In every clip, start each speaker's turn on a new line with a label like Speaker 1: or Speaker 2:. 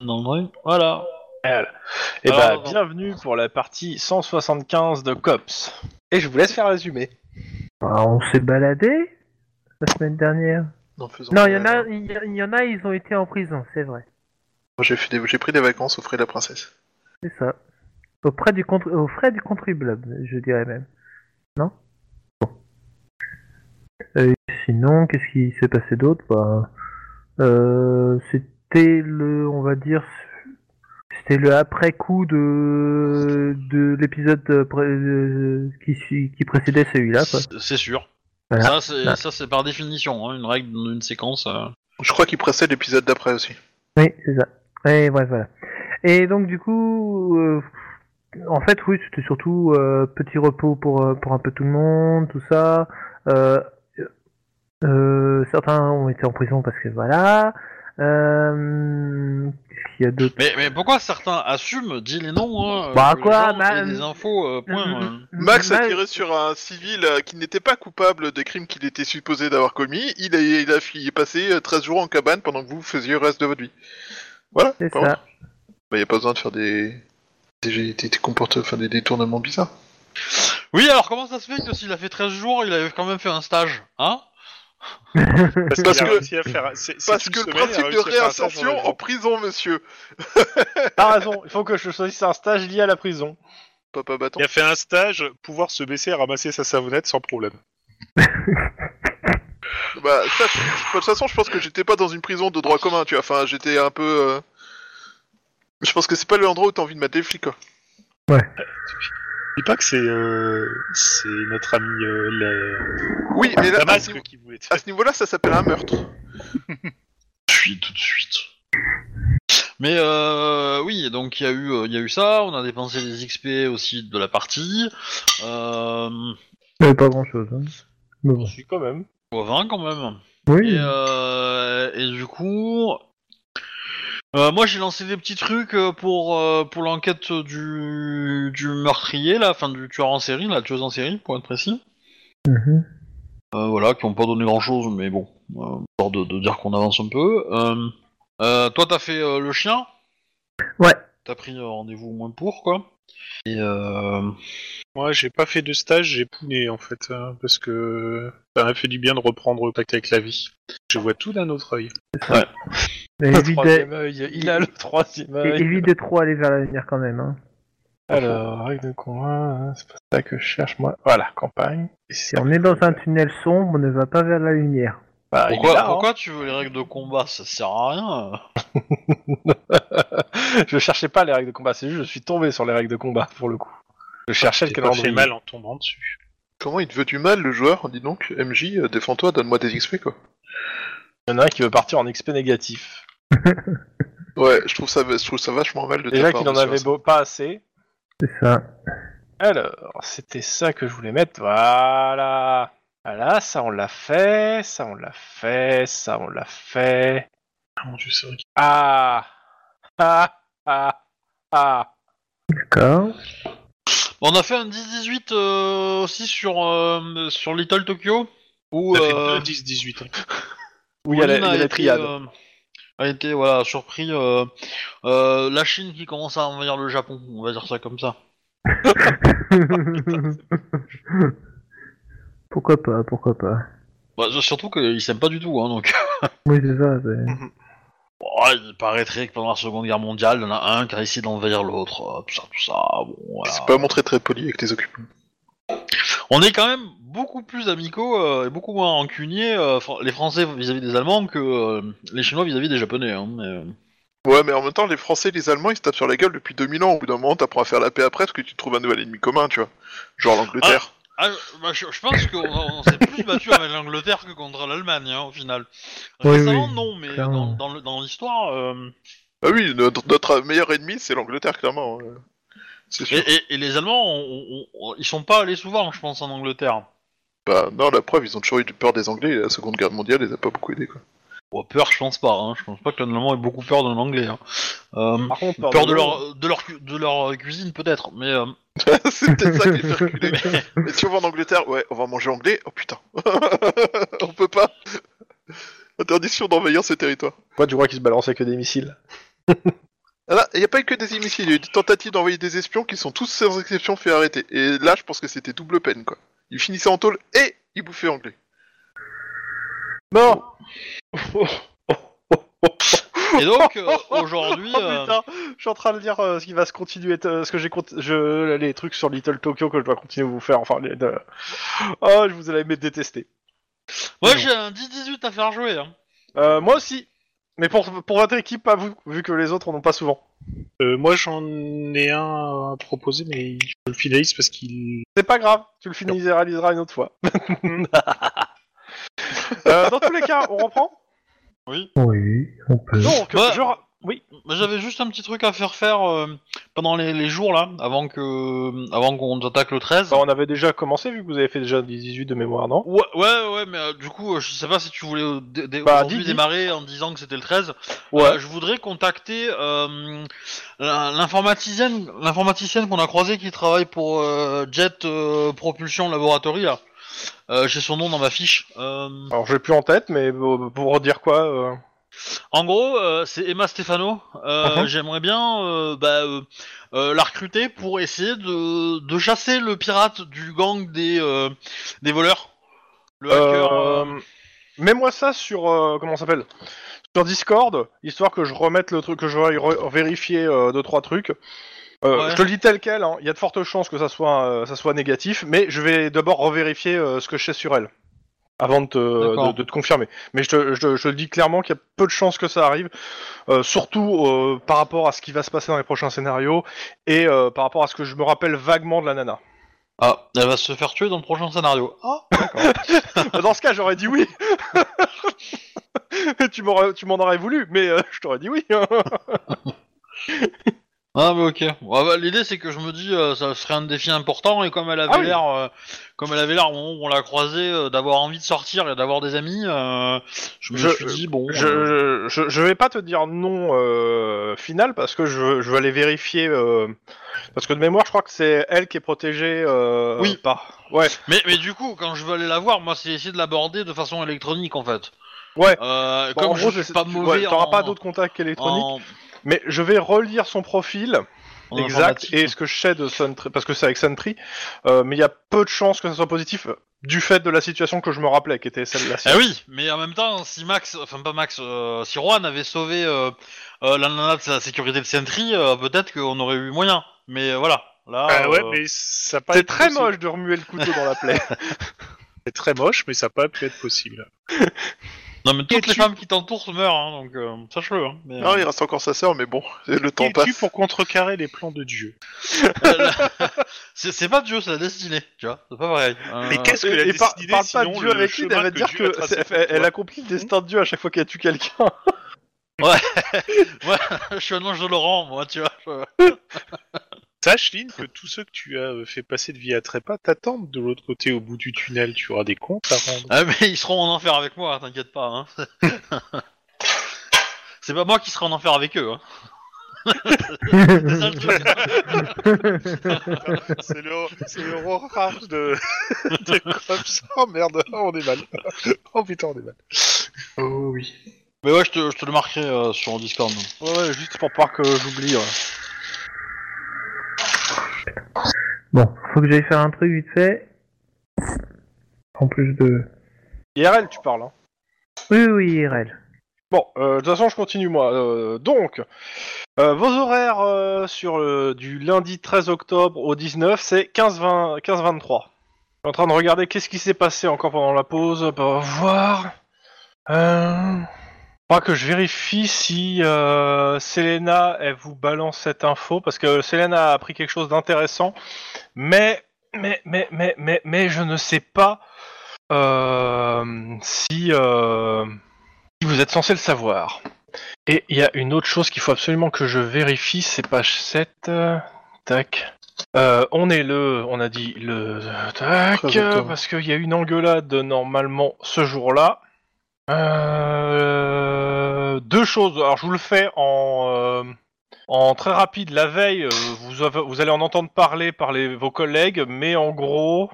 Speaker 1: dans le drive. Voilà.
Speaker 2: Et bah,
Speaker 1: Alors, non.
Speaker 2: bienvenue pour la partie 175 de Cops. Et je vous laisse faire résumé.
Speaker 3: Bah, on s'est baladé la semaine dernière.
Speaker 4: en faisant
Speaker 3: Non,
Speaker 4: des-
Speaker 3: il y en a, il y, il y en a, ils ont été en prison, c'est vrai.
Speaker 4: Moi, J'ai fait des- j'ai pris des vacances au frais de la princesse.
Speaker 3: C'est ça. Auprès du contre, au frais du contribuable, je dirais même. Non Bon. Euh, sinon, qu'est-ce qui s'est passé d'autre Bah, euh, c'était le, on va dire, c'était le après-coup de de l'épisode pré- euh, qui suit- qui précédait celui-là. quoi.
Speaker 1: C'est- C'est sûr.
Speaker 3: Voilà.
Speaker 1: Ça, c'est
Speaker 3: Voilà.
Speaker 1: ça, c'est par définition, hein, une règle d'une séquence. euh.
Speaker 4: Je crois qu'il précède l'épisode d'après aussi.
Speaker 3: Oui, c'est ça. Et bref, voilà. Et donc, du coup, euh, en fait, oui, c'était surtout euh, petit repos pour, euh, pour un peu tout le monde, tout ça. Euh, euh, certains ont été en prison parce que voilà. Euh, Qu'est-ce qu'il y a d'autre
Speaker 1: Mais, mais pourquoi certains assument, dis les noms. Hein,
Speaker 3: Bah,
Speaker 1: que les
Speaker 3: quoi,
Speaker 1: gens
Speaker 3: bah, mm-hmm.
Speaker 1: aient des infos, euh, point. euh.
Speaker 4: Max a
Speaker 3: Ma-
Speaker 4: tiré sur un civil euh, qui n'était pas coupable des crimes qu'il était supposé d'avoir commis. Il a, il a fi- passé euh, 13 jours en cabane pendant que vous faisiez le reste de votre vie. Voilà.
Speaker 3: C'est
Speaker 4: Par contre,
Speaker 3: ça.
Speaker 4: Bah, y a pas besoin de faire des, des, des, des comporte- enfin, des détournements bizarres.
Speaker 1: Oui, alors comment ça se fait que s'il a fait 13 jours, il avait quand même fait un stage Hein
Speaker 5: Parce,
Speaker 4: Parce
Speaker 5: qu'il
Speaker 4: que-
Speaker 5: a réussi à faire- c'est- c'est
Speaker 4: Parce
Speaker 5: une
Speaker 4: que le
Speaker 5: semaine, il a
Speaker 4: principe de
Speaker 5: réussi à faire un stage
Speaker 4: réinsertion
Speaker 5: dans
Speaker 4: en
Speaker 5: la-
Speaker 4: prison, monsieur.
Speaker 2: T'as raison, il faut que je choisisse un stage lié à la prison.
Speaker 4: Papa bâton.
Speaker 5: Il a fait un stage, pouvoir se baisser et ramasser sa savonnette sans problème.
Speaker 4: Bah, ça, je- de toute façon, je pense que j'étais pas dans une prison de droit commun, tu vois. Enfin, j'étais un peu. euh, Je pense que c'est pas l'endroit où t'as envie de mettre les flics, quoi.
Speaker 5: Je dis pas que c'est euh, c'est notre ami euh, la-
Speaker 4: Oui, mais là, à ce,
Speaker 5: Damasque
Speaker 4: niveau-
Speaker 5: qui voulait.
Speaker 4: à ce niveau-là, ça s'appelle un meurtre.
Speaker 1: Puis tout de suite. Mais euh, oui, donc il y, a eu, euh, il y a eu ça, on a dépensé des XP aussi de la partie. Euh,
Speaker 3: Euh, pas grand-chose. hein. Mais bon.
Speaker 2: Je suis quand même.
Speaker 1: au 20 quand même.
Speaker 3: Oui.
Speaker 1: Et, euh, et du coup, euh, moi j'ai lancé des petits trucs euh, pour, euh, pour l'enquête du, du meurtrier, là, enfin du tueur en série, la tueuse en série pour être précis.
Speaker 3: Mhm.
Speaker 1: Euh, voilà, qui n'ont pas donné grand chose, mais bon, euh, histoire de, de dire qu'on avance un peu. Euh, euh, toi t'as fait euh, le chien
Speaker 3: Ouais.
Speaker 1: T'as pris euh, rendez-vous au moins pour, quoi. Et euh...
Speaker 5: Moi, j'ai pas fait de stage, j'ai pouné en fait, hein, parce que ça m'a fait du bien de reprendre contact avec la vie. Je vois tout d'un autre œil.
Speaker 3: Mais
Speaker 2: Le
Speaker 3: évite de-
Speaker 2: troisième euh, œil, il a le troisième
Speaker 3: é-
Speaker 2: œil.
Speaker 3: évite de trop aller vers l'avenir quand même. Hein.
Speaker 2: Alors, règle de coin, hein, c'est pas ça que je cherche moi. Voilà, campagne. Et
Speaker 3: Si on est dans un tunnel sombre, ne va pas vers la lumière.
Speaker 2: Bah, il
Speaker 1: pourquoi,
Speaker 2: est là,
Speaker 1: pourquoi tu veux les règles de combat Ça sert à rien. euh.
Speaker 2: hein. Je cherchais pas les règles de combat, c'est juste je suis tombé sur les règles de combat pour le coup. Je cherchais le
Speaker 5: J'ai pas fait
Speaker 2: calendrier.
Speaker 5: mal en tombant dessus.
Speaker 4: Comment il te veut du mal, le joueur Dis donc, MJ, euh, défends-toi, donne-moi des XP, quoi.
Speaker 2: Il y en a un qui veut partir en XP négatif.
Speaker 4: Ouais, je trouve ça, je trouve ça vachement mal de ta
Speaker 2: Déjà
Speaker 4: part,
Speaker 2: qu'il en
Speaker 4: monsieur
Speaker 2: avait
Speaker 4: Vincent.
Speaker 2: beau- pas assez.
Speaker 3: C'est ça.
Speaker 2: Alors, c'était ça que je voulais mettre. Voilà. Voilà, ça on l'a fait, ça on l'a fait, ça on l'a fait.
Speaker 5: Ah mon dieu, c'est vrai.
Speaker 2: Ah Ah Ah Ah
Speaker 3: D'accord.
Speaker 1: On a fait un 10-18 euh, aussi sur, euh, sur Little Tokyo. Où,
Speaker 5: Ça fait hein.
Speaker 1: euh,
Speaker 5: 10-18 ans.
Speaker 2: Oui, il y a la, il y
Speaker 1: Pauline
Speaker 2: a
Speaker 1: a
Speaker 2: la
Speaker 1: été,
Speaker 2: triade.
Speaker 1: euh, a été voilà, surpris. euh, euh, la Chine qui commence à envahir le Japon, on va dire ça comme ça.
Speaker 3: pourquoi pas, pourquoi pas.
Speaker 1: Bah, surtout qu'ils s'aiment pas du tout, hein, donc.
Speaker 3: Oui, c'est ça. c'est-
Speaker 1: Oh, il paraîtrait que pendant la Seconde Guerre mondiale, il y en a un qui a essayé d'envahir l'autre, euh, tout ça, tout ça. Bon, voilà.
Speaker 4: C'est pas montré très poli avec tes occupants.
Speaker 1: On est quand même beaucoup plus amicaux euh, et beaucoup moins rancuniers, euh, fr- les Français vis-à-vis des Allemands, que euh, les Chinois vis-à-vis des Japonais. hein, mais, euh.
Speaker 4: Ouais, mais en même temps, les Français et les Allemands, ils se tapent sur la gueule depuis 2000 ans. Au bout d'un moment, t'apprends à faire la paix après parce que tu trouves un nouvel ennemi commun, tu vois. Genre l'Angleterre.
Speaker 1: Ah, je- bah, je, je pense qu'on on s'est plus battu avec l'Angleterre que contre l'Allemagne, hein, au final.
Speaker 3: Oui,
Speaker 1: Récemment,
Speaker 3: oui,
Speaker 1: non, mais
Speaker 3: clairement.
Speaker 1: dans, dans le- dans l'histoire. euh,
Speaker 4: Ah oui, notre, notre meilleur ennemi, c'est l'Angleterre, clairement. euh. C'est
Speaker 1: et,
Speaker 4: sûr.
Speaker 1: et- et les Allemands, on- on- on- ils sont pas allés souvent, je pense, en Angleterre.
Speaker 4: Bah, non, la preuve, ils ont toujours eu peur des Anglais et la Seconde Guerre mondiale les a pas beaucoup aidés, quoi.
Speaker 1: Bon, peur, je pense pas. hein, Je pense pas que l'Allemand ait beaucoup peur d'un Anglais. hein. Euh,
Speaker 2: Par contre,
Speaker 1: peur, de, leur, de, leur, cu- de leur euh, cuisine, peut-être, mais. euh,
Speaker 4: c'est peut-être ça qui les fait reculer. Mais si on va en Angleterre, ouais, on va manger anglais. Oh putain. on peut pas. Interdiction d'envahir ces territoires. Ah
Speaker 2: Pourquoi tu crois qu'ils se balançaient que des missiles
Speaker 4: Là, il n'y a pas eu que des initiés, il y a eu des tentatives d'envoyer des espions qui sont tous sans exception fait arrêter. Et là, je pense que c'était double peine, quoi. Ils finissaient en tôle et ils bouffaient anglais.
Speaker 2: Bon
Speaker 1: Et donc, euh, aujourd'hui,
Speaker 2: Oh
Speaker 1: euh,
Speaker 2: putain, je suis en train de lire euh, ce qui va se continuer, euh, ce que j'ai, cont- je, les trucs sur Little Tokyo que je dois continuer à vous faire. Enfin, les, de- oh, je vous allez me détester.
Speaker 1: moi j'ai un 10-18 à faire jouer. Hein.
Speaker 2: Euh, moi aussi, mais pour pour votre équipe, pas vous, vu que les autres on n'ont pas souvent.
Speaker 5: Euh, moi j'en ai un à proposer, mais il faut le finalise parce qu'il.
Speaker 2: C'est pas grave, tu le finaliseras une autre fois. Euh, dans tous les cas, on reprend.
Speaker 3: Oui, on peut.
Speaker 2: Donc,
Speaker 1: Bah,
Speaker 2: je ra- oui.
Speaker 1: Bah, J'avais juste un petit truc à faire faire euh, pendant les, les jours là, avant que euh, avant qu'on attaque le 13.
Speaker 2: Bah, on avait déjà commencé vu que vous avez fait déjà 18 de mémoire, non
Speaker 1: Ouais, ouais, ouais, mais euh, du coup, euh, je sais pas si tu voulais euh, dé- dé-
Speaker 2: Bah,
Speaker 1: aujourd'hui
Speaker 2: dis, dis.
Speaker 1: démarrer en disant que c'était le 13.
Speaker 2: Ouais.
Speaker 1: Euh, je voudrais contacter euh, la- l'informaticienne, l'informaticienne qu'on a croisée qui travaille pour euh, Jet euh, Propulsion Laboratory. là. Euh, J'ai son nom dans ma fiche. Euh,
Speaker 2: Alors, j'ai plus en tête, mais euh, pour dire quoi euh,
Speaker 1: en gros, euh, c'est Emma Stefano. Euh,
Speaker 2: Mhm.
Speaker 1: J'aimerais bien euh, bah, euh, euh, la recruter pour essayer de, de chasser le pirate du gang des, euh, des voleurs. Le hacker. euh,
Speaker 2: Euh, Mets-moi ça sur euh, comment ça s'appelle sur Discord, histoire que je remette le truc, que je vais re- vérifier euh, deux trois trucs. Euh,
Speaker 1: Ouais.
Speaker 2: Je te le dis tel quel, hein, il y a de fortes chances que ça soit euh, ça soit négatif, mais je vais d'abord revérifier euh, ce que je sais sur elle avant de te,
Speaker 1: D'accord.
Speaker 2: de, de te confirmer. Mais je te, je te- je te le dis clairement qu'il y a peu de chances que ça arrive, euh, surtout euh, par rapport à ce qui va se passer dans les prochains scénarios et euh, par rapport à ce que je me rappelle vaguement de la nana.
Speaker 1: Ah, elle va se faire tuer dans le prochain scénario. Ah
Speaker 2: Bah, Dans ce cas, j'aurais dit oui. tu m'aurais- tu m'en aurais voulu, mais euh, je t'aurais dit oui.
Speaker 1: Ah mais ok. Ouais, bah, L'idée c'est que je me dis euh, ça serait un défi important et comme elle avait
Speaker 2: Ah oui.
Speaker 1: l'air, euh, comme elle avait l'air au moment où on l'a croisée euh, d'avoir envie de sortir et d'avoir des amis, euh, je me
Speaker 2: Je-
Speaker 1: suis dit bon. euh,
Speaker 2: je, je, je vais pas te dire non euh, final parce que je, je vais aller vérifier. euh, parce que de mémoire, je crois que c'est elle qui est protégée. euh,
Speaker 1: Oui.
Speaker 2: Par... Ouais.
Speaker 1: Mais mais du coup quand je veux aller la voir, moi c'est essayer de l'aborder de façon électronique en fait.
Speaker 2: Ouais.
Speaker 1: Euh,
Speaker 2: Bon,
Speaker 1: comme
Speaker 2: en gros,
Speaker 1: je suis
Speaker 2: c'est-
Speaker 1: pas
Speaker 2: tu-
Speaker 1: mauvais.
Speaker 2: ouais, t'auras
Speaker 1: en-
Speaker 2: pas d'autres contacts électroniques.
Speaker 1: en-
Speaker 2: Mais je vais relire son profil.
Speaker 1: en
Speaker 2: Exact.
Speaker 1: informatique.
Speaker 2: Et ce que je sais de Suntree, parce que c'est avec Suntree, euh, mais il y a peu de chances que ça soit positif euh, du fait de la situation que je me rappelais, qui était celle de la
Speaker 1: Eh oui, mais en même temps, si Max, enfin pas Max, euh, si Juan avait sauvé euh, euh, la nana de sa sécurité de Sentry, euh, peut-être qu'on aurait eu moyen. Mais euh, voilà, là.
Speaker 5: Ah ouais,
Speaker 1: euh,
Speaker 5: mais ça a pas
Speaker 2: C'est
Speaker 5: été
Speaker 2: très
Speaker 5: possible.
Speaker 2: moche de remuer le couteau dans la plaie.
Speaker 5: C'est très moche, mais ça n'a pas pu être possible.
Speaker 1: Non, mais toutes
Speaker 5: Et
Speaker 1: les
Speaker 5: tu-
Speaker 1: femmes qui t'entourent meurent, hein, donc euh, sache-le. Hein, mais,
Speaker 4: Non,
Speaker 1: euh,
Speaker 4: il reste encore sa sœur, mais bon, le temps
Speaker 5: Qui
Speaker 4: passe.
Speaker 5: es-tu pour contrecarrer les plans de Dieu
Speaker 1: c'est c'est pas Dieu, c'est la destinée, tu vois, c'est pas pareil. Euh,
Speaker 5: Mais qu'est-ce que la
Speaker 2: Et par-
Speaker 5: destinée
Speaker 2: parle pas de
Speaker 5: sinon
Speaker 2: Dieu
Speaker 5: le
Speaker 2: avec lui,
Speaker 5: chemin
Speaker 2: elle va dire
Speaker 5: Dieu
Speaker 2: que
Speaker 5: a tracé
Speaker 2: c'est-
Speaker 5: pour
Speaker 2: elle, elle
Speaker 5: toi
Speaker 2: accomplit le destin de Dieu à chaque fois qu'elle tue quelqu'un.
Speaker 1: je suis un ange de Laurent, moi, tu vois. je-
Speaker 5: Sache, Lynn, que tous ceux que tu as euh, fait passer de vie à trépas t'attendent de l'autre côté au bout du tunnel. Tu auras des comptes à rendre.
Speaker 1: Ah, mais ils seront en enfer avec moi, t'inquiète pas. Hein. c'est pas moi qui serai en enfer avec eux. Hein. C'est ça le truc.
Speaker 5: C'est le, c'est le rorage de, de Cops. Oh merde, oh, on est mal. Oh putain, on est mal. Oh oui.
Speaker 1: Mais ouais, je te, je te le marquerai euh, sur Discord. donc.
Speaker 2: Ouais, ouais, juste pour pas que j'oublie. ouais.
Speaker 3: Bon, faut que j'aille faire un truc vite fait. En plus de.
Speaker 2: IRL, tu parles. hein.
Speaker 3: Oui, oui, IRL.
Speaker 2: Bon, euh, de toute façon, je continue moi. Euh, donc, euh, vos horaires euh, sur le- du lundi 13 octobre au 19, c'est 15-20 15-23. Je suis en train de regarder qu'est-ce qui s'est passé encore pendant la pause pour voir. Euh... Pas que je vérifie si euh, Selena elle vous balance cette info parce que Selena a appris quelque chose d'intéressant, mais mais mais mais mais mais je ne sais pas euh, si euh, si vous êtes censé le savoir. Et il y a une autre chose qu'il faut absolument que je vérifie, c'est page 7. euh, Tac. Euh, on est le, on a dit le tac,
Speaker 5: Très
Speaker 2: euh,
Speaker 5: bien.
Speaker 2: parce qu'il y a une engueulade normalement ce jour-là. Euh, deux choses. Alors je vous le fais en euh, en très rapide. La veille, euh, vous avez- vous allez en entendre parler par les, vos collègues, mais en gros,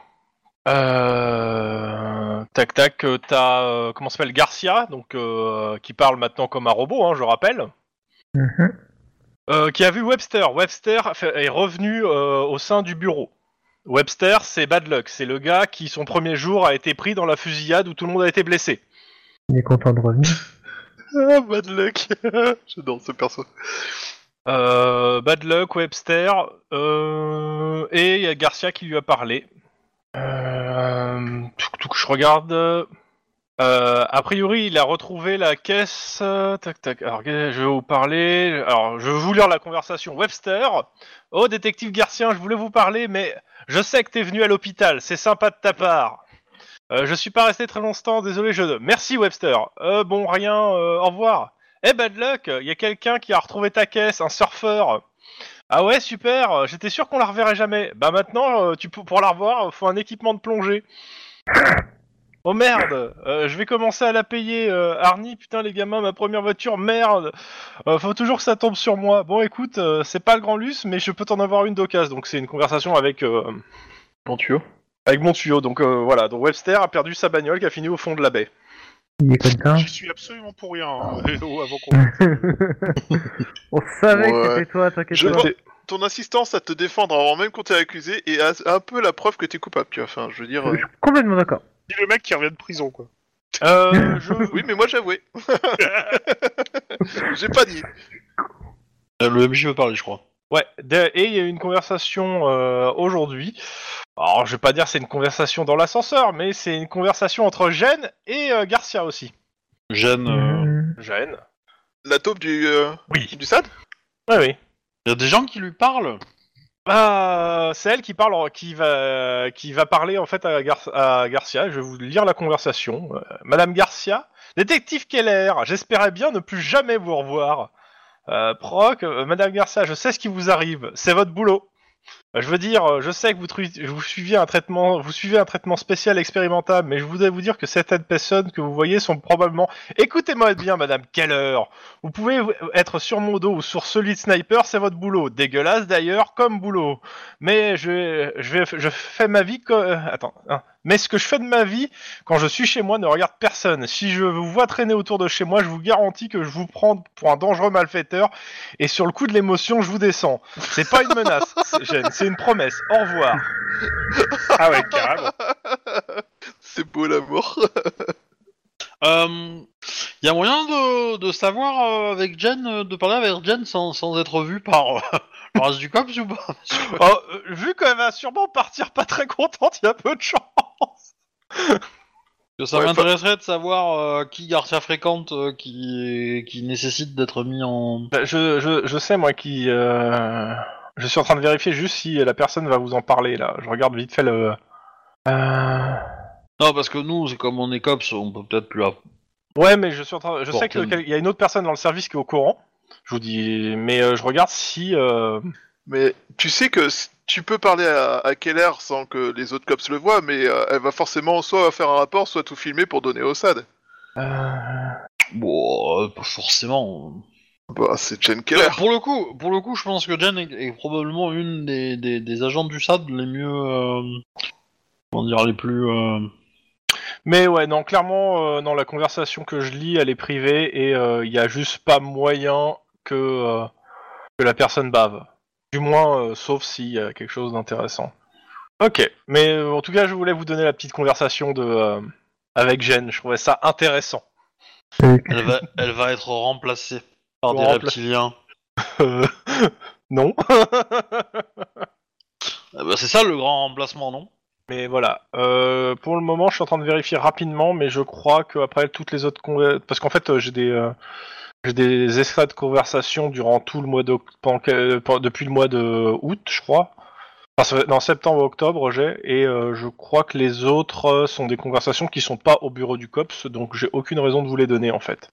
Speaker 2: euh, tac tac, euh, t'as euh, comment s'appelle Garcia, donc euh, qui parle maintenant comme un robot, hein, je rappelle.
Speaker 3: Mhm.
Speaker 2: euh, qui a vu Webster. Webster fait- est revenu euh, au sein du bureau. Webster, c'est Bad Luck. C'est le gars qui, son premier jour, a été pris dans la fusillade où tout le monde a été blessé.
Speaker 3: Il est content de revenir.
Speaker 4: Ah, bad luck J'adore ce perso.
Speaker 2: Euh, Bad Luck, Webster, euh, et il y a Garcia qui lui a parlé. Euh, touc, touc, je regarde. Euh, a priori, il a retrouvé la caisse. euh, Tac tac. Alors, je vais vous parler. Alors, je vais vous lire la conversation. Webster. Oh, détective Garcia, je voulais vous parler, mais je sais que t'es venu à l'hôpital. C'est sympa de ta part. Euh, je suis pas resté très longtemps. Désolé, je. Merci Webster. Euh, bon, rien. euh, au revoir. Eh bad luck, il y a quelqu'un qui a retrouvé ta caisse, un surfeur. Ah ouais, super, euh, j'étais sûr qu'on la reverrait jamais. Bah maintenant, euh, tu peux- pour la revoir, euh, faut un équipement de plongée. Oh merde, euh, je vais commencer à la payer, euh, Arnie, putain les gamins, ma première voiture, merde. Euh, faut toujours que ça tombe sur moi. Bon écoute, euh, c'est pas le grand luxe, mais je peux t'en avoir une d'occasion. Donc c'est une conversation avec... euh,
Speaker 4: Bon tuyau.
Speaker 2: avec mon tuyau, donc euh, voilà, donc Webster a perdu sa bagnole qui a fini au fond de la baie.
Speaker 3: Il est content.
Speaker 5: J'y suis absolument pour rien. hein. Oh, avant qu'on-
Speaker 3: On savait que
Speaker 4: Ouais.
Speaker 3: c'était toi, t'inquiète
Speaker 4: Je
Speaker 3: pas.
Speaker 4: pense- Ton insistance à te défendre avant même qu'on t'ait accusé et à- un peu la preuve que t'es coupable, tu vois. Enfin, je veux dire.
Speaker 3: Je
Speaker 4: euh,
Speaker 3: suis complètement d'accord.
Speaker 5: Dis le mec qui revient de prison, quoi.
Speaker 2: Euh, je...
Speaker 4: Oui, mais moi j'avouais. J'ai pas dit.
Speaker 1: Euh, Le MJ veut parler, je crois.
Speaker 2: Ouais, de- et il y a eu une conversation euh, aujourd'hui. Alors, je vais pas dire c'est une conversation dans l'ascenseur, mais c'est une conversation entre Gênes et euh, Garcia aussi.
Speaker 1: Jeanne, euh,
Speaker 3: Mmh.
Speaker 2: Gênes
Speaker 4: La taupe du, euh,
Speaker 2: Oui.
Speaker 4: du SAD
Speaker 2: Oui, oui.
Speaker 1: y a des gens qui lui parlent.
Speaker 2: Bah, c'est elle qui parle, qui va, qui va parler en fait à, Gar- à Garcia. Je vais vous lire la conversation. Euh, Madame Garcia, détective Keller, j'espérais bien ne plus jamais vous revoir. Euh, Proc, euh, Madame Garcia, je sais ce qui vous arrive, c'est votre boulot. Euh, Je veux dire, euh, je sais que vous, tru- vous suivez un traitement, vous suivez un traitement spécial expérimental, mais je voudrais vous dire que certaines personnes que vous voyez sont probablement. Écoutez-moi bien, Madame Keller. Vous pouvez être sur mon dos ou sur celui de sniper, c'est votre boulot. Dégueulasse d'ailleurs, comme boulot. Mais je, je, vais, je fais ma vie. co- euh, Attends. hein. Mais ce que je fais de ma vie quand je suis chez moi ne regarde personne. Si je vous vois traîner autour de chez moi, je vous garantis que je vous prends pour un dangereux malfaiteur et sur le coup de l'émotion, je vous descends. C'est pas une menace, c'est- Jeanne, c'est une promesse. Au revoir.
Speaker 5: Ah ouais, carrément.
Speaker 4: C'est beau l'amour.
Speaker 1: Euh, y a moyen de, de savoir euh, avec Jen, euh, de parler avec Jen sans, sans être vu par euh, le reste du COPS ou pas
Speaker 2: Oh, euh, vu qu'elle va sûrement partir pas très contente, il y a peu de chance.
Speaker 1: Que ça
Speaker 4: Ouais,
Speaker 1: m'intéresserait de savoir euh, qui Garcia fréquente euh, qui, est- qui nécessite d'être mis en.
Speaker 2: Bah, Je, je, je sais, moi, qui. euh, Je suis en train de vérifier juste si la personne va vous en parler, là. Je regarde vite fait le. Euh,
Speaker 1: Non, parce que nous, c'est comme on est COPS, on peut peut-être plus. app-
Speaker 2: Ouais, mais je suis en train. Je
Speaker 1: Bon,
Speaker 2: sais qu'il
Speaker 1: hum.
Speaker 2: y a une autre personne dans le service qui est au courant. Je vous dis. Mais euh, je regarde si. euh,
Speaker 4: Mais tu sais que s- tu peux parler à, à Keller sans que les autres cops le voient, mais euh, elle va forcément soit faire un rapport, soit tout filmer pour donner au SAD.
Speaker 1: Bon, euh, pas forcément. Euh,
Speaker 4: Bah, c'est Jen Keller.
Speaker 1: Pour le coup, pour le coup, je pense que Jen est, est probablement une des, des, des agents du SAD les mieux. euh, comment dire, les plus. euh,
Speaker 2: Mais ouais, non, clairement, euh, non, la conversation que je lis, elle est privée et euh, il y a juste pas moyen que, euh, que la personne bave. Du moins, euh, sauf s'il y a quelque chose d'intéressant. Ok, mais euh, en tout cas, je voulais vous donner la petite conversation de euh, avec Jen. Je trouvais ça intéressant.
Speaker 3: Euh,
Speaker 1: Elle, va, elle va être remplacée par des
Speaker 2: Rempla-
Speaker 1: reptiliens.
Speaker 2: Euh, non.
Speaker 1: Eh ben, c'est ça le grand remplacement, non
Speaker 2: Mais voilà, euh, pour le moment, je suis en train de vérifier rapidement, mais je crois que après toutes les autres conver- parce qu'en fait, euh, j'ai des euh, j'ai des extraits de conversation durant tout le mois d'oc- pendant que- euh, pen- depuis le mois de euh, août, je crois. Enfin, ça va- non, septembre, octobre, j'ai et euh, je crois que les autres euh, sont des conversations qui sont pas au bureau du cops, donc j'ai aucune raison de vous les donner en fait.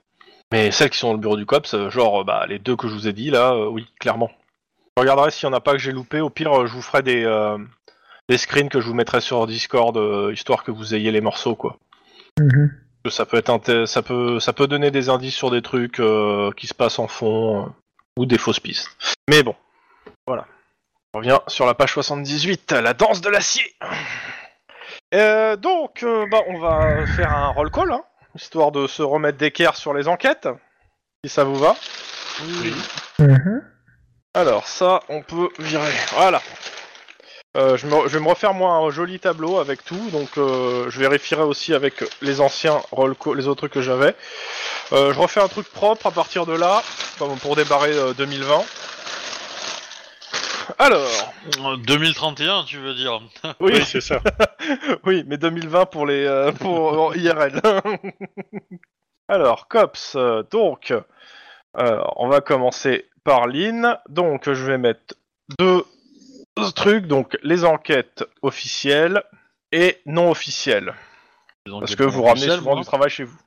Speaker 2: Mais celles qui sont dans le bureau du cops, euh, genre euh, bah, les deux que je vous ai dit là, euh, oui, clairement. Je regarderai s'il y en a pas que j'ai loupé. Au pire, euh, je vous ferai des euh, les screens que je vous mettrai sur Discord, euh, histoire que vous ayez les morceaux, quoi.
Speaker 3: Mhm.
Speaker 2: Que Ça peut, être inté- ça, peut, ça peut donner des indices sur des trucs euh, qui se passent en fond, euh, ou des fausses pistes. Mais bon, voilà. On revient sur la page 78, la danse de l'acier Euh, Donc, euh, bah, on va faire un roll call, hein, histoire de se remettre d'équerre sur les enquêtes, si ça vous va.
Speaker 3: Mhm.
Speaker 2: Alors ça, on peut virer. Voilà. Euh, je, me- je vais me refaire moi un joli tableau avec tout, donc euh, je vérifierai aussi avec les anciens roll co- les autres que j'avais. Euh, je refais un truc propre à partir de là, comme pour débarrer euh, 2020. Alors,
Speaker 1: Euh, 2031, tu veux dire
Speaker 2: oui,
Speaker 5: Oui, c'est ça.
Speaker 2: oui, mais 2020 pour les euh, pour IRL. Alors, cops, euh, donc euh, on va commencer par Lynn. Donc je vais mettre deux trucs, donc les enquêtes officielles et non officielles. Parce que vous ramenez souvent
Speaker 1: hein.
Speaker 2: du travail chez vous.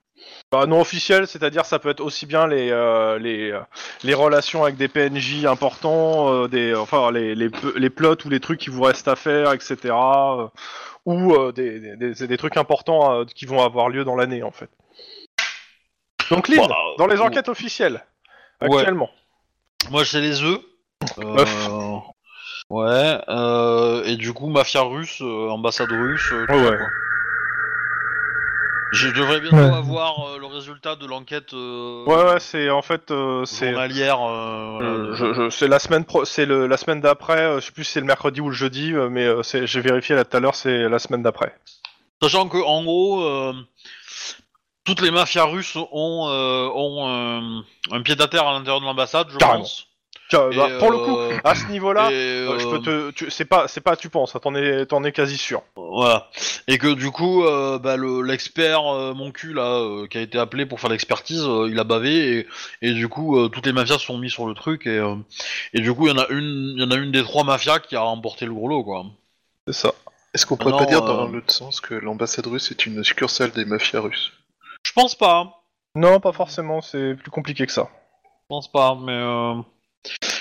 Speaker 2: Bah, non officiel, c'est-à-dire ça peut être aussi bien les, euh, les, euh, les relations avec des PNJ importants, euh, des, enfin les, les, pe- les plots ou les trucs qui vous restent à faire, etc. euh, ou euh, des, des, des- des trucs importants euh, qui vont avoir lieu dans l'année en fait. Donc Lynn,
Speaker 1: Bah,
Speaker 2: dans les
Speaker 1: ou-
Speaker 2: enquêtes officielles,
Speaker 1: Ouais.
Speaker 2: actuellement.
Speaker 1: Moi, c'est les œufs.
Speaker 2: Œufs.
Speaker 1: Euh, Ouais, euh, et du coup, mafia russe, euh, ambassade russe. euh, tout
Speaker 2: Ouais,
Speaker 1: ça,
Speaker 2: ouais.
Speaker 1: quoi. Je devrais bientôt
Speaker 3: Ouais.
Speaker 1: avoir euh, le résultat de l'enquête euh,
Speaker 2: Ouais, ouais, c'est en fait euh, c'est
Speaker 1: journalière. euh, voilà,
Speaker 2: Euh,
Speaker 1: de-
Speaker 2: je, je- c'est la semaine pro, c'est le, la semaine d'après. euh, je sais plus si c'est le mercredi ou le jeudi, euh, mais euh, c'est, j'ai vérifié là tout à l'heure, c'est la semaine d'après.
Speaker 1: Sachant que, en gros, euh, toutes les mafias russes ont, euh, ont euh, un pied à terre à l'intérieur de l'ambassade, je
Speaker 2: Carrément.
Speaker 1: pense.
Speaker 2: Tiens, bah,
Speaker 1: Et,
Speaker 2: pour le
Speaker 1: euh,
Speaker 2: coup, à ce niveau-là,
Speaker 1: Et,
Speaker 2: euh, je
Speaker 1: euh,
Speaker 2: peux te, tu- c'est pas, c'est pas, tu penses, hein, t'en es, t'en es quasi sûr.
Speaker 1: Voilà. Et que du coup, euh, bah, le- l'expert, euh, mon cul, là, euh, qui a été appelé pour faire l'expertise, euh, il a bavé. Et, et du coup, euh, toutes les mafias se sont mises sur le truc. Et, euh, et du coup, il y, en a une- il y en a une des trois mafias qui a remporté le gros lot, quoi.
Speaker 2: C'est ça.
Speaker 4: Est-ce qu'on pourrait
Speaker 1: Non,
Speaker 4: pas dire
Speaker 1: euh,
Speaker 4: dans l'autre sens que l'ambassade russe est une succursale des mafias russes
Speaker 1: Je pense pas. hein.
Speaker 2: Non, pas forcément. C'est plus compliqué que ça.
Speaker 1: Je pense pas, mais... euh,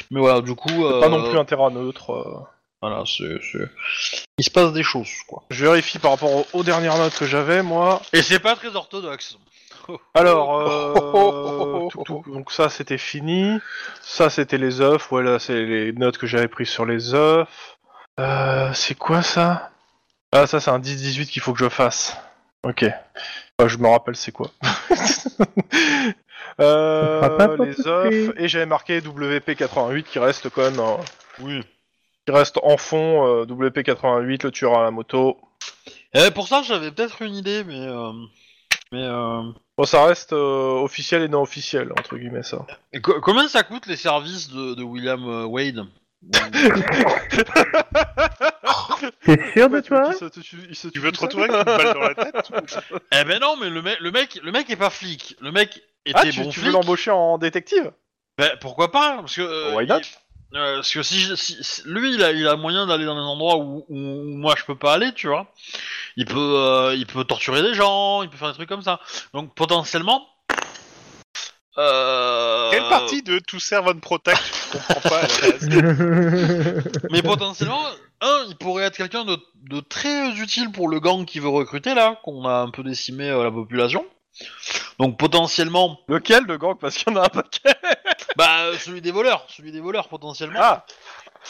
Speaker 1: Mais voilà, du coup...
Speaker 2: C'est
Speaker 1: euh,
Speaker 2: Pas non plus un terrain neutre. euh.
Speaker 1: Voilà, c'est... c'est- Il se passe des choses, quoi.
Speaker 2: Je vérifie par rapport aux, aux dernières notes que j'avais, moi.
Speaker 1: Et c'est pas très orthodoxe.
Speaker 2: Alors, euh,
Speaker 4: Oh, oh, oh, oh,
Speaker 2: tout- tout- donc ça c'était fini. Ça c'était les œufs. Ouais, là c'est les notes que j'avais prises sur les œufs. Euh, c'est quoi ça Ah, ça c'est un 10-18 qu'il faut que je fasse. Ok. Bah, je me rappelle c'est quoi. Euh,
Speaker 3: Ça fera pas
Speaker 2: les
Speaker 3: tout de
Speaker 2: œufs.
Speaker 3: suite.
Speaker 2: Et j'avais marqué WP88 qui reste quand même. un-
Speaker 1: Oui.
Speaker 2: qui reste en fond. euh, WP88, le tueur à la moto.
Speaker 1: Et Eh, pour ça, j'avais peut-être une idée, mais... euh, Mais... euh,
Speaker 2: Bon, ça reste euh, officiel et non officiel, entre guillemets ça.
Speaker 1: Et co- combien ça coûte les services de, de William euh, Wade
Speaker 3: T'es sûr de
Speaker 2: Ouais, tu veux
Speaker 3: toi
Speaker 2: qu'il se- tu- il se
Speaker 5: Tu
Speaker 2: tue
Speaker 5: veux te
Speaker 2: tout seul
Speaker 5: retrouver avec une balle dans la tête
Speaker 1: Eh ben non, mais le mec, le mec, le mec est pas flic. Le mec était
Speaker 2: Ah, tu,
Speaker 1: bon
Speaker 2: tu veux
Speaker 1: flic.
Speaker 2: l'embaucher en détective
Speaker 1: Ben, pourquoi pas Parce que euh,
Speaker 2: Why not
Speaker 1: il- euh, parce que si, je- si- si- lui, il a, il a moyen d'aller dans des endroits où, où moi je peux pas aller, tu vois. Il peut, euh, il peut torturer des gens, il peut faire des trucs comme ça. Donc potentiellement. Euh...
Speaker 5: Quelle partie de To Serve and Protect Je comprends pas à la base.
Speaker 1: Mais potentiellement, un, il pourrait être quelqu'un de, de très utile pour le gang qui veut recruter là, qu'on a un peu décimé euh, la population. Donc potentiellement,
Speaker 2: Lequel de gang Parce qu'il y en a un paquet
Speaker 1: bah euh, celui des voleurs, celui des voleurs potentiellement.
Speaker 2: Ah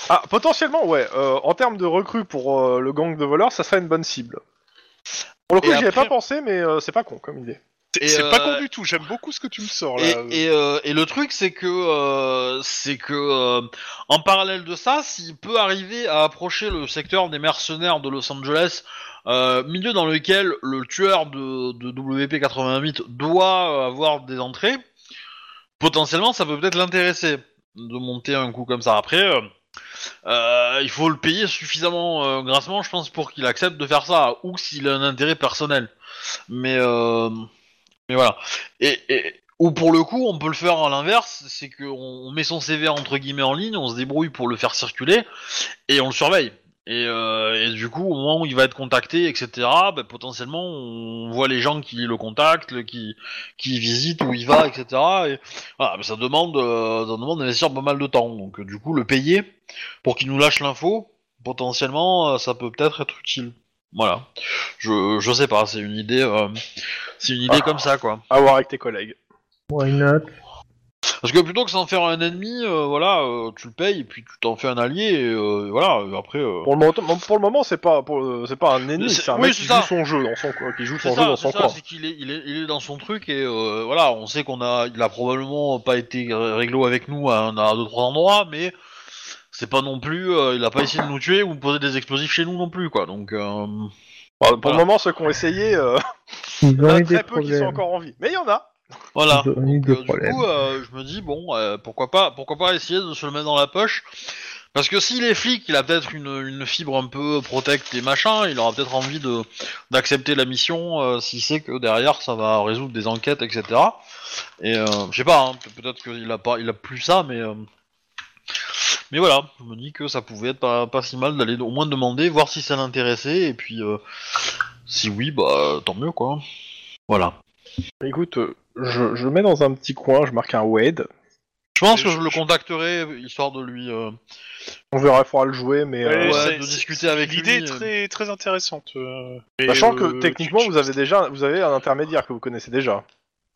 Speaker 2: Ah, potentiellement, ouais. Euh, en termes de recrues pour euh, le gang de voleurs, ça serait une bonne cible. Pour le coup,
Speaker 1: Et
Speaker 2: j'y avais
Speaker 1: après-
Speaker 2: pas pensé, mais euh, c'est pas con comme idée.
Speaker 5: C'est
Speaker 1: Et,
Speaker 5: c'est pas
Speaker 1: euh,
Speaker 5: con du tout, j'aime beaucoup ce que tu me sors là.
Speaker 1: et, et, euh, et le truc c'est que euh, c'est que euh, en parallèle de ça, s'il peut arriver à approcher le secteur des mercenaires de Los Angeles, euh, milieu dans lequel le tueur de, de WP88 doit euh, avoir des entrées, potentiellement ça peut peut-être l'intéresser de monter un coup comme ça. Après, euh, euh, il faut le payer suffisamment euh, grassement, je pense, pour qu'il accepte de faire ça, ou s'il a un intérêt personnel. Mais, euh, mais voilà. Et, et- ou pour le coup, on peut le faire à l'inverse, c'est qu'on on met son CV entre guillemets en ligne, on se débrouille pour le faire circuler, et on le surveille. Et, euh, et du coup, au moment où il va être contacté, etc., bah, potentiellement, on voit les gens qui le contactent, le- qui, qui visitent, où il va, etc. Et, voilà, mais ça demande, euh, ça demande d'investir pas mal de temps. Donc, euh, du coup, le payer pour qu'il nous lâche l'info, potentiellement, euh, ça peut peut-être être utile. Voilà. Je, je sais pas, c'est une idée, euh, c'est une idée
Speaker 2: Ah.
Speaker 1: comme ça, quoi.
Speaker 2: À voir avec tes collègues.
Speaker 3: Why not
Speaker 1: Parce que plutôt que s'en faire un ennemi, euh, voilà, euh, tu le payes et puis tu t'en fais un allié, et euh, et voilà, et après. euh,
Speaker 2: Pour le, moment- pour le moment, c'est pas, pour- euh, c'est pas un ennemi,
Speaker 1: C'est-
Speaker 2: c'est un
Speaker 1: oui,
Speaker 2: mec
Speaker 1: c'est
Speaker 2: qui
Speaker 1: ça.
Speaker 2: joue son jeu dans son coin. Qui joue son
Speaker 1: C'est
Speaker 2: jeu
Speaker 1: ça,
Speaker 2: dans
Speaker 1: c'est
Speaker 2: son
Speaker 1: ça,
Speaker 2: coin.
Speaker 1: c'est qu'il est, il est, il est dans son truc et euh, voilà, on sait qu'on a, il a probablement pas été réglo avec nous à, un- à deux trois endroits, mais c'est pas non plus, euh, il a pas essayé de nous tuer ou de poser des explosifs chez nous non plus, quoi. Donc, euh,
Speaker 2: Bah, pour le moment, ceux qui ont essayé, euh,
Speaker 3: Ils
Speaker 2: il y en
Speaker 3: ont
Speaker 2: a
Speaker 3: eu des
Speaker 2: très peu qui sont
Speaker 3: problèmes.
Speaker 2: encore en vie. Mais il y en a.
Speaker 1: voilà.
Speaker 3: Ils ont eu
Speaker 1: Donc,
Speaker 3: des
Speaker 1: euh, du
Speaker 3: problèmes.
Speaker 1: coup, euh, je me dis bon, euh, pourquoi pas, pourquoi pas essayer de se le mettre dans la poche. Parce que s'il est flic, il a peut-être une, une fibre un peu protect et machin, il aura peut-être envie de d'accepter la mission euh, s'il sait que derrière ça va résoudre des enquêtes, etc. Et euh, je sais pas, hein, peut- peut-être qu'il a pas, il a plus ça, mais euh, mais voilà, je me dis que ça pouvait être pas, pas si mal d'aller au moins demander, voir si ça l'intéressait, et puis euh, si oui, bah tant mieux quoi. Voilà.
Speaker 2: Écoute, euh, je, je mets dans un petit coin, je marque un Wade.
Speaker 1: Je pense
Speaker 5: Et
Speaker 1: que
Speaker 5: je-
Speaker 1: je le contacterai histoire de lui. euh,
Speaker 2: On verra, il faudra le jouer, mais.
Speaker 5: Ouais,
Speaker 2: euh,
Speaker 1: ouais,
Speaker 5: c'est-
Speaker 1: de
Speaker 5: c'est-
Speaker 1: discuter avec
Speaker 5: L'idée
Speaker 1: lui,
Speaker 5: est
Speaker 1: euh.
Speaker 5: très, très intéressante. euh, et,
Speaker 2: Sachant
Speaker 5: euh,
Speaker 2: Bah, que techniquement,
Speaker 5: tu-
Speaker 2: vous avez déjà vous avez un intermédiaire que vous connaissez déjà.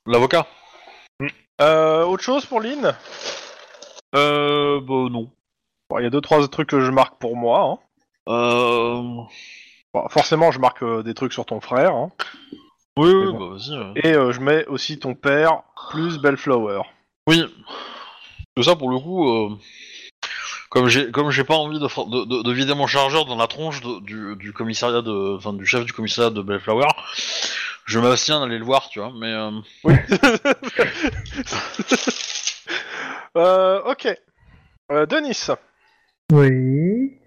Speaker 1: L'avocat
Speaker 2: Euh, autre chose pour Lynn
Speaker 1: Euh. Bah non.
Speaker 2: Bon, Il y a deux trois trucs que je marque pour moi. hein.
Speaker 1: Euh.
Speaker 2: Bon, forcément, je marque euh, des trucs sur ton frère. hein.
Speaker 1: Oui,
Speaker 2: Mais
Speaker 1: oui, bah
Speaker 2: bon.
Speaker 1: vas-y. euh.
Speaker 2: Et euh, je mets aussi ton père plus Bellflower.
Speaker 1: Oui. Tout ça pour le coup. euh, Comme j'ai comme j'ai pas envie de, for- de, de- de vider mon chargeur dans la tronche de- du, du commissariat de enfin du chef du commissariat de Bellflower, je m'abstiens d'aller le voir, tu vois. Mais euh,
Speaker 2: Euh, ok. Euh, Denis.
Speaker 3: Oui.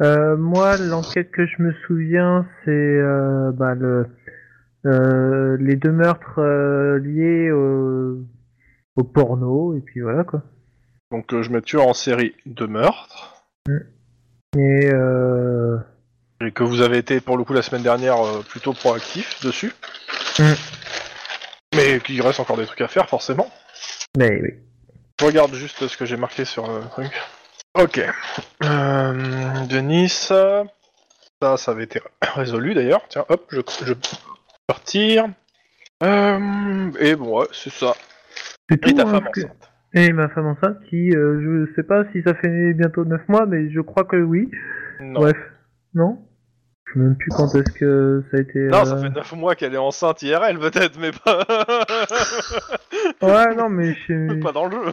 Speaker 3: Euh, moi, l'enquête que je me souviens, c'est euh, bah, le, euh, les deux meurtres euh, liés au, au porno, et puis voilà quoi.
Speaker 2: Donc euh, je mets tueur en série de meurtres.
Speaker 3: Et euh,
Speaker 2: Et que vous avez été pour le coup la semaine dernière euh, plutôt proactif dessus.
Speaker 3: Mm.
Speaker 2: Mais qu'il reste encore des trucs à faire forcément.
Speaker 3: mais oui.
Speaker 2: Je regarde juste ce que j'ai marqué sur le truc. Ok. Euh, Denis. euh, Ça, ça avait été résolu d'ailleurs. Tiens, hop, je, je peux partir. Euh, et bon, ouais, c'est ça.
Speaker 3: C'est
Speaker 2: Et
Speaker 3: tout,
Speaker 2: ta
Speaker 3: hein,
Speaker 2: femme
Speaker 3: parce que-
Speaker 2: enceinte.
Speaker 3: Et ma femme enceinte qui, euh, je sais pas si ça fait bientôt 9 mois, mais je crois que oui.
Speaker 2: Non.
Speaker 3: Bref, non Je sais même plus quand est-ce que ça a été...
Speaker 2: Non, ça
Speaker 3: euh,
Speaker 2: fait 9 mois qu'elle est enceinte IRL peut-être, mais pas...
Speaker 3: Ouais, non, mais je...
Speaker 2: pas dans le jeu.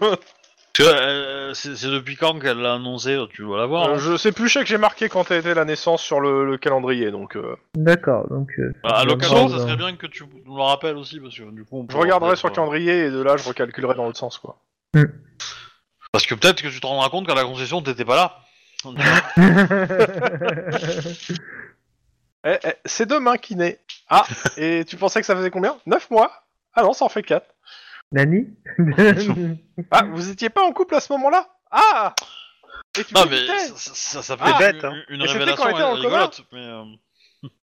Speaker 1: tu vois, euh, c'est c'est depuis quand qu'elle l'a annoncé Tu dois la voir.
Speaker 2: Euh,
Speaker 1: hein.
Speaker 2: je sais plus, je sais que j'ai marqué quand a été la naissance sur le, le calendrier, donc euh,
Speaker 3: D'accord, donc... euh,
Speaker 1: Bah, à
Speaker 3: ça
Speaker 1: l'occasion,
Speaker 3: demande,
Speaker 1: ça
Speaker 3: euh,
Speaker 1: serait bien que tu nous le rappelles aussi parce que du coup. on
Speaker 2: je
Speaker 1: pourra
Speaker 2: regarderai
Speaker 1: peut-être,
Speaker 2: sur le
Speaker 1: euh,
Speaker 2: calendrier et de là je recalculerai dans l'autre sens quoi.
Speaker 1: Parce que peut-être que tu te rendras compte qu'à la concession, t'étais pas là.
Speaker 3: Ah,
Speaker 2: Ah. Eh, eh, c'est demain qui naît. Ah, et tu pensais que ça faisait combien 9 mois Ah non, ça en fait 4.
Speaker 3: Nani
Speaker 2: Ah, vous étiez pas en couple à ce moment-là Ah Et tu
Speaker 1: Non, mais
Speaker 2: m'écoutais
Speaker 1: ça, ça, ça peut
Speaker 2: Ah,
Speaker 1: être
Speaker 5: bête,
Speaker 1: une-
Speaker 5: hein.
Speaker 1: une
Speaker 2: Et c'était
Speaker 1: révélation
Speaker 2: quand on était en
Speaker 1: rigolote, mais... euh,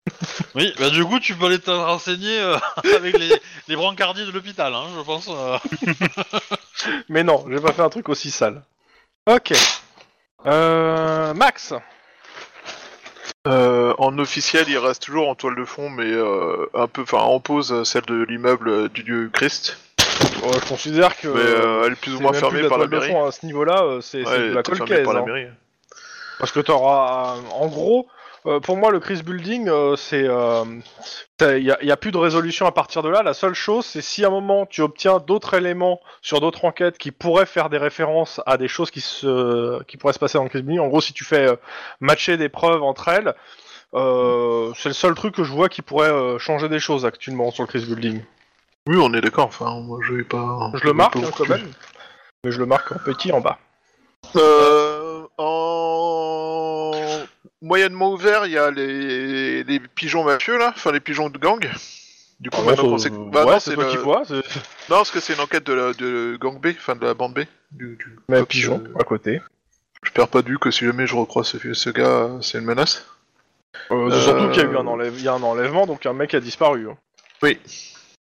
Speaker 1: oui, bah du coup, tu peux aller te renseigner euh, avec les, les brancardiers de l'hôpital, hein, je pense. euh.
Speaker 2: Mais non, j'ai pas fait un truc aussi sale. Ok. Euh, Max
Speaker 4: Euh, en officiel, il reste toujours en toile de fond, mais euh, un peu, enfin, en pause, euh, celle de l'immeuble euh, du Dieu Christ.
Speaker 2: Oh, Je considère que...
Speaker 4: Mais euh, elle est plus ou
Speaker 2: C'est
Speaker 4: moins
Speaker 2: même
Speaker 4: fermée
Speaker 2: plus de
Speaker 4: par la
Speaker 2: toile de
Speaker 4: mairie.
Speaker 2: fond à ce niveau-là, euh, c'est c'est
Speaker 4: Ouais,
Speaker 2: de la
Speaker 4: fermée
Speaker 2: colcaise.
Speaker 4: par la
Speaker 2: hein.
Speaker 4: mairie.
Speaker 2: Parce que t'auras, euh, en gros, euh, pour moi, le Chris Building, euh, c'est, euh, t'as- il n'y a, plus de résolution à partir de là. La seule chose, c'est si à un moment tu obtiens d'autres éléments sur d'autres enquêtes qui pourraient faire des références à des choses qui se, qui pourraient se passer dans le Chris Building. En gros, si tu fais euh, matcher des preuves entre elles, euh, c'est le seul truc que je vois qui pourrait euh, changer des choses actuellement sur le Chris Building.
Speaker 4: Oui, on est d'accord. Enfin, moi, je vais pas.
Speaker 2: Je le marque hein, quand
Speaker 4: même.
Speaker 2: même, mais je le marque en petit en bas.
Speaker 4: Euh, en moyennement ouvert, il y a les... les pigeons mafieux là, enfin les pigeons de gang. Du coup,
Speaker 2: Ah bon,
Speaker 4: maintenant qu'on
Speaker 2: ça-
Speaker 4: sait que- Bah
Speaker 2: ouais,
Speaker 4: non,
Speaker 2: c'est
Speaker 4: c'est
Speaker 2: toi
Speaker 4: le-
Speaker 2: qui vois, c'est-
Speaker 4: Non, parce que c'est une enquête de, la... de gang B, enfin de la bande B. Du... du-
Speaker 2: mais
Speaker 4: Hop,
Speaker 2: pigeon
Speaker 4: euh,
Speaker 2: à côté.
Speaker 4: Je perds pas de vue que si jamais je recroise ce, ce gars, euh, c'est une menace.
Speaker 2: Euh,
Speaker 4: Euh,
Speaker 2: Surtout qu'il y a eu un, enlève- il y a un enlèvement, donc un mec a disparu. hein.
Speaker 4: Oui.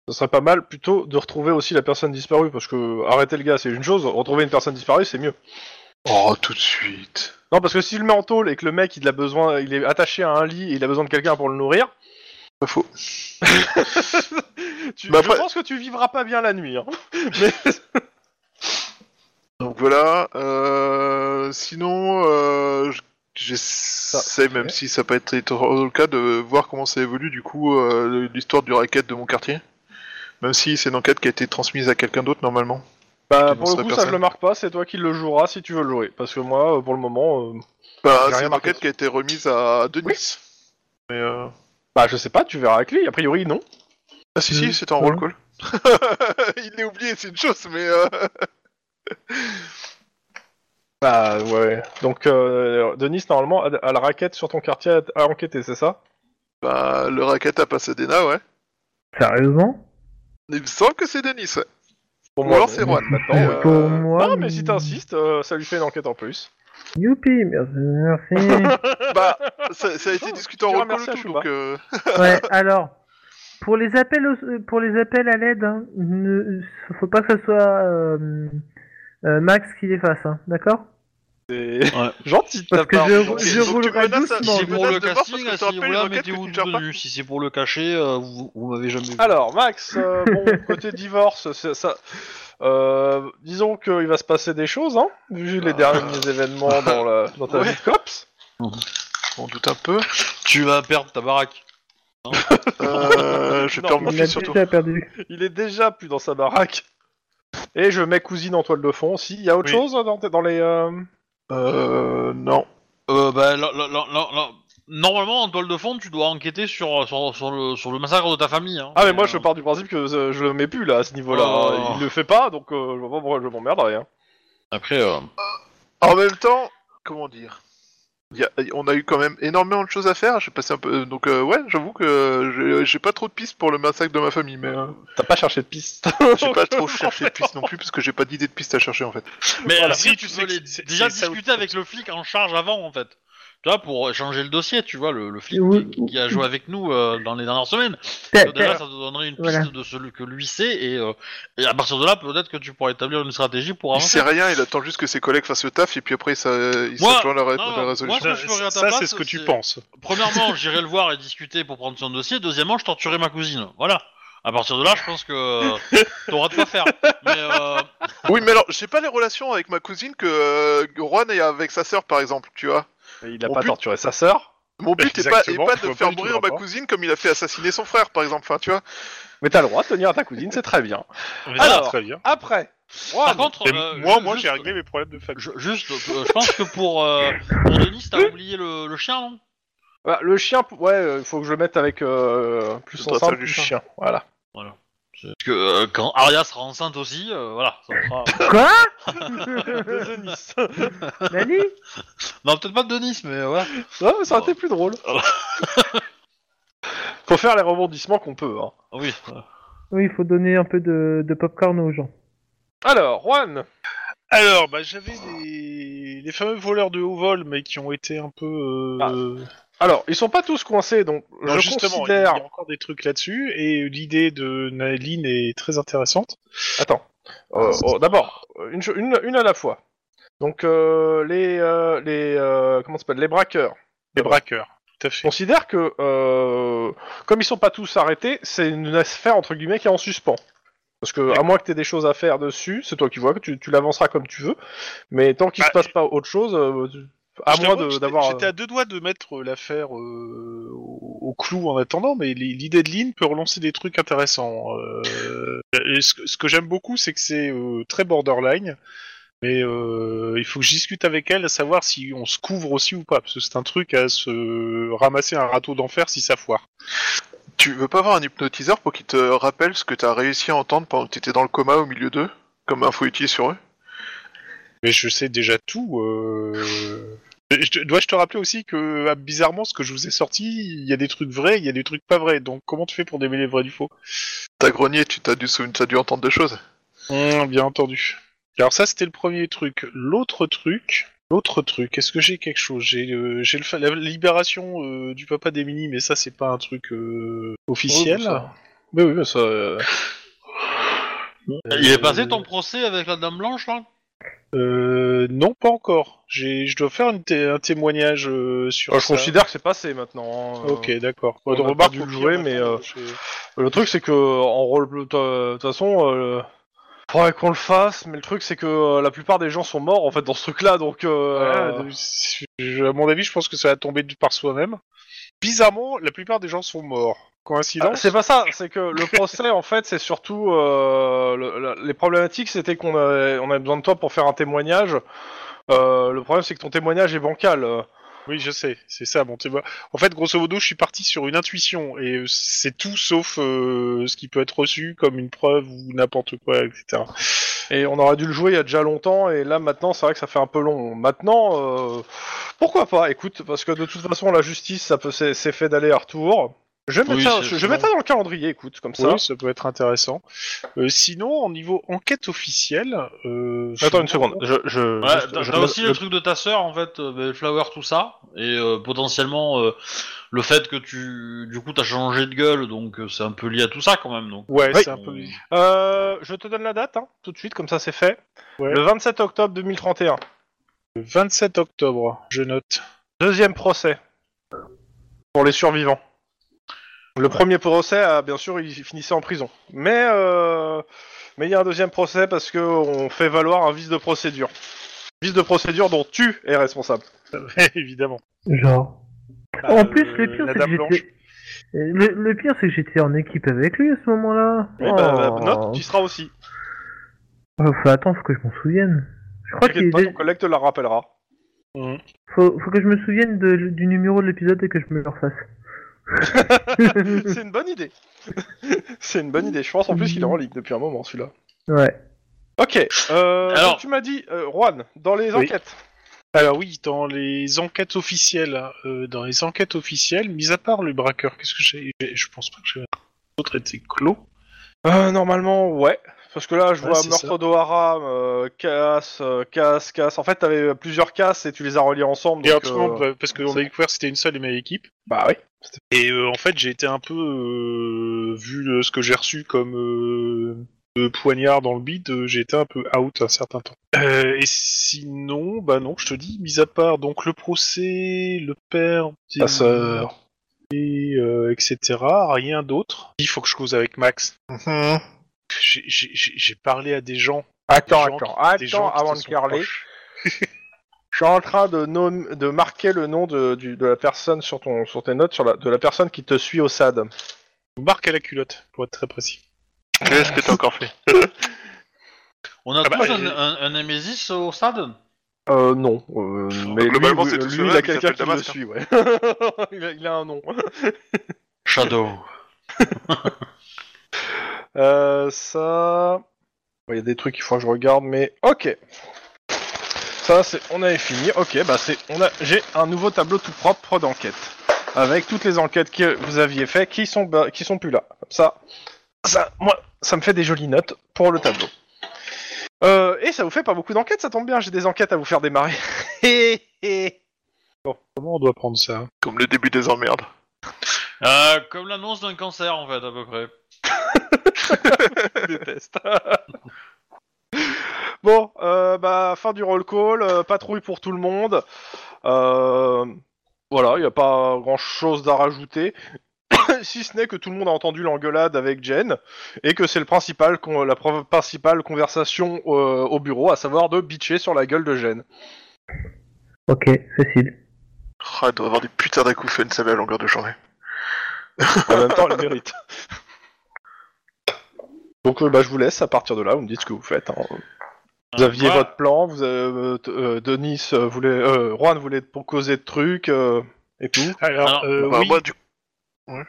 Speaker 2: Ce serait pas mal plutôt de retrouver aussi la personne disparue, parce que arrêter le gars c'est une chose, retrouver une personne disparue c'est mieux.
Speaker 4: Oh, tout de suite.
Speaker 2: Non, parce que s'il le met en tôle et que le mec il a besoin, il est attaché à un lit et il a besoin de quelqu'un pour le nourrir,
Speaker 4: Pas faux.
Speaker 2: tu,
Speaker 4: Bah,
Speaker 2: je
Speaker 4: après-
Speaker 2: pense que tu vivras pas bien la nuit. hein.
Speaker 4: Donc voilà. Euh... Sinon, euh... je- j'essaie, même si ça peut être le cas, de voir comment ça évolue du coup euh, l'histoire du racket de mon quartier. Même si c'est une enquête qui a été transmise à quelqu'un d'autre normalement.
Speaker 2: Bah,
Speaker 4: Tu
Speaker 2: pour le
Speaker 4: lanceras
Speaker 2: coup, ça
Speaker 4: personne.
Speaker 2: je le marque pas, c'est toi qui le joueras si tu veux le jouer. Parce que moi, euh, pour le moment, euh,
Speaker 4: Bah,
Speaker 2: J'ai rien
Speaker 4: c'est une
Speaker 2: marqué
Speaker 4: enquête qui a été remise à Denis. Mais euh,
Speaker 2: bah je sais pas, tu verras avec lui, a priori non.
Speaker 4: Ah si,
Speaker 2: Euh,
Speaker 3: Mm.
Speaker 4: si, c'est en
Speaker 3: Ouais.
Speaker 4: roll call. Il l'a oublié, c'est une chose, mais... euh,
Speaker 2: Bah ouais. Donc euh, Denis, normalement, a, a la raquette sur ton quartier à, à enquêter, c'est ça
Speaker 4: Bah, le racket à Pasadena, ouais.
Speaker 3: Sérieusement
Speaker 4: Il me semble que c'est Denis, ouais.
Speaker 2: Pour
Speaker 4: Ou alors c'est Juan.
Speaker 2: maintenant,
Speaker 4: Mais,
Speaker 2: euh,
Speaker 4: euh,
Speaker 3: Pour moi.
Speaker 2: Non, mais si t'insistes, euh, ça lui fait une enquête en plus.
Speaker 3: Youpi, merci. merci.
Speaker 4: Bah, ça, ça a été discuté en
Speaker 2: Tu
Speaker 4: roll call
Speaker 2: remercies
Speaker 4: et
Speaker 2: à
Speaker 4: tout,
Speaker 2: Chouba.
Speaker 4: donc... euh,
Speaker 3: ouais, alors. Pour les appels, au- euh, pour les appels à l'aide, hein, ne faut pas que ce soit euh, euh, Max qui les fasse, hein, d'accord
Speaker 2: C'est
Speaker 1: Ouais.
Speaker 2: gentil de ta
Speaker 3: Parce que
Speaker 2: part.
Speaker 3: je-
Speaker 2: gentil.
Speaker 3: je-
Speaker 4: donc tu
Speaker 3: roulerai
Speaker 4: menaces-
Speaker 3: doucement.
Speaker 4: tu
Speaker 1: Si
Speaker 3: Non,
Speaker 1: c'est
Speaker 3: je
Speaker 1: pour
Speaker 4: menaces
Speaker 1: le
Speaker 4: de mort parce que
Speaker 1: casting, ah,
Speaker 4: tu te
Speaker 1: à ce
Speaker 4: rappelles
Speaker 1: niveau-là,
Speaker 4: l'enquête que
Speaker 1: mettez-vous
Speaker 4: tu gères pas.
Speaker 1: dessus. Si c'est pour le cacher, euh, vous, vous m'avez jamais vu.
Speaker 2: Alors Max, euh, bon côté divorce, c'est ça. euh, disons qu'il va se passer des choses, hein, vu les
Speaker 4: Ah.
Speaker 2: derniers événements dans, la, dans ta
Speaker 4: Ouais.
Speaker 2: vie de cops.
Speaker 4: On doute un peu.
Speaker 1: Tu vas perdre ta baraque.
Speaker 4: Euh, je
Speaker 2: Non,
Speaker 4: perds
Speaker 2: on
Speaker 4: mon
Speaker 3: On a
Speaker 4: fils surtout.
Speaker 3: déjà perdu.
Speaker 2: Il est déjà plus dans sa baraque. Et je mets cousine en toile de fond aussi. Il y a autre
Speaker 1: Oui.
Speaker 2: chose dans, dans les. euh,
Speaker 4: Euh, non.
Speaker 1: Euh, bah, la- la- la- la- la- Normalement, en toile de fond, tu dois enquêter sur, sur, sur le, sur le massacre de ta famille. hein.
Speaker 2: Ah, mais moi
Speaker 1: Euh,
Speaker 2: je pars du principe que euh, je le mets plus là à ce niveau-là.
Speaker 1: Oh.
Speaker 2: Il le fait pas, donc euh, je vois pas pourquoi je m'emmerderais. Hein.
Speaker 1: Après, euh,
Speaker 4: En même temps, comment dire Il y a- On a eu quand même énormément de choses à faire. J'ai passé un peu. Donc euh, ouais, j'avoue que j'ai- j'ai pas trop de pistes pour le massacre de ma famille, mais euh,
Speaker 2: T'as pas cherché de piste.
Speaker 4: j'ai pas trop cherché de pistes non plus parce que j'ai pas d'idée de pistes à chercher en fait.
Speaker 1: Mais
Speaker 5: Voilà.
Speaker 1: à la
Speaker 5: Si,
Speaker 1: rigueur,
Speaker 5: tu
Speaker 1: tu
Speaker 5: sais
Speaker 1: peux
Speaker 5: que
Speaker 1: les-
Speaker 5: c'est-
Speaker 1: déjà
Speaker 5: c'est ça où-
Speaker 1: discuter avec le flic en charge avant, en fait. Tu vois, pour échanger le dossier, tu vois, le, le flic
Speaker 3: Oui.
Speaker 1: qui, qui a joué avec nous euh, dans les dernières semaines.
Speaker 3: T'as-
Speaker 1: Déjà,
Speaker 3: t'as-
Speaker 1: ça te donnerait une piste
Speaker 3: Voilà.
Speaker 1: de ce que lui sait, et, euh, et à partir de là, peut-être que tu pourras établir une stratégie pour
Speaker 4: Il
Speaker 1: avancer.
Speaker 4: sait rien, il attend juste que ses collègues fassent le taf et puis après ça, il
Speaker 1: Moi-
Speaker 4: s'attend à la, ré-
Speaker 1: non,
Speaker 4: la
Speaker 1: moi,
Speaker 4: résolution.
Speaker 1: ce que je ferais à ta
Speaker 5: ça,
Speaker 1: place,
Speaker 5: c'est ce que tu
Speaker 1: c'est-
Speaker 5: penses.
Speaker 1: Premièrement, j'irai le voir et discuter pour prendre son dossier. Deuxièmement, je torturerai ma cousine. Voilà. À partir de là, je pense que euh, t'auras de quoi faire. Mais euh,
Speaker 4: Oui, mais alors j'ai pas les relations avec ma cousine que euh, Juan est avec sa sœur par exemple, tu vois.
Speaker 2: Il a
Speaker 4: Mon
Speaker 2: pas
Speaker 4: but-
Speaker 2: torturé sa sœur.
Speaker 4: Mon but est pas, est
Speaker 5: Exactement,
Speaker 4: pas
Speaker 5: je vois
Speaker 4: de
Speaker 5: pas
Speaker 4: faire
Speaker 5: du tout le
Speaker 4: mourir ma
Speaker 5: rapport.
Speaker 4: cousine comme il a fait assassiner son frère par exemple. Enfin, tu vois.
Speaker 2: Mais t'as le droit de tenir à ta cousine, c'est très bien.
Speaker 5: Alors,
Speaker 2: Ah, Alors,
Speaker 5: très bien.
Speaker 2: Après,
Speaker 1: par
Speaker 2: Juan,
Speaker 1: contre,
Speaker 5: Et
Speaker 1: euh,
Speaker 5: moi,
Speaker 1: ju-
Speaker 5: moi
Speaker 1: juste-
Speaker 5: j'ai réglé mes problèmes de famille.
Speaker 1: je- Juste, euh, je pense que pour, euh, pour Denis, t'as oublié le, le chien, non
Speaker 2: bah, le chien, ouais, euh, faut que je le mette avec euh, plus
Speaker 4: Le
Speaker 2: son
Speaker 4: dressage
Speaker 2: simple
Speaker 4: du
Speaker 2: du
Speaker 4: chien.
Speaker 2: chien. Voilà.
Speaker 1: Parce que euh, quand Arya sera enceinte aussi, euh, voilà, ça fera...
Speaker 2: De
Speaker 3: Quoi
Speaker 2: Denis.
Speaker 3: Nani
Speaker 1: Non, peut-être pas de Denis, mais euh, ouais.
Speaker 2: Ouais, mais ça aurait été plus drôle. Faut faire les rebondissements qu'on peut. Hein.
Speaker 1: Ah Oui.
Speaker 3: Oui, il faut donner un peu de, de popcorn aux gens.
Speaker 2: Alors, Juan,
Speaker 5: Alors, bah, j'avais les... les fameux voleurs de haut vol, mais qui ont été un peu. euh,
Speaker 2: Ah. alors ils sont pas tous coincés, donc
Speaker 5: Non,
Speaker 2: je
Speaker 5: justement,
Speaker 2: considère.
Speaker 5: il y a encore des trucs là-dessus, et l'idée de Naline est très intéressante.
Speaker 2: Attends. Euh, oh, D'abord, une, cho- une, une à la fois. Donc euh, les euh, les euh, comment ça s'appelle les braqueurs.
Speaker 5: Les
Speaker 2: D'abord.
Speaker 5: braqueurs, tout à
Speaker 2: Je
Speaker 5: fait.
Speaker 2: considère que euh, comme ils sont pas tous arrêtés, c'est une affaire entre guillemets qui est en suspens. Parce que à moins que t'aies des choses à faire dessus, c'est toi qui vois que tu, tu l'avanceras comme tu veux. Mais tant qu'il
Speaker 5: Bah,
Speaker 2: se passe pas autre chose, euh, tu- à
Speaker 5: Je
Speaker 2: moins
Speaker 5: t'avoue que
Speaker 2: de-
Speaker 5: j'étais-
Speaker 2: d'avoir. euh,
Speaker 5: J'étais à deux doigts de mettre l'affaire euh, au, au clou en attendant, mais li- l'idée de Lynn peut relancer des trucs intéressants. euh, et ce que, ce que j'aime beaucoup, c'est que c'est euh, très borderline, mais euh, il faut que je discute avec elle à savoir si on se couvre aussi ou pas, parce que c'est un truc à se ramasser un râteau d'enfer si ça foire.
Speaker 4: Tu veux pas avoir un hypnotiseur pour qu'il te rappelle ce que t'as réussi à entendre pendant que t'étais dans le coma au milieu d'eux Comme info utile sur eux
Speaker 5: Mais je sais déjà tout. euh. Et je te- Dois-je te rappeler aussi que, ah, bizarrement, ce que je vous ai sorti, il y a des trucs vrais, il y a des trucs pas vrais. Donc, comment tu fais pour démêler le vrai du faux
Speaker 4: T'as grogné, tu t'as dû, sou- t'as dû entendre des choses.
Speaker 5: Hum, bien entendu. Alors ça, c'était le premier truc. L'autre truc, l'autre truc. Est-ce que j'ai quelque chose J'ai euh, j'ai le fa- la libération euh, du papa d'Emily, mais ça, c'est pas un truc euh, officiel. bah,
Speaker 2: Ouais, bon, bah, ça. Mais oui, mais ça. euh,
Speaker 1: Il est passé ton procès avec la Dame Blanche, là
Speaker 5: Euh, non, pas encore. J'ai- Je dois faire une té- un témoignage euh, sur
Speaker 2: Ah, je
Speaker 5: ça.
Speaker 2: considère que c'est passé maintenant. hein.
Speaker 5: Ok, d'accord.
Speaker 2: on
Speaker 5: Bon,
Speaker 2: a
Speaker 5: remarque,
Speaker 2: pas dû
Speaker 5: au
Speaker 2: le
Speaker 5: pire,
Speaker 2: jouer,
Speaker 5: maintenant,
Speaker 2: mais, euh,
Speaker 5: j'ai-
Speaker 2: Le truc, c'est que en rôle, de toute façon, euh, faudrait qu'on le fasse. Mais le truc, c'est que euh, la plupart des gens sont morts en fait dans ce truc-là, donc.
Speaker 5: Voilà,
Speaker 2: euh,
Speaker 5: donc, je- à mon avis, je pense que ça va tomber par soi-même. Bizarrement, la plupart des gens sont morts.
Speaker 2: Ah,
Speaker 5: Coïncidence
Speaker 2: c'est pas ça, c'est que le procès en fait c'est surtout euh, le- la- les problématiques c'était qu'on a, on a besoin de toi pour faire un témoignage. Euh, le problème c'est que ton témoignage est bancal. euh.
Speaker 5: Oui, je sais, c'est ça. Bon, tu vois. En fait, grosso modo, je suis parti sur une intuition et euh, c'est tout sauf euh, ce qui peut être reçu comme une preuve ou n'importe quoi, etc.
Speaker 2: Ah, Et on aurait dû le jouer il y a déjà longtemps et là maintenant c'est vrai que ça fait un peu long. Maintenant euh, pourquoi pas écoute parce que de toute façon la justice ça peut c'est c'est fait d'aller-retour. Je vais mettre,
Speaker 1: Oui,
Speaker 2: ça,
Speaker 1: c'est
Speaker 2: je, je
Speaker 1: sûr.
Speaker 2: vais mettre ça dans le calendrier écoute comme ça.
Speaker 5: Oui, ça peut être intéressant. Euh, sinon, au niveau enquête officielle, euh, je-
Speaker 2: Attends une seconde. Je, je,
Speaker 1: Ouais,
Speaker 2: Euh, je-
Speaker 1: t'as
Speaker 2: je-
Speaker 1: t'as
Speaker 2: le-
Speaker 1: aussi le,
Speaker 2: le-
Speaker 1: truc de ta sœur en fait, euh, Bellflower, tout ça, et euh, potentiellement euh, le fait que tu, du coup, t'as changé de gueule, donc euh, c'est un peu lié à tout ça quand même. Donc.
Speaker 5: Ouais,
Speaker 2: Oui.
Speaker 5: c'est un peu.
Speaker 2: Euh, je te donne la date hein, tout de suite comme ça c'est fait.
Speaker 5: Ouais.
Speaker 2: Le 27 octobre 2031.
Speaker 5: Le 27 octobre, je note.
Speaker 2: Deuxième procès pour les survivants. Le premier procès, a, bien sûr, il finissait en prison. Mais euh, mais il y a un deuxième procès parce que on fait valoir un vice de procédure. Vice de procédure dont tu es responsable.
Speaker 5: Évidemment.
Speaker 3: Genre.
Speaker 5: Bah,
Speaker 3: en plus,
Speaker 5: euh,
Speaker 3: le pire,
Speaker 5: la
Speaker 3: c'est
Speaker 5: Dame
Speaker 3: que
Speaker 5: Blanche.
Speaker 3: j'étais. Le, le pire, c'est que j'étais en équipe avec lui à ce moment-là.
Speaker 2: Oui, bah, bah,
Speaker 3: Oh.
Speaker 2: note, tu y seras aussi.
Speaker 3: Oh, faut attendre, faut que je m'en souvienne. Je crois qu'il
Speaker 2: T'inquiète
Speaker 3: est
Speaker 2: pas,
Speaker 3: dé-
Speaker 2: ton collègue te la rappellera.
Speaker 3: faut, faut que je me souvienne de- du numéro de l'épisode et que je me le refasse.
Speaker 2: C'est une bonne idée. C'est une bonne idée. Je pense en plus qu'il est en ligne depuis un moment celui-là.
Speaker 3: ouais.
Speaker 2: Ok. Euh, donc
Speaker 1: Alors-
Speaker 2: tu m'as dit, euh, Juan, dans les
Speaker 5: Oui.
Speaker 2: enquêtes.
Speaker 5: Alors oui, dans les enquêtes officielles, euh, dans les enquêtes officielles, mis à part le braqueur, qu'est-ce que j'ai j'ai- Je pense pas que j'ai l'autre était clos.
Speaker 2: Euh, normalement, ouais. Parce que là, je
Speaker 5: Ouais,
Speaker 2: vois
Speaker 5: c'est
Speaker 2: meurtre
Speaker 5: ça.
Speaker 2: d'Ohara, euh, casse, euh, casse, casse. En fait, t'avais plusieurs casses et tu les as reliés ensemble.
Speaker 5: Et
Speaker 2: Donc,
Speaker 5: autrement,
Speaker 2: euh,
Speaker 5: bah, parce qu'on a découvert que c'était une seule et même équipe.
Speaker 2: Bah oui.
Speaker 5: Et euh, en fait, j'ai été un peu euh, vu le- ce que j'ai reçu comme euh, de poignard dans le bide, euh, j'ai été un peu out un certain temps. Euh, et sinon, bah non, je te dis, mis à part donc le procès, le père,
Speaker 2: Ta sœur.
Speaker 5: et euh, etc. Rien d'autre. Il faut que je cause avec Max.
Speaker 4: Mhm.
Speaker 5: J'ai- J'ai j'ai- j'ai parlé à des gens.
Speaker 2: Attends,
Speaker 5: Des gens
Speaker 2: attends,
Speaker 5: qui- des
Speaker 2: attends,
Speaker 5: gens qui
Speaker 2: avant
Speaker 5: te
Speaker 2: de
Speaker 5: sont
Speaker 2: parler.
Speaker 5: proches.
Speaker 2: Je suis en train de, nom- de marquer le nom de, du- de la personne sur, ton, sur tes notes, sur la, de la personne qui te suit au SAD.
Speaker 5: Je vous marque à la culotte, pour être très précis.
Speaker 4: Qu'est-ce que t'as encore fait
Speaker 1: On a
Speaker 5: Ah bah,
Speaker 1: tous un,
Speaker 5: j'ai-
Speaker 1: un, un Nemesis au stade
Speaker 2: Euh, non. euh, mais
Speaker 4: globalement,
Speaker 2: lui,
Speaker 4: c'est tout
Speaker 2: lui,
Speaker 4: seul,
Speaker 2: il a
Speaker 5: Ah,
Speaker 4: il
Speaker 2: quelqu'un
Speaker 4: s'appelle
Speaker 2: qui le
Speaker 5: hein.
Speaker 4: Damasque.
Speaker 2: suit, ouais. il, a, il a un nom.
Speaker 1: Shadow.
Speaker 2: Euh, ça. Il y a des trucs qu'il faut que je regarde, mais ok. Ça, c'est. On avait fini. Ok, bah c'est. On a. J'ai un nouveau tableau tout propre d'enquête avec toutes les enquêtes que vous aviez fait, qui sont ba- qui sont plus là. Comme ça, ça, moi, ça me fait des jolies notes pour le tableau. Euh, et ça vous fait pas beaucoup d'enquêtes, ça tombe bien. J'ai des enquêtes à vous faire démarrer. Hé, hé.
Speaker 5: Comment on doit prendre ça
Speaker 4: Comme le début des emmerdes.
Speaker 1: Euh, comme l'annonce d'un cancer en fait, à peu près.
Speaker 2: Je déteste. bon, euh, bah fin du roll call, euh, patrouille pour tout le monde. Euh, voilà, il n'y a pas grand chose à rajouter. si ce n'est que tout le monde a entendu l'engueulade avec Jen et que c'est le principal con- la pro- principale conversation euh, au bureau, à savoir de bitcher sur la gueule de Jen.
Speaker 3: Ok, facile.
Speaker 4: Ah, il doit avoir des putains d'acouphènes, ça va à longueur de journée.
Speaker 2: En même temps, elle le mérite. Donc euh, bah, je vous laisse à partir de là, vous me dites ce que vous faites. hein. Vous aviez
Speaker 1: Voilà.
Speaker 2: votre plan, vous avez, euh, t- euh, Denis euh, voulait, euh, Juan voulait pour causer de trucs euh, et tout.
Speaker 5: Alors,
Speaker 1: Alors,
Speaker 5: euh,
Speaker 4: Bah,
Speaker 5: oui,
Speaker 4: moi, du
Speaker 5: bon,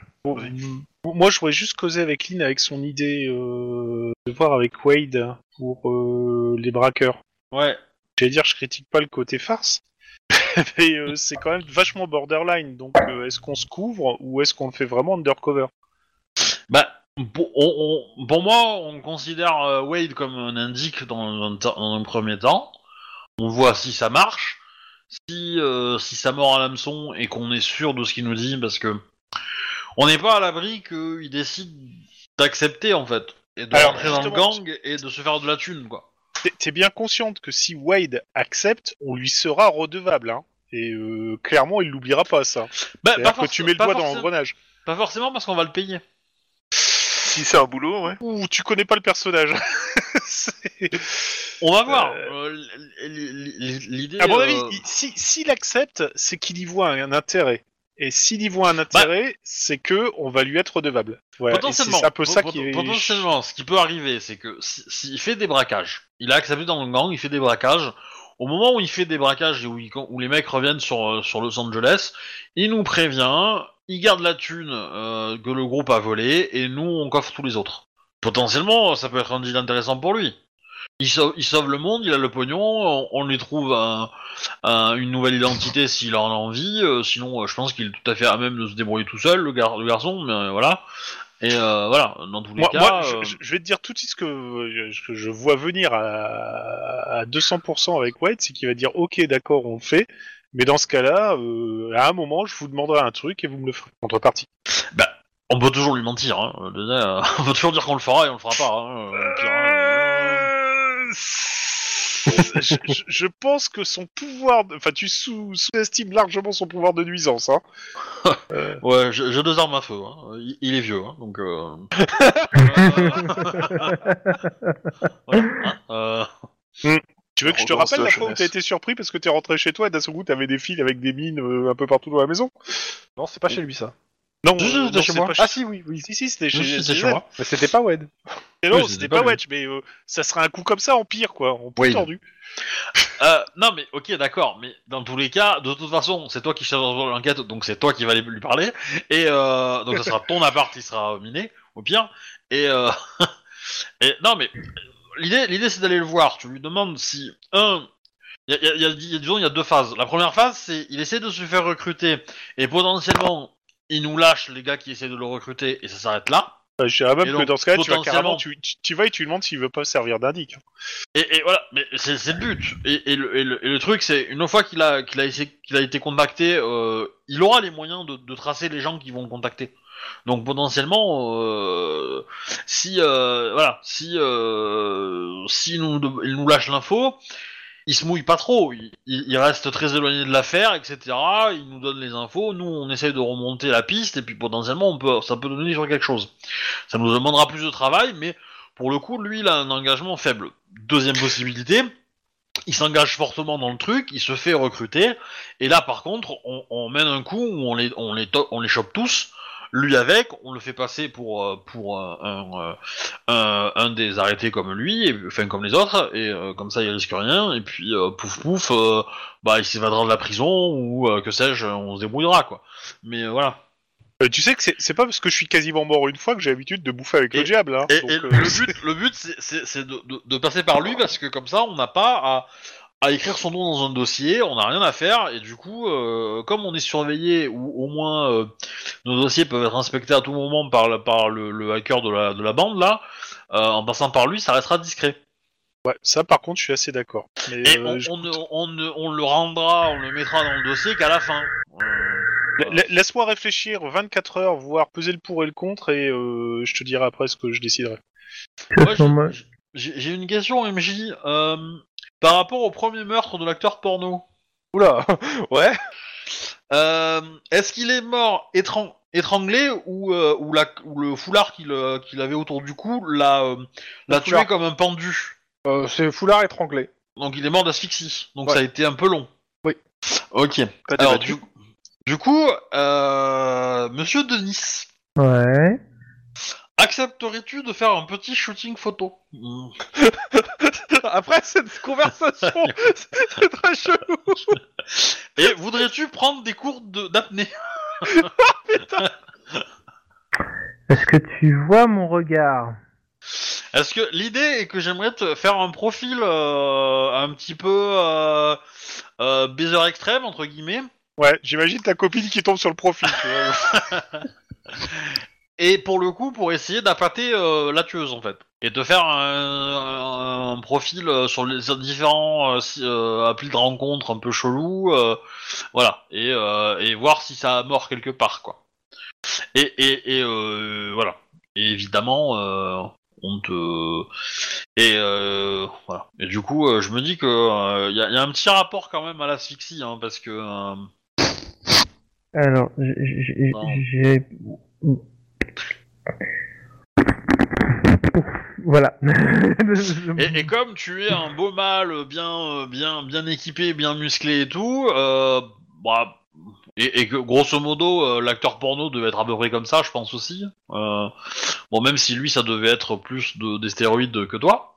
Speaker 5: bon, moi, je voudrais juste causer avec Lynn avec son idée euh, de voir avec Wade pour euh, les braqueurs.
Speaker 1: Ouais.
Speaker 5: J'allais dire, je critique pas le côté farce, mais euh, c'est quand même vachement borderline. Donc, euh, est-ce qu'on se couvre ou est-ce qu'on le fait vraiment undercover
Speaker 1: Bah, pour, on- on- pour moi, on considère euh, Wade comme un indique dans, un temps- dans un premier temps. On voit si ça marche, si, euh, si ça mord à l'hameçon et qu'on est sûr de ce qu'il nous dit, parce que on n'est pas à l'abri qu'il décide d'accepter en fait, et de
Speaker 5: Alors,
Speaker 1: rentrer dans le
Speaker 5: justement,
Speaker 1: gang et de se faire de la thune, quoi.
Speaker 5: T'es- T'es bien consciente que si Wade accepte, on lui sera redevable. Hein et euh, clairement, il l'oubliera pas, ça.
Speaker 1: Bah,
Speaker 5: C'est-à-dire que
Speaker 1: forc-
Speaker 5: tu mets le
Speaker 1: pas
Speaker 5: doigt dans
Speaker 1: forcément-
Speaker 5: l'engrenage.
Speaker 1: Pas forcément parce qu'on va le payer.
Speaker 4: Si c'est un boulot, ouais.
Speaker 5: Ouh, tu connais pas le personnage. C'est-
Speaker 1: On va voir.
Speaker 5: Euh,
Speaker 1: euh, l- l- l- L'idée.
Speaker 5: à mon avis,
Speaker 1: euh,
Speaker 5: il- si s'il accepte, c'est qu'il y voit un, intérêt. Et s'il y voit
Speaker 1: Bah,
Speaker 5: un intérêt, c'est que on va lui être redevable. Voilà. Et
Speaker 1: potentiellement,
Speaker 5: C'est un peu ça
Speaker 1: pot-
Speaker 5: qui est.
Speaker 1: potentiellement, ce qui peut arriver, c'est que s'il si, s'il fait des braquages, il a accepté dans le gang, il fait des braquages. Au moment où il fait des braquages et où, il- où les mecs reviennent sur, euh, sur Los Angeles, il nous prévient, il garde la thune euh, que le groupe a volée et nous on coffre tous les autres. Potentiellement, ça peut être un deal intéressant pour lui. Il sauve, il sauve le monde, il a le pognon, on, on lui trouve un- un- une nouvelle identité s'il en a envie, euh, sinon euh, je pense qu'il est tout à fait à même de se débrouiller tout seul, le, gar- le garçon, mais euh, voilà. Et euh, voilà, dans tous les
Speaker 5: Moi,
Speaker 1: cas.
Speaker 5: moi,
Speaker 1: euh,
Speaker 5: je, je- je vais te dire tout de suite ce que euh, je, que je vois venir à, à 200% avec White, c'est qu'il va dire ok d'accord on le fait, mais dans ce cas-là, euh, à un moment je vous demanderai un truc et vous me le ferez en contrepartie.
Speaker 1: bah, on peut toujours lui mentir. Hein. euh, déjà, euh, on peut toujours dire qu'on le fera et on le fera pas. hein, euh, au pire, hein, euh,
Speaker 5: Euh, je, je- je pense que son pouvoir, de- enfin tu sous- sous-estimes largement son pouvoir de nuisance. Hein.
Speaker 1: euh, Ouais, j'ai j'ai deux armes à feu. hein, Il, il est vieux, hein, donc. euh,
Speaker 2: Ah.
Speaker 1: voilà, hein, euh,
Speaker 5: Tu veux que je te
Speaker 4: Arrogance
Speaker 5: rappelle
Speaker 4: de
Speaker 5: la
Speaker 4: la
Speaker 5: fois où t'as
Speaker 4: jeunesse.
Speaker 5: été surpris parce que t'es rentré chez toi et d'un seul coup t'avais des fils avec des mines euh, un peu partout dans la maison
Speaker 2: Non, c'est pas chez lui ça.
Speaker 5: Non,
Speaker 1: Si, si,
Speaker 5: euh,
Speaker 1: c'était
Speaker 5: non,
Speaker 1: chez
Speaker 5: c'est
Speaker 1: moi.
Speaker 5: pas
Speaker 2: Ah si, oui, oui.
Speaker 5: Si, si, c'était
Speaker 1: si,
Speaker 5: chez,
Speaker 1: c'était
Speaker 5: chez
Speaker 1: chez
Speaker 5: elle.
Speaker 1: moi.
Speaker 2: Mais c'était pas Wed.
Speaker 5: Et non,
Speaker 1: Oui,
Speaker 5: c'était
Speaker 1: c'était
Speaker 5: pas
Speaker 1: pas
Speaker 5: Wedge, mais euh, ça serait un coup comme ça en pire, quoi, en plus
Speaker 1: Oui.
Speaker 5: tordu.
Speaker 1: euh, non, mais ok, d'accord, mais dans tous les cas, de toute façon, c'est toi qui charge de l'enquête, donc c'est toi qui va les- lui parler. Et euh, donc, ça sera ton appart qui sera euh, miné, au pire. Et, euh, et non, mais l'idée, l'idée, c'est d'aller le voir. Tu lui demandes si un, il y a, il y a- il y a- disons, il y a deux phases. La première phase, c'est il essaie de se faire recruter et potentiellement il nous lâche les gars qui essaient de le recruter et ça s'arrête là.
Speaker 5: Bah, je dirais même
Speaker 1: Et
Speaker 5: que
Speaker 1: donc,
Speaker 5: dans ce cas-là, tu vas
Speaker 1: potentiellement-
Speaker 5: carrément, tu, tu- tu vas et tu lui demandes s'il veut pas servir d'indic.
Speaker 1: Et, et voilà, mais c'est c'est le but. Et, et le, et le- et le truc, c'est une fois qu'il a qu'il a, essayé- qu'il a été contacté, euh, il aura les moyens de, de tracer les gens qui vont le contacter. Donc potentiellement, euh, si euh, voilà, si euh, si nous de- il nous lâche l'info, il se mouille pas trop. Il, il- il reste très éloigné de l'affaire, etc. Il nous donne les infos. Nous, on essaye de remonter la piste et puis potentiellement, on peut ça peut donner sur quelque chose. Ça nous demandera plus de travail, mais pour le coup, lui, il a un engagement faible. Deuxième possibilité, il s'engage fortement dans le truc, il se fait recruter, et là, par contre, on, on mène un coup où on les, on les, to- on les chope tous, lui avec, on le fait passer pour, euh, pour euh, un, euh, un, un des arrêtés comme lui, et, enfin comme les autres, et euh, comme ça, il risque rien, et puis euh, pouf pouf, euh, bah, il s'évadera de la prison, ou euh, que sais-je, on se débrouillera, quoi. Mais euh, voilà.
Speaker 5: Euh, tu sais que c'est c'est pas parce que je suis quasiment mort une fois que j'ai l'habitude de bouffer avec le
Speaker 1: Et-
Speaker 5: diable. Hein,
Speaker 1: Et,
Speaker 5: donc,
Speaker 1: et
Speaker 5: euh,
Speaker 1: le but, le but c'est- c'est c'est de, de- de passer par lui parce que comme ça, on n'a pas à, à écrire son nom dans un dossier, on n'a rien à faire et du coup, euh, comme on est surveillé ou au moins euh, nos dossiers peuvent être inspectés à tout moment par, la- par le, le hacker de la, de la bande là, euh, en passant par lui, ça restera discret.
Speaker 5: ouais, ça, par contre, je suis assez d'accord. Mais,
Speaker 1: Et
Speaker 5: euh,
Speaker 1: on,
Speaker 5: je-
Speaker 1: on ne- on ne- on le rendra, on le mettra dans le dossier qu'à la fin. Euh,
Speaker 5: la- la- Laisse-moi réfléchir 24 heures, voir peser le pour et le contre, et euh, je te dirai après ce que je déciderai.
Speaker 1: Moi,
Speaker 3: De toute façon, moi-
Speaker 1: j'ai- j'ai j'ai une question, MJ. euh, par rapport au premier meurtre de l'acteur porno.
Speaker 2: Oula, ouais.
Speaker 1: Euh, Est-ce qu'il est mort étran- étranglé ou, euh, ou, la, ou le foulard qu'il euh, qu'il avait autour du cou l'a euh, l'a
Speaker 2: foulard.
Speaker 1: tué comme un pendu
Speaker 2: Euh, c'est foulard étranglé.
Speaker 1: Donc il est mort d'asphyxie. Donc
Speaker 2: Ouais.
Speaker 1: ça a été un peu long.
Speaker 2: Oui.
Speaker 1: Ok.
Speaker 4: Pas
Speaker 1: Alors
Speaker 4: débattu.
Speaker 1: du, du coup, euh, Monsieur Denis,
Speaker 3: Ouais.
Speaker 1: accepterais-tu de faire un petit shooting photo Mm.
Speaker 2: Après cette conversation, c'est très chelou.
Speaker 1: Et voudrais-tu prendre des cours de- d'apnée
Speaker 3: Est-ce que tu vois mon regard
Speaker 1: Est-ce que l'idée est que j'aimerais te faire un profil euh, un petit peu euh, euh, baiser extrême entre guillemets
Speaker 5: Ouais, j'imagine ta copine qui tombe sur le profil. tu vois.
Speaker 1: et pour le coup pour essayer d'appâter euh, la tueuse en fait et de faire un, un profil euh, sur les sur différents euh, si- euh, applis de rencontre un peu chelou euh, voilà et, euh, et voir si ça a mort quelque part quoi et et, et, euh, voilà et évidemment euh, on te et euh, voilà et du coup euh, je me dis que euh, y, a- y a un petit rapport quand même à l'asphyxie hein, parce que euh,
Speaker 3: Alors, j'ai- j'ai.
Speaker 1: Non.
Speaker 3: j'ai- Voilà.
Speaker 1: Et, et comme tu es un beau mâle bien, euh, bien, bien équipé, bien musclé et tout, euh, bah, Et, et que grosso modo, euh, l'acteur porno devait être à peu près comme ça, je pense aussi. Euh, bon, même si lui, ça devait être plus de, des stéroïdes que toi.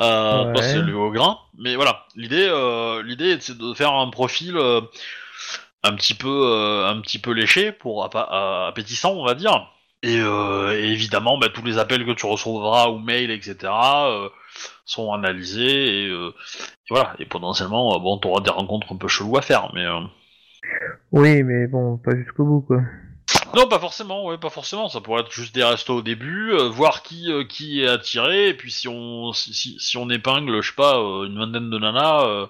Speaker 1: Euh,
Speaker 3: Ouais.
Speaker 1: toi, c'est le haut grain. Mais voilà, l'idée, euh, l'idée, c'est de faire un profil euh, un petit peu, euh, un petit peu léché pour appa- euh, appétissant, on va dire. Et, euh, et évidemment, bah, tous les appels que tu recevras ou mails, etc., euh, sont analysés et, euh, et voilà. Et potentiellement, euh, bon, t'auras des rencontres un peu cheloues à faire, mais. euh,
Speaker 3: Oui, mais bon, pas jusqu'au bout, quoi.
Speaker 1: Non, pas forcément, ouais, pas forcément. Ça pourrait être juste des restos au début, euh, voir qui euh, qui est attiré, et puis si on si, si, si on épingle, je sais pas, euh, une vingtaine de nanas, euh,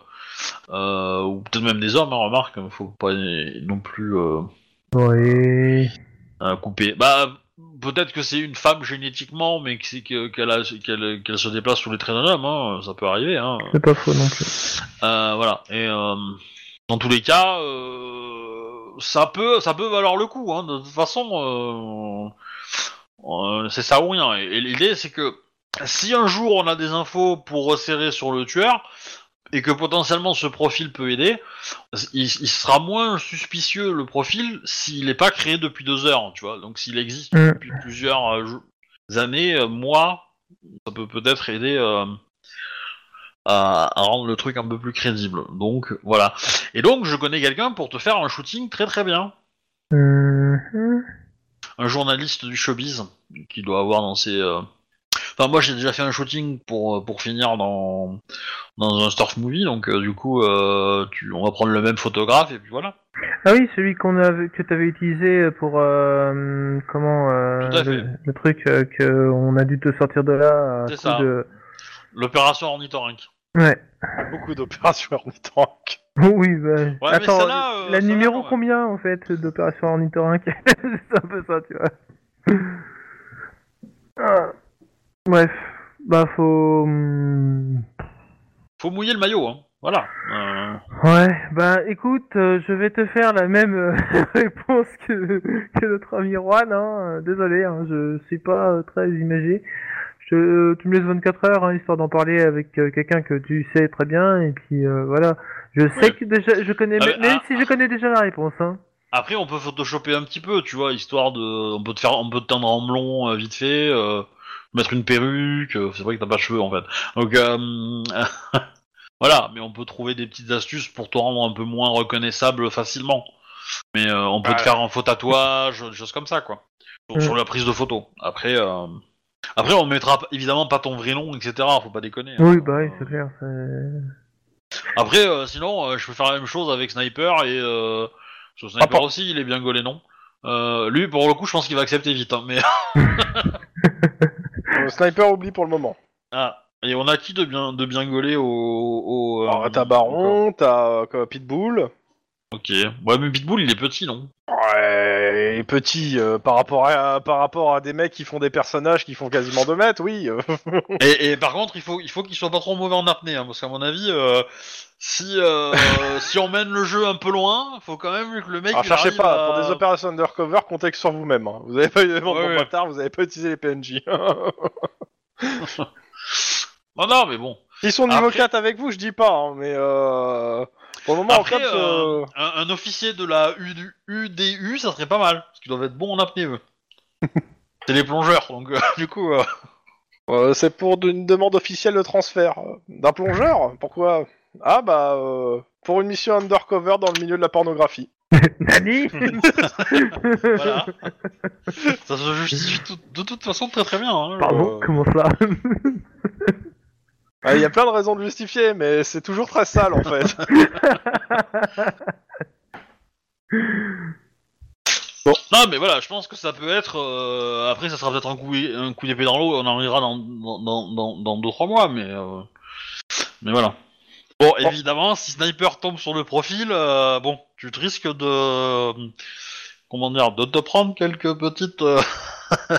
Speaker 1: euh, ou peut-être même des hommes, hein, remarque, hein, faut pas euh, non plus euh,
Speaker 3: Oui.
Speaker 1: euh, couper. Bah peut-être que c'est une femme génétiquement, mais que c'est que- qu'elle a- qu'elle qu'elle se déplace sous les traits d'un homme, hein, ça peut arriver. Hein.
Speaker 3: C'est pas faux non plus.
Speaker 1: Euh, voilà. Et euh, dans tous les cas, euh, ça peut, ça peut valoir le coup. hein. De toute façon, euh, euh, c'est ça ou rien. Et, et l'idée, c'est que si un jour on a des infos pour resserrer sur le tueur et que potentiellement ce profil peut aider, il, il sera moins suspicieux le profil s'il n'est pas créé depuis deux heures, tu vois. Donc s'il existe
Speaker 3: Mm.
Speaker 1: depuis plusieurs euh, jou- années, euh, mois, ça peut peut-être aider. euh, à, à rendre le truc un peu plus crédible. Donc voilà. Et donc je connais quelqu'un pour te faire un shooting très très bien.
Speaker 3: Mhm.
Speaker 1: Un journaliste du showbiz qui doit avoir dans ses. euh, Enfin moi j'ai déjà fait un shooting pour euh, pour finir dans dans un surf movie donc euh, du coup euh, tu, on va prendre le même photographe et puis voilà.
Speaker 3: Ah oui, celui qu'on avait, que t'avais utilisé pour euh, comment euh,
Speaker 1: Tout à
Speaker 3: le,
Speaker 1: fait.
Speaker 3: le truc euh, que on a dû te sortir de là. à
Speaker 1: C'est
Speaker 3: coup
Speaker 1: ça.
Speaker 3: De...
Speaker 1: L'opération ornithorynque.
Speaker 3: Ouais.
Speaker 2: Beaucoup d'opérations ornithorynques.
Speaker 3: Oui, bah.
Speaker 1: mais
Speaker 3: Attends,
Speaker 1: celle-là, euh, celle-là,
Speaker 3: la numéro
Speaker 1: quand même.
Speaker 3: combien en fait d'opération ornithorynque C'est un peu ça, tu vois. Ah. Bref, bah faut. hum,
Speaker 1: Faut mouiller le maillot hein. Voilà. Euh,
Speaker 3: Ouais, bah écoute, euh, je vais te faire la même euh, réponse que, que notre ami Juan. Hein. Euh, Désolé, hein, je suis pas euh, très imagé. Je, euh, tu me laisses 24 heures hein, histoire d'en parler avec euh, quelqu'un que tu sais très bien et puis euh, voilà. Je sais que déjà, je connais,
Speaker 1: Ah,
Speaker 3: mais-
Speaker 1: mais-
Speaker 3: même
Speaker 1: ah,
Speaker 3: si je connais déjà la réponse. Hein.
Speaker 1: Après, on peut photoshopper un petit peu, tu vois, histoire de, on peut te faire, on peut te teindre en blond euh, vite fait, euh, mettre une perruque. euh, c'est vrai que t'as pas de cheveux en fait. Donc euh, voilà, mais on peut trouver des petites astuces pour te rendre un peu moins reconnaissable facilement. Mais euh, on peut te
Speaker 2: Bah,
Speaker 1: faire un faux tatouage, des choses comme ça, quoi, sur,
Speaker 3: Mm.
Speaker 1: sur la prise de photo. Après, euh, après, on mettra évidemment pas ton vrai nom, etc. Faut pas déconner.
Speaker 3: Oui,
Speaker 1: hein.
Speaker 3: bah oui,
Speaker 1: Euh,
Speaker 3: c'est clair. c'est-
Speaker 1: après, euh, sinon, euh, je peux faire la même chose avec Sniper et euh, ce Sniper
Speaker 2: Rapport.
Speaker 1: aussi, il est bien gaulé, non Euh, Lui, pour le coup, je pense qu'il va accepter vite. hein, mais
Speaker 2: Le Euh, sniper oublie pour le moment.
Speaker 1: ah, et on a qui de bien de bien gaulé au, au euh,
Speaker 2: Alors, t'as Baron, t'as euh, quoi, Pitbull.
Speaker 1: Ok. Ouais, mais Pitbull, il est petit, non
Speaker 2: Ouais, et petit euh, par rapport à par rapport à des mecs qui font des personnages qui font quasiment 2 mètres, oui. euh.
Speaker 1: et, et par contre, il faut il faut qu'il soit pas trop mauvais en apnée, hein, parce qu'à mon avis, euh, si euh, si on mène le jeu un peu loin, faut quand même que le mec.
Speaker 2: Alors,
Speaker 1: il
Speaker 2: ah, cherchez
Speaker 1: arrive
Speaker 2: pas pour
Speaker 1: à-
Speaker 2: des opérations undercover, comptez que sur vous-même. hein. Vous avez pas eu de demande
Speaker 1: Ouais,
Speaker 2: pour
Speaker 1: ouais.
Speaker 2: bâtard, vous avez pas utilisé les PNJ.
Speaker 1: Non, non, mais bon.
Speaker 2: Ils sont niveau
Speaker 1: Après-
Speaker 2: 4 avec vous, je dis pas, hein, mais euh, pour le moment,
Speaker 1: Après,
Speaker 2: en fait,
Speaker 1: euh, un, un officier de la UDU, UDU, ça serait pas mal, parce qu'ils doivent être bons en apnée, eux. C'est les plongeurs, donc euh, du coup... euh,
Speaker 2: Euh, c'est pour d- une demande officielle de transfert. Euh, D'un plongeur Pourquoi Ah bah, euh, pour une mission undercover dans le milieu de la pornographie.
Speaker 3: Nani
Speaker 1: voilà. ça se justifie tout- de toute façon très très bien. hein.
Speaker 3: Pardon, comment ça
Speaker 2: Ah, Il y a plein de raisons de justifier, mais c'est toujours très sale en fait.
Speaker 1: Non, mais voilà, je pense que ça peut être... euh, Après, ça sera peut-être un coup, un coup d'épée dans l'eau, on en rira dans 2-3 dans, dans, dans deux, trois mois, mais... euh, Mais voilà. Bon, évidemment, si Sniper tombe sur le profil, euh, bon, tu te risques de... Comment dire De te prendre quelques petites... euh,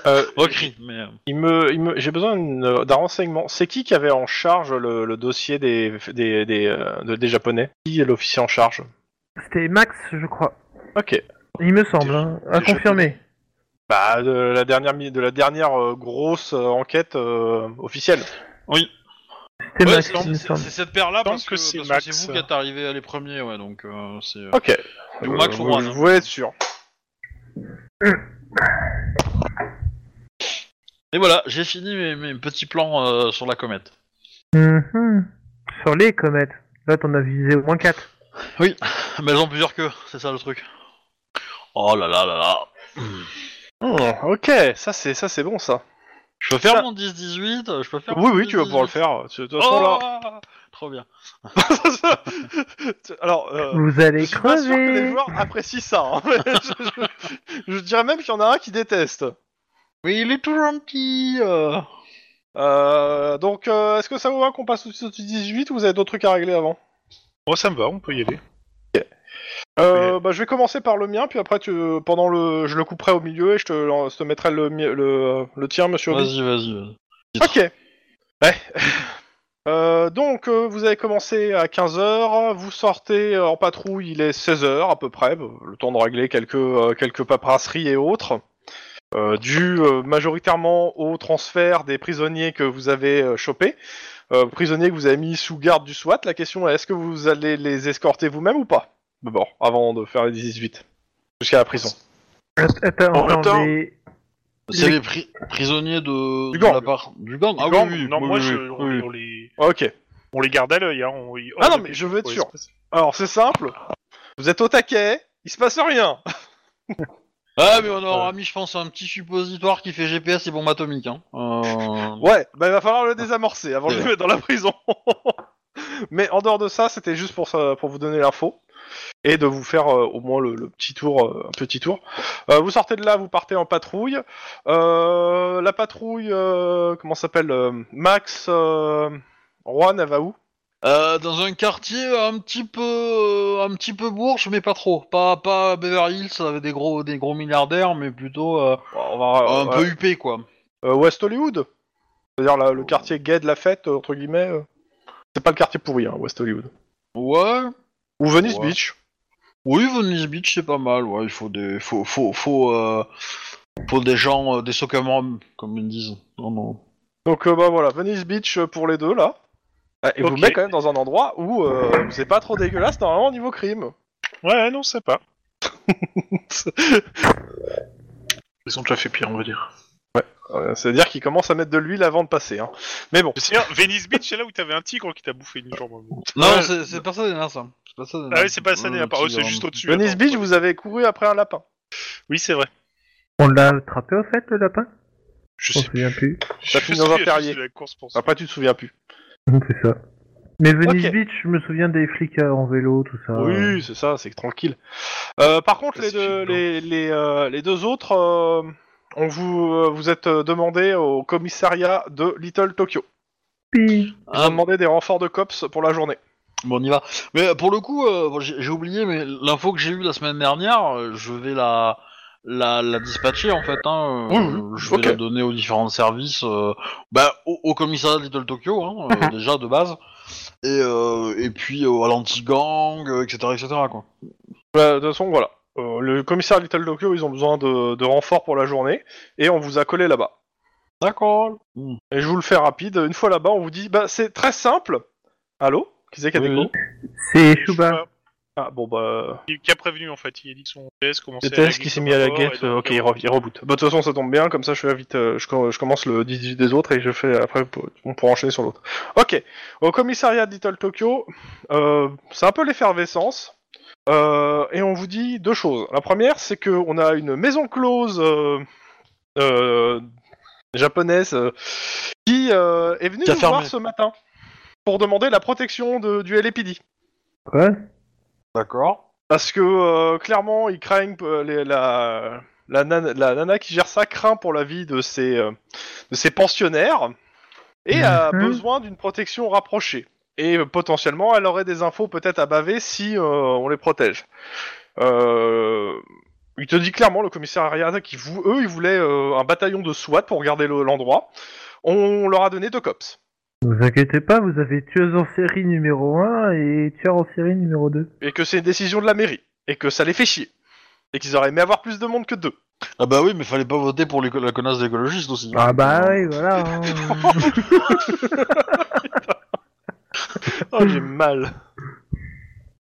Speaker 2: Euh,
Speaker 1: moqueries, mais... euh,
Speaker 2: il me, il me- J'ai besoin d'une- d'un renseignement. C'est qui qui avait en charge le, le dossier des, des, des, euh, de- des Japonais Qui est l'officier en charge
Speaker 3: C'était Max, je crois.
Speaker 2: Ok.
Speaker 3: Il me semble, hein. à
Speaker 2: déjà
Speaker 3: confirmer.
Speaker 2: Bah, de la dernière, mi- de la dernière euh, grosse euh, enquête euh, officielle.
Speaker 3: C'est
Speaker 1: Ouais,
Speaker 3: Max,
Speaker 1: c'est
Speaker 3: il me
Speaker 1: c'est-
Speaker 3: semble.
Speaker 1: c'est cette paire-là
Speaker 5: Tant
Speaker 1: parce
Speaker 5: que
Speaker 1: que
Speaker 5: c'est
Speaker 1: parce que
Speaker 5: Max.
Speaker 1: c'est vous qui êtes arrivé les premiers, ouais, donc euh, c'est... euh,
Speaker 2: Ok.
Speaker 1: Ou Max ou
Speaker 2: Euh,
Speaker 1: Juan,
Speaker 2: Je
Speaker 1: hein.
Speaker 2: voulais être sûr.
Speaker 1: Et voilà, j'ai fini mes, mes petits plans euh, sur la comète.
Speaker 3: Mhm. Sur les comètes. Là, t'en as visé au moins 4.
Speaker 1: Ah, Mais elles ont plusieurs queues, c'est ça le truc. Oh là là là là
Speaker 2: Hmm, ok, ça c'est ça c'est bon ça.
Speaker 1: Je peux faire mon 10-18 Je peux faire
Speaker 2: Oui
Speaker 1: mon
Speaker 2: oui, tu vas
Speaker 1: 10-18.
Speaker 2: pouvoir le faire. De toute façon
Speaker 1: Oh
Speaker 2: là.
Speaker 1: Trop bien.
Speaker 2: Alors, euh,
Speaker 3: Vous allez
Speaker 2: je suis pas sûr que les
Speaker 3: crever
Speaker 2: joueurs apprécient ça. hein. je, je- je dirais même qu'il y en a un qui déteste.
Speaker 1: Oui, il est toujours un petit... euh.
Speaker 2: Euh, donc, euh, est-ce que ça vous va qu'on passe tout de suite au 18 ou vous avez d'autres trucs à régler avant
Speaker 5: Moi, ça me va, on peut y aller.
Speaker 2: euh, bah, Je vais commencer par le mien, puis après, tu, pendant le, je le couperai au milieu et je te, je te mettrai le, mi- le, le tien, monsieur. Obi.
Speaker 1: Vas-y, vas-y, vas-y.
Speaker 2: Ok. Ouais. Euh, donc, euh, vous avez commencé à 15h, vous sortez euh, en patrouille, il est 16h à peu près, euh, le temps de régler quelques, euh, quelques paperasseries et autres, euh, dû euh, majoritairement au transfert des prisonniers que vous avez euh, chopés, euh, prisonniers que vous avez mis sous garde du SWAT. La question est, est-ce que vous allez les escorter vous-même ou pas D'abord, avant de faire les 18, jusqu'à la prison.
Speaker 3: Att- Attends,
Speaker 4: En même
Speaker 3: attends,
Speaker 4: temps-
Speaker 3: mais-
Speaker 1: C'est
Speaker 3: Les-
Speaker 1: les pri- prisonniers de...
Speaker 2: Du
Speaker 1: de la
Speaker 2: gang.
Speaker 1: part... Du gang Ah
Speaker 5: Gang,
Speaker 1: oui, oui,
Speaker 5: non,
Speaker 1: oui,
Speaker 5: moi,
Speaker 1: oui,
Speaker 5: je,
Speaker 1: oui,
Speaker 5: on,
Speaker 1: oui.
Speaker 5: on les,
Speaker 2: Ok.
Speaker 5: on les garde à l'œil. Hein, on- on-
Speaker 2: Ah non,
Speaker 5: on-
Speaker 2: mais je veux être
Speaker 5: on-
Speaker 2: sûr. Alors, c'est simple, vous êtes au taquet, il se passe rien
Speaker 1: Ah, mais on aura mis, je pense, un petit suppositoire qui fait GPS et bombe atomique. Hein. Euh,
Speaker 2: Ouais, bah il va falloir le désamorcer avant de le
Speaker 1: Ouais.
Speaker 2: mettre dans la prison. Mais en dehors de ça, c'était juste pour, ça, pour vous donner l'info et de vous faire euh, au moins le, le petit tour, euh, un petit tour. Euh, vous sortez de là, vous partez en patrouille. Euh, la patrouille, euh, comment ça s'appelle euh, Max, euh, Juan, elle va où
Speaker 1: Euh, dans un quartier un petit peu, euh, un petit peu bourge, mais pas trop. Pas, pas Beverly Hills avec des gros, des gros milliardaires, mais plutôt euh,
Speaker 2: On va,
Speaker 1: un
Speaker 2: euh,
Speaker 1: peu Oh. huppé quoi.
Speaker 2: euh, West Hollywood. C'est-à-dire la- le quartier gay de la fête, euh, entre guillemets. euh. C'est pas le quartier pourri, hein, West Hollywood.
Speaker 1: Ouais.
Speaker 2: Ou Venice
Speaker 1: Ouais.
Speaker 2: Beach.
Speaker 1: Oui, Venice Beach c'est pas mal. Ouais, il faut des, faut, faut, faut, euh, faut des gens, euh, des socamores comme ils disent. Non, non.
Speaker 2: Donc euh, bah voilà, Venice Beach euh, pour les deux là. Ah, Et vous
Speaker 5: Ok.
Speaker 2: met quand même dans un endroit où euh, c'est pas trop dégueulasse normalement au niveau crime.
Speaker 5: Ouais, non, c'est pas.
Speaker 4: Ils ont déjà fait pire, on va dire.
Speaker 2: Euh, C'est-à-dire qu'il commence à mettre de l'huile avant de passer. Hein. Mais bon,
Speaker 5: C'est bien, Venice Beach, c'est là où t'avais un tigre qui t'a bouffé une jambe.
Speaker 1: Non,
Speaker 5: Ouais.
Speaker 1: c'est c'est Pasadena ça. hein. C'est Pasadena.
Speaker 5: Ah oui, c'est pas ça,
Speaker 1: Euh,
Speaker 5: à part eux, c'est
Speaker 1: petit,
Speaker 5: juste
Speaker 1: euh,
Speaker 5: au-dessus.
Speaker 2: Venice
Speaker 5: attends.
Speaker 2: Beach, vous avez couru après un lapin.
Speaker 5: Oui, c'est vrai.
Speaker 3: On l'a attrapé au fait, le lapin
Speaker 5: Je
Speaker 3: On
Speaker 5: sais
Speaker 3: se souvient plus.
Speaker 5: Je
Speaker 2: fini
Speaker 5: suis
Speaker 2: dans un
Speaker 5: sûr, je
Speaker 2: terrier.
Speaker 5: suis de la course pour ça.
Speaker 2: Après, tu te souviens plus.
Speaker 3: Mhm, C'est ça. Mais Venice
Speaker 2: Ok.
Speaker 3: Beach, je me souviens des flics euh, en vélo, tout ça.
Speaker 2: Oui, c'est ça, c'est tranquille. Euh, par contre,
Speaker 4: Ça,
Speaker 2: les
Speaker 4: c'est
Speaker 2: deux,
Speaker 4: chiant.
Speaker 2: les, les, euh, les deux autres, euh, on vous, euh, vous êtes euh, demandé au commissariat de Little Tokyo.
Speaker 3: Pi.
Speaker 2: Ils
Speaker 1: Ah.
Speaker 2: ont demandé des renforts de cops pour la journée.
Speaker 1: Bon, on y va. Mais euh, pour le coup, euh, bon, j'ai j'ai oublié, mais l'info que j'ai eue la semaine dernière, euh, je vais la, la, la dispatcher en fait. Hein, euh,
Speaker 2: Oui, oui,
Speaker 1: Je vais
Speaker 2: ok.
Speaker 1: la donner aux différents services, euh, bah, au, au commissariat de Little Tokyo, hein, euh, déjà de base, et, euh, et puis euh, à l'anti-gang, euh, etc. etc. Quoi.
Speaker 2: Bah, de toute façon, voilà. Euh, le commissaire Little Tokyo, ils ont besoin de, de renforts pour la journée, et on vous a collé là-bas.
Speaker 1: D'accord.
Speaker 2: Et je vous le fais rapide, une fois là-bas, on vous dit, bah c'est très simple. Allô Qui c'est qui a des
Speaker 1: Oui,
Speaker 2: coups
Speaker 3: C'est
Speaker 5: Je sais
Speaker 3: Chouba.
Speaker 5: pas.
Speaker 2: Ah bon bah...
Speaker 5: Il- Qui a prévenu en fait, il a dit que son TS commençait à la
Speaker 2: TTS qui s'est mis à la guette, euh, ok il, re- il reboot. Bah de toute façon ça tombe bien, comme ça je fais vite, euh, je, co- je commence le 18 des autres et je fais après pour- on pourra enchaîner sur l'autre. Ok, au commissariat de Little Tokyo, euh, c'est un peu l'effervescence. Euh, et on vous dit deux choses. La première, c'est que on a une maison close euh, euh, japonaise euh, qui euh, est venue
Speaker 1: Qui a
Speaker 2: nous voir
Speaker 1: fermé.
Speaker 2: ce matin pour demander la protection de, du LAPD.
Speaker 3: Quoi
Speaker 1: D'accord.
Speaker 2: Parce que euh, clairement, ils craignent euh, les- la, la, nana, la nana qui gère ça craint pour la vie de ses, euh, de ses pensionnaires et a
Speaker 3: Mhm.
Speaker 2: besoin d'une protection rapprochée. Et euh, potentiellement, elle aurait des infos peut-être à baver si euh, on les protège. Euh, il te dit clairement le commissariat qui vou- eux, ils voulaient euh, un bataillon de SWAT pour garder le- l'endroit. on leur a donné deux cops.
Speaker 3: Ne vous inquiétez pas, vous avez tueuse en série numéro 1 et tueur en série numéro 2.
Speaker 2: Et que c'est une décision de la mairie. Et que ça les fait chier. Et qu'ils auraient aimé avoir plus de monde que deux.
Speaker 1: Ah bah oui, mais fallait pas voter pour l'éco- la
Speaker 3: bah
Speaker 1: connasse d'écologiste aussi.
Speaker 3: Ah bah oui, voilà. hein.
Speaker 2: Oh, j'ai mal.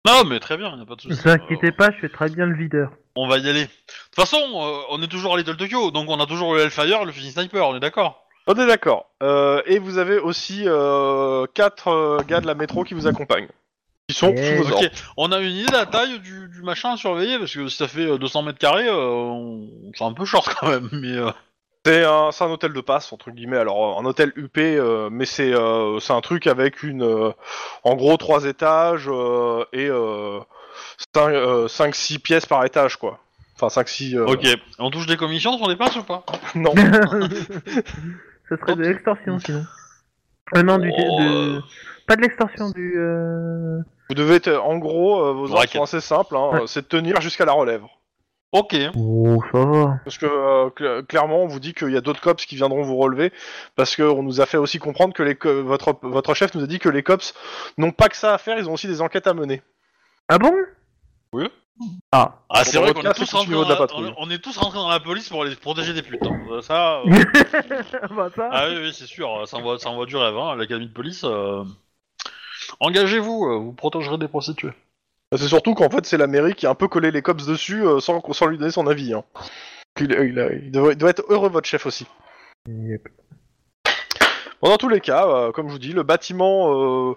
Speaker 1: Non, mais très bien, y a pas de
Speaker 3: Ne
Speaker 1: soucis.
Speaker 3: vous inquiétez pas, je fais très bien le videur.
Speaker 1: On va y aller. De toute façon, euh, on est toujours à Little Tokyo, donc on a toujours le Hellfire, le fusil sniper, on est d'accord
Speaker 2: On est d'accord. Euh, et vous avez aussi euh, quatre euh, gars de la métro qui vous accompagnent. Ils sont
Speaker 3: Eh.
Speaker 2: sous vos ordres.
Speaker 1: Ok, on a une idée de la taille du, du machin à surveiller, parce que si ça fait euh, 200 mètres carrés, euh, on- c'est un peu short quand même, mais... euh,
Speaker 2: C'est un, c'est un hôtel de passe, entre guillemets. Alors, euh, un hôtel UP, euh, mais c'est euh, c'est un truc avec une. euh, en gros, trois étages euh, et 5-6 pièces par étage, quoi. Enfin, 5-6.
Speaker 1: Ok, on touche des commissions sur les passes ou pas
Speaker 2: Non.
Speaker 3: Ce serait de l'extorsion sinon. Euh, non, du, de-
Speaker 1: Oh.
Speaker 3: pas de l'extorsion, du. euh,
Speaker 2: Vous devez être. En gros, euh, vos ordres
Speaker 1: Racket.
Speaker 2: sont assez simples. hein,
Speaker 3: Ouais.
Speaker 2: euh, C'est de tenir jusqu'à la relève.
Speaker 1: Ok,
Speaker 3: Oh, ça va.
Speaker 2: Parce que euh, cl- clairement, on vous dit qu'il y a d'autres cops qui viendront vous relever, parce qu'on nous a fait aussi comprendre que les co- votre, votre chef nous a dit que les cops n'ont pas que ça à faire, ils ont aussi des enquêtes à mener.
Speaker 3: Ah bon
Speaker 1: Oui.
Speaker 3: Ah.
Speaker 1: ah, c'est
Speaker 2: Dans
Speaker 1: vrai
Speaker 2: votre
Speaker 1: qu'on
Speaker 2: cas,
Speaker 1: est,
Speaker 2: c'est
Speaker 1: tous rentrés
Speaker 2: plus au niveau
Speaker 1: dans
Speaker 2: de la
Speaker 1: la...
Speaker 2: patrouille.
Speaker 1: on est tous rentrés dans la police pour les protéger des putes. hein. Euh, Ça, euh,
Speaker 3: bah, ça.
Speaker 1: Ah oui, oui, c'est sûr, ça envoie, ça envoie du rêve, hein, l'académie de police. euh. Engagez-vous, euh, vous protégerez des prostituées.
Speaker 2: Bah, C'est surtout qu'en fait, c'est la mairie qui a un peu collé les cops dessus euh, sans, sans lui donner son avis. hein. Il, il a- il doit, il doit être heureux, votre chef aussi.
Speaker 3: Yep.
Speaker 2: Bon, dans tous les cas, euh, comme je vous dis, le bâtiment euh,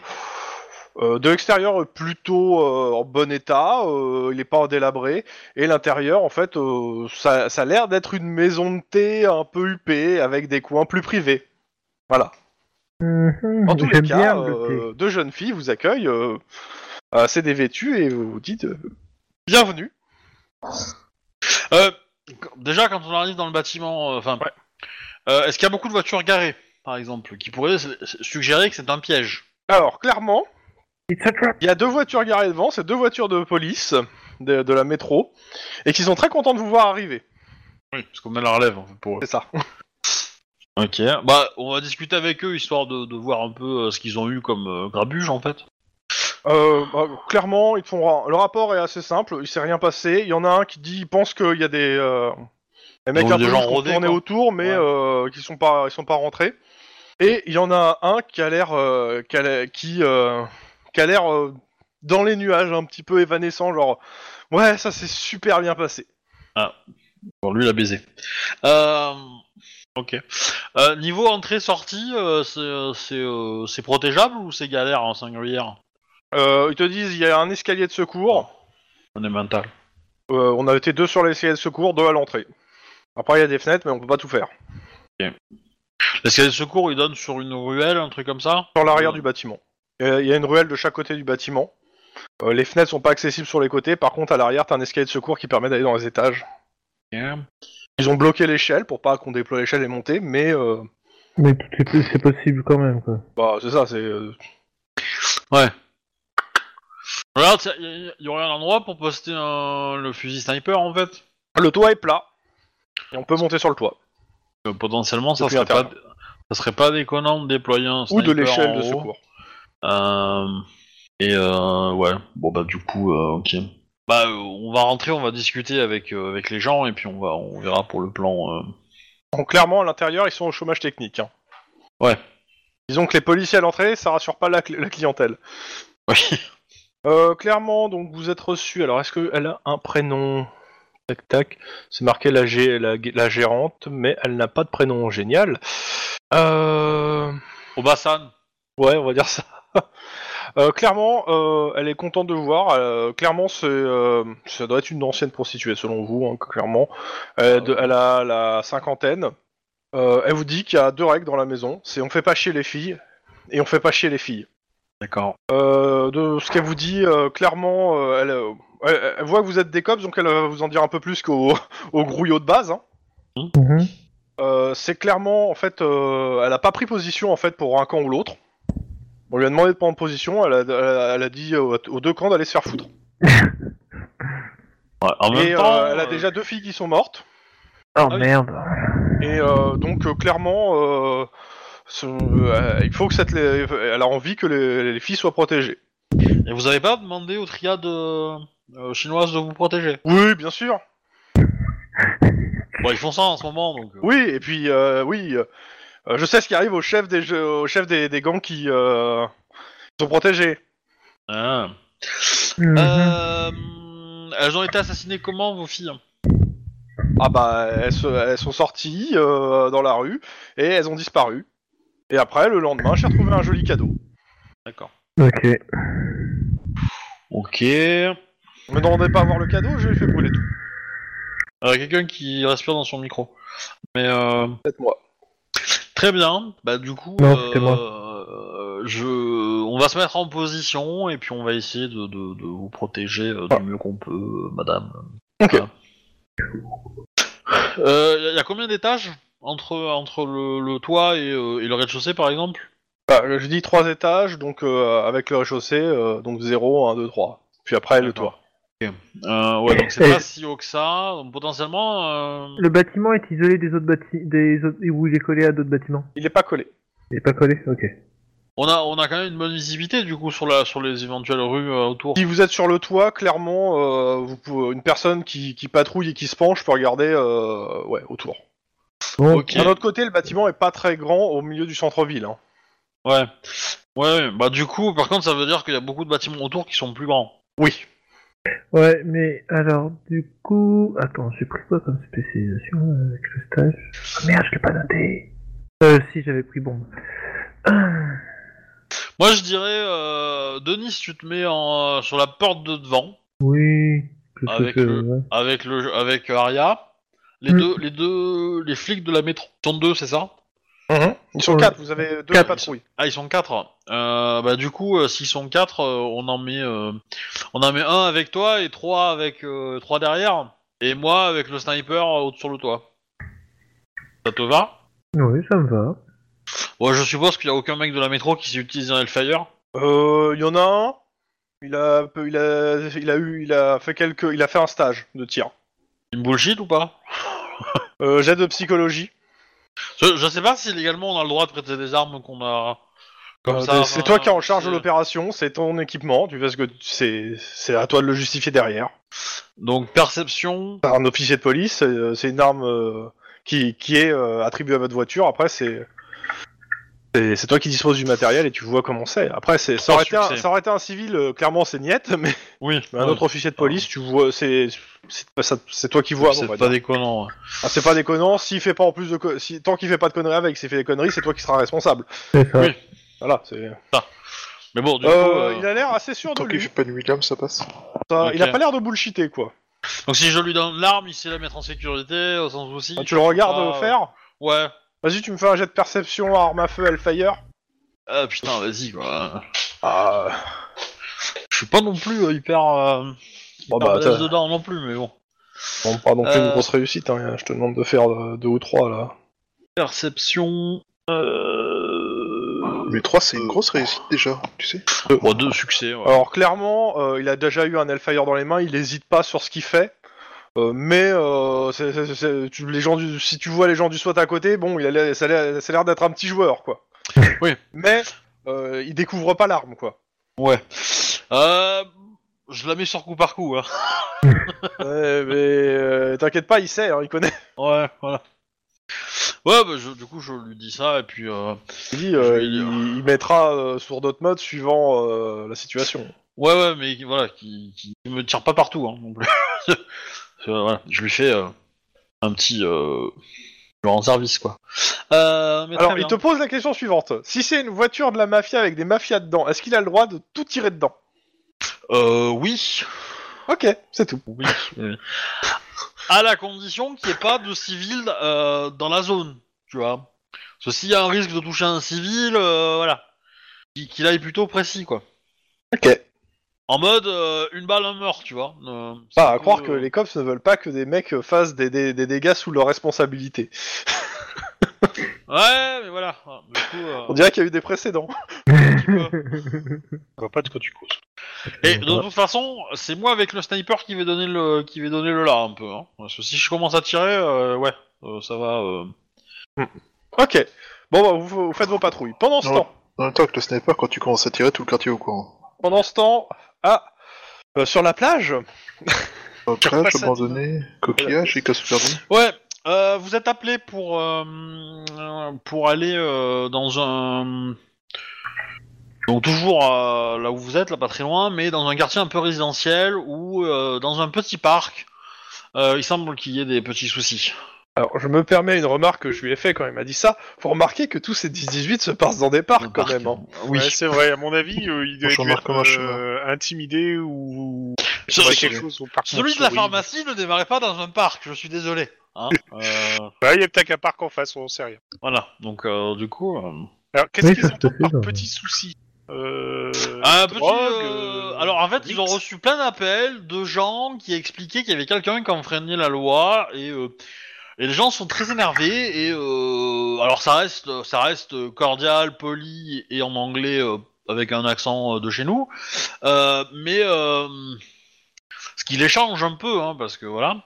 Speaker 2: euh, de l'extérieur est plutôt euh, en bon état, euh, il n'est pas délabré, et l'intérieur, en fait, euh, ça, ça a l'air d'être une maison de thé un peu huppée, avec des coins plus privés. Voilà.
Speaker 3: Mhm,
Speaker 2: En tous les
Speaker 3: J'aime
Speaker 2: cas,
Speaker 3: bien
Speaker 2: euh,
Speaker 3: le thé.
Speaker 2: deux jeunes filles vous accueillent euh, assez dévêtues et vous dites euh, bienvenue.
Speaker 1: Euh, qu- déjà, quand on arrive dans le bâtiment, euh, enfin, euh, est-ce qu'il y a beaucoup de voitures garées, par exemple, qui pourraient s- s- suggérer que c'est un piège
Speaker 2: Alors, clairement,
Speaker 3: It's a trap.
Speaker 2: Il y a deux voitures garées devant, c'est deux voitures de police de, de la métro, et qui sont très contents de vous voir arriver.
Speaker 1: Oui, parce qu'on met la relève en fait, pour eux.
Speaker 2: C'est ça.
Speaker 1: Ok, bah, on va discuter avec eux histoire de, de voir un peu euh, ce qu'ils ont eu comme euh, grabuge en fait.
Speaker 2: Euh, bah, clairement, ils te font ra- le rapport est assez simple. Il s'est rien passé. Il y en a un qui dit, il pense qu'il y a des, euh, des mecs
Speaker 1: Ils ont
Speaker 2: un
Speaker 1: eu des
Speaker 2: peu
Speaker 1: gens
Speaker 2: qui ont
Speaker 1: rodés,
Speaker 2: tourné
Speaker 1: quoi.
Speaker 2: autour, mais
Speaker 1: Ouais.
Speaker 2: euh, qui sont pas, ils sont pas rentrés. Et il y en a un qui a l'air, euh, qui, a l'air- qui, euh, qui a l'air euh, dans les nuages, un petit peu évanescent, genre ouais, ça s'est super bien passé.
Speaker 1: Bon, lui, il a baisé. Euh, ok. Euh, niveau entrée-sortie, euh, c'est euh, c'est, euh, c'est protégeable ou c'est galère en singulière
Speaker 2: Euh, ils te disent, il y a un escalier de secours.
Speaker 1: On est mental.
Speaker 2: Euh, on a été deux sur l'escalier de secours, deux à l'entrée. Après, il y a des fenêtres, mais on peut pas tout faire.
Speaker 1: Est-ce qu'il y a des secours Ils donnent sur une ruelle, un truc comme ça
Speaker 2: Sur l'arrière du bâtiment. Euh, Il y a une ruelle de chaque côté du bâtiment. Euh, les fenêtres sont pas accessibles sur les côtés. Par contre, à l'arrière, t'as un escalier de secours qui permet d'aller dans les étages.
Speaker 1: Ok.
Speaker 2: Ils ont bloqué l'échelle pour pas qu'on déploie l'échelle et monter, mais euh,
Speaker 3: Mais tout est- c'est possible quand même, quoi.
Speaker 2: bah c'est ça, c'est euh,
Speaker 1: Regarde, il y, aurait un endroit pour poster un- le fusil sniper en fait.
Speaker 2: le toit est plat et on peut monter sur le toit
Speaker 1: Euh, potentiellement, ça
Speaker 2: Depuis
Speaker 1: serait, pas,
Speaker 2: l'intérieur.
Speaker 1: ça serait pas déconnant de déployer un
Speaker 2: ou
Speaker 1: sniper
Speaker 2: de l'échelle
Speaker 1: en
Speaker 2: de
Speaker 1: haut.
Speaker 2: secours.
Speaker 1: Euh, et euh, ouais, bon bah du coup, euh, ok. Bah, euh, on va rentrer, on va discuter avec euh, avec les gens et puis on va on verra pour le plan. euh.
Speaker 2: Donc clairement, à l'intérieur, ils sont au chômage technique. hein.
Speaker 1: Ouais.
Speaker 2: Disons que les policiers à l'entrée, ça rassure pas la, cl- la clientèle.
Speaker 1: Oui.
Speaker 2: Euh, clairement, donc vous êtes reçu. Alors, est-ce qu'elle a un prénom Tac tac. C'est marqué la, gé- la, gé- la gérante, mais elle n'a pas de prénom. Génial. Euh...
Speaker 1: Obasan.
Speaker 2: Ouais, on va dire ça. Euh, clairement, euh, elle est contente de vous voir. Euh, clairement, c'est, euh, ça doit être une ancienne prostituée, selon vous, hein, clairement. Elle, a de- elle a la cinquantaine. Euh, elle vous dit qu'il y a deux règles dans la maison. C'est on fait pas chier les filles et on fait pas chier les filles.
Speaker 1: D'accord.
Speaker 2: Euh, de ce qu'elle vous dit, euh, clairement, euh, elle, euh, elle- elle voit que vous êtes des cops, donc elle va vous en dire un peu plus qu'au au grouillot de base. hein.
Speaker 3: Mhm.
Speaker 2: Euh, c'est clairement, en fait, euh, elle a pas pris position en fait pour un camp ou l'autre. On lui a demandé de prendre position, elle a, elle a- elle a dit aux, aux deux camps d'aller se faire foutre.
Speaker 1: Ouais, en même
Speaker 2: Et euh,
Speaker 1: temps,
Speaker 2: elle a
Speaker 1: euh,
Speaker 2: déjà deux filles qui sont mortes.
Speaker 3: Oh
Speaker 1: oui.
Speaker 3: merde.
Speaker 2: Et euh, donc euh, clairement, euh, ce- euh, il faut que cette, elle a envie que les, les filles soient protégées.
Speaker 1: Et vous avez pas demandé aux triades euh, euh, chinoises de vous protéger
Speaker 2: Oui, bien sûr.
Speaker 1: Bon, ils font ça en ce moment, donc. euh,
Speaker 2: Oui, et puis euh, oui, euh, je sais ce qui arrive au chef des jeux- au chef des, des gangs qui euh, Ils sont protégés.
Speaker 1: Ah.
Speaker 3: Mhm.
Speaker 1: Euh, elles ont été assassinées comment, vos filles
Speaker 2: Ah bah, elles, se- elles sont sorties euh, dans la rue et elles ont disparu. Et après, le lendemain, j'ai retrouvé un joli cadeau.
Speaker 1: D'accord.
Speaker 3: Ok.
Speaker 1: Ok. Euh,
Speaker 2: Me demandez pas à voir le cadeau, je lui ai fait brûler tout.
Speaker 1: Euh, Quelqu'un qui respire dans son micro. Mais euh,
Speaker 2: Peut-être moi.
Speaker 1: très bien. Bah du coup,
Speaker 3: Non,
Speaker 1: euh,
Speaker 3: c'était moi.
Speaker 1: euh, je, on va se mettre en position et puis on va essayer de, de- de vous protéger euh, du mieux qu'on peut, euh, Madame.
Speaker 2: Ok.
Speaker 1: Il Euh, y, a combien d'étages entre entre le, le toit et, euh, et le rez-de-chaussée par exemple
Speaker 2: Bah, je dis trois étages, donc euh, avec le rez-de-chaussée, euh, donc 0, 1, 2, 3. Puis après, le toit.
Speaker 1: D'accord. Euh, ouais, donc c'est
Speaker 3: Et-
Speaker 1: pas si haut que ça. Donc, potentiellement, euh,
Speaker 3: Le bâtiment est isolé des autres bâtiments, des autres... où il est collé à d'autres bâtiments.
Speaker 2: Il est pas collé.
Speaker 3: Il est pas collé Ok.
Speaker 1: on a on a quand même une bonne visibilité du coup sur la sur les éventuelles rues euh, autour.
Speaker 2: Si vous êtes sur le toit, clairement, euh, vous pouvez- une personne qui, qui patrouille et qui se penche peut regarder euh, ouais, autour.
Speaker 3: Bon,
Speaker 1: Ok.
Speaker 2: D'un autre côté, le bâtiment est pas très grand au milieu du centre-ville. hein.
Speaker 1: Ouais. Ouais. Bah du coup, par contre, ça veut dire qu'il y a beaucoup de bâtiments autour qui sont plus grands.
Speaker 2: Oui.
Speaker 3: ouais, mais alors, du coup... Attends, j'ai pris quoi comme spécialisation euh, avec le stage Ah, Merde, je l'ai pas noté Euh, si, j'avais pris Ah, bombe.
Speaker 1: Moi, je dirais, euh, Denis, tu te mets en, euh, sur la porte de devant
Speaker 3: Oui... quelque chose
Speaker 1: Avec
Speaker 3: que-
Speaker 1: le-
Speaker 3: ouais.
Speaker 1: avec le avec euh, Aria. Les
Speaker 3: Mm.
Speaker 1: deux les deux les flics de la métro sont deux, c'est ça
Speaker 2: Ils sont
Speaker 3: Ouais.
Speaker 2: quatre, vous avez deux
Speaker 3: Quatre.
Speaker 2: patrouilles.
Speaker 1: Ah, ils sont quatre. Euh, bah du coup, euh, s'ils sont quatre, euh, on en met, euh, on en met un avec toi et trois avec euh, trois derrière et moi avec le sniper euh, au- sur le toit. Ça te va
Speaker 3: Oui, ça me va.
Speaker 1: Ouais, je suppose qu'il y a aucun mec de la métro qui s'est utilisé un Hellfire.
Speaker 2: Euh, Il y en a un. Il a, il a, il a eu, il a fait quelques, il a fait un stage de tir.
Speaker 1: Il me bullshit ou pas
Speaker 2: Euh, jet de psychologie.
Speaker 1: je, je sais pas si légalement on a le droit de prêter des armes qu'on a comme
Speaker 2: Euh,
Speaker 1: ça. hein,
Speaker 2: c'est toi qui es en charge de
Speaker 1: l'opération.
Speaker 2: l'opération, c'est ton équipement. Tu fais ce que, tu- c'est, c'est à toi de le justifier derrière.
Speaker 1: Donc perception.
Speaker 2: par un officier de police, euh, c'est une arme euh, qui, qui est euh, attribuée à votre voiture. Après, c'est c'est c'est toi qui disposes du matériel et tu vois comment c'est. Après, c'est ça,
Speaker 1: Trois
Speaker 2: aurait été un-
Speaker 1: Ah, succès.
Speaker 2: ça aurait été un civil, euh, clairement, c'est niette, mais
Speaker 1: Oui.
Speaker 2: un autre officier de police, tu vois, c'est c'est pas ça- c'est toi qui vois.
Speaker 1: C'est
Speaker 2: on va
Speaker 1: pas
Speaker 2: dire.
Speaker 1: déconnant. hein. ouais.
Speaker 2: Ah, C'est pas déconnant. S'il fait pas en plus de co- si, tant qu'il fait pas de conneries avec, s'il fait des conneries, c'est toi qui seras responsable.
Speaker 3: C'est ça.
Speaker 1: Oui.
Speaker 2: Voilà. c'est-
Speaker 1: Mais bon, du coup.
Speaker 2: Euh,
Speaker 1: euh,
Speaker 2: Il a l'air assez sûr de
Speaker 4: Tant qu'il
Speaker 2: lui.
Speaker 4: fait pas de William, ça passe.
Speaker 2: Ça- Il a
Speaker 1: Ok.
Speaker 2: pas l'air de bullshiter quoi.
Speaker 1: Donc si je lui donne l'arme, il sait la mettre en sécurité euh, sans souci.
Speaker 2: Tu le regardes
Speaker 1: Ah,
Speaker 2: euh, faire.
Speaker 1: Ouais.
Speaker 2: Vas-y, tu me fais un jet de perception arme à feu Hellfire.
Speaker 1: Ah putain, vas-y quoi.
Speaker 2: Ah,
Speaker 1: Je suis pas non plus euh, hyper, euh, hyper
Speaker 2: Bon, bah,
Speaker 1: balèze
Speaker 2: t'as-
Speaker 1: dedans non plus, mais bon.
Speaker 2: bon, pas non plus
Speaker 1: Euh.
Speaker 2: une grosse réussite, hein. je te demande de faire euh, deux ou trois là.
Speaker 1: Perception. Euh...
Speaker 4: Mais 3, c'est une grosse réussite déjà, tu sais.
Speaker 1: Bon, deux succès. Ouais.
Speaker 2: Euh, Alors clairement, euh, il a déjà eu un Hellfire dans les mains, il n'hésite pas sur ce qu'il fait. euh, mais euh, c'est- c'est- c'est- tu- les gens du, si tu vois les gens du SWAT à côté, bon, il a l'air- ça a l'air ça a l'air d'être un petit joueur quoi.
Speaker 1: Oui.
Speaker 2: Mais euh, il découvre pas l'arme quoi.
Speaker 1: ouais. Euh, je la mets sur coup par coup. Hein.
Speaker 2: Ouais, mais euh, t'inquiète pas, il sait, hein, il connaît.
Speaker 1: Ouais, voilà. Ouais, bah, je- du coup, je lui dis ça et puis. Euh...
Speaker 2: Il, dit, euh,
Speaker 1: Je vais
Speaker 2: il,
Speaker 1: dire.
Speaker 2: il mettra euh, sur d'autres modes suivant euh, la situation.
Speaker 1: Ouais, ouais, mais qui- voilà, qui, qui qui me tire pas partout. Hein, non plus. Parce que, voilà, je lui fais euh, un petit. Euh... je rends service quoi. Euh, mais
Speaker 2: Alors,
Speaker 1: très
Speaker 2: il te
Speaker 1: bien.
Speaker 2: pose la question suivante. Si c'est une voiture de la mafia avec des mafias dedans, est-ce qu'il a le droit de tout tirer dedans
Speaker 1: Euh, oui.
Speaker 2: Ok, c'est tout.
Speaker 1: Oui, oui. À la condition qu'il n'y ait pas de civil euh, dans la zone, tu vois. Parce que s'il y a un risque de toucher un civil, euh, voilà. Qu'il qu'il aille plutôt précis, quoi.
Speaker 2: Ok.
Speaker 1: En mode euh, une balle, un meurtre, tu vois. Euh, c'est
Speaker 2: Bah, à
Speaker 1: un peu,
Speaker 2: croire que
Speaker 1: euh,
Speaker 2: les cops ne veulent pas que des mecs fassent des, des- des dégâts sous leur responsabilité.
Speaker 1: Ouais, mais voilà. Du coup, euh,
Speaker 2: On dirait qu'il y a eu des précédents.
Speaker 1: un petit peu.
Speaker 5: Je vois pas de quoi tu causes.
Speaker 1: Et de toute façon, c'est moi avec le sniper qui vais donner le, qui vais donner le là un peu. Hein. Parce que si je commence à tirer, euh, ouais, euh, ça va. euh.
Speaker 2: Ok. Bon, bah, vous, vous faites vos patrouilles. Pendant ce
Speaker 4: Ouais.
Speaker 2: temps,
Speaker 4: En même temps que le sniper, quand tu commences à tirer, tout le quartier est au courant.
Speaker 2: pendant ce temps, ah, euh, sur la plage,
Speaker 4: Donc
Speaker 5: Tu
Speaker 4: là,
Speaker 5: repasses
Speaker 4: je
Speaker 5: ça,
Speaker 4: abandonné, coquillage et casse perdu.
Speaker 1: Ouais, euh, vous êtes appelé pour euh, euh, pour aller euh, dans un Donc toujours euh, là où vous êtes, là pas très loin, mais dans un quartier un peu résidentiel ou euh, dans un petit parc. Euh, il semble qu'il y ait des petits soucis.
Speaker 2: Alors, je me permets une remarque que je lui ai fait quand il m'a dit ça. Faut remarquer que tous ces 18 se passent dans des parcs
Speaker 1: Dans le
Speaker 2: quand
Speaker 1: parc.
Speaker 2: même. hein.
Speaker 1: Oui.
Speaker 5: Ouais, c'est vrai, à mon avis, euh, il doit
Speaker 4: Bonjour,
Speaker 5: dû être
Speaker 4: Marc, comment je
Speaker 5: euh, intimidé ou
Speaker 1: Ce-
Speaker 5: Ouais,
Speaker 1: ce-
Speaker 5: quelque chose au parc
Speaker 1: celui de
Speaker 5: Montsouris.
Speaker 1: la pharmacie ne démarrait pas dans un parc, je suis désolé. Hein Euh,
Speaker 5: Ouais, Bah, il y a peut-être un parc en face, on sait rien.
Speaker 1: voilà, donc euh, du coup... euh,
Speaker 5: Alors, qu'est-ce
Speaker 3: Oui,
Speaker 5: qu'ils
Speaker 3: ça se
Speaker 5: entendent
Speaker 3: fait,
Speaker 5: par
Speaker 3: ça.
Speaker 5: petit souci euh,
Speaker 1: Un Ah, petit,
Speaker 5: drogue,
Speaker 1: euh, Alors en fait, ils ont
Speaker 5: X.
Speaker 1: reçu plein d'appels de gens qui expliquaient qu'il y avait quelqu'un qui enfreignait la loi et euh, et les gens sont très énervés et euh, alors ça reste ça reste cordial, poli et en anglais euh, avec un accent euh, de chez nous, Euh, mais euh, ce qui les change un peu hein, parce que voilà.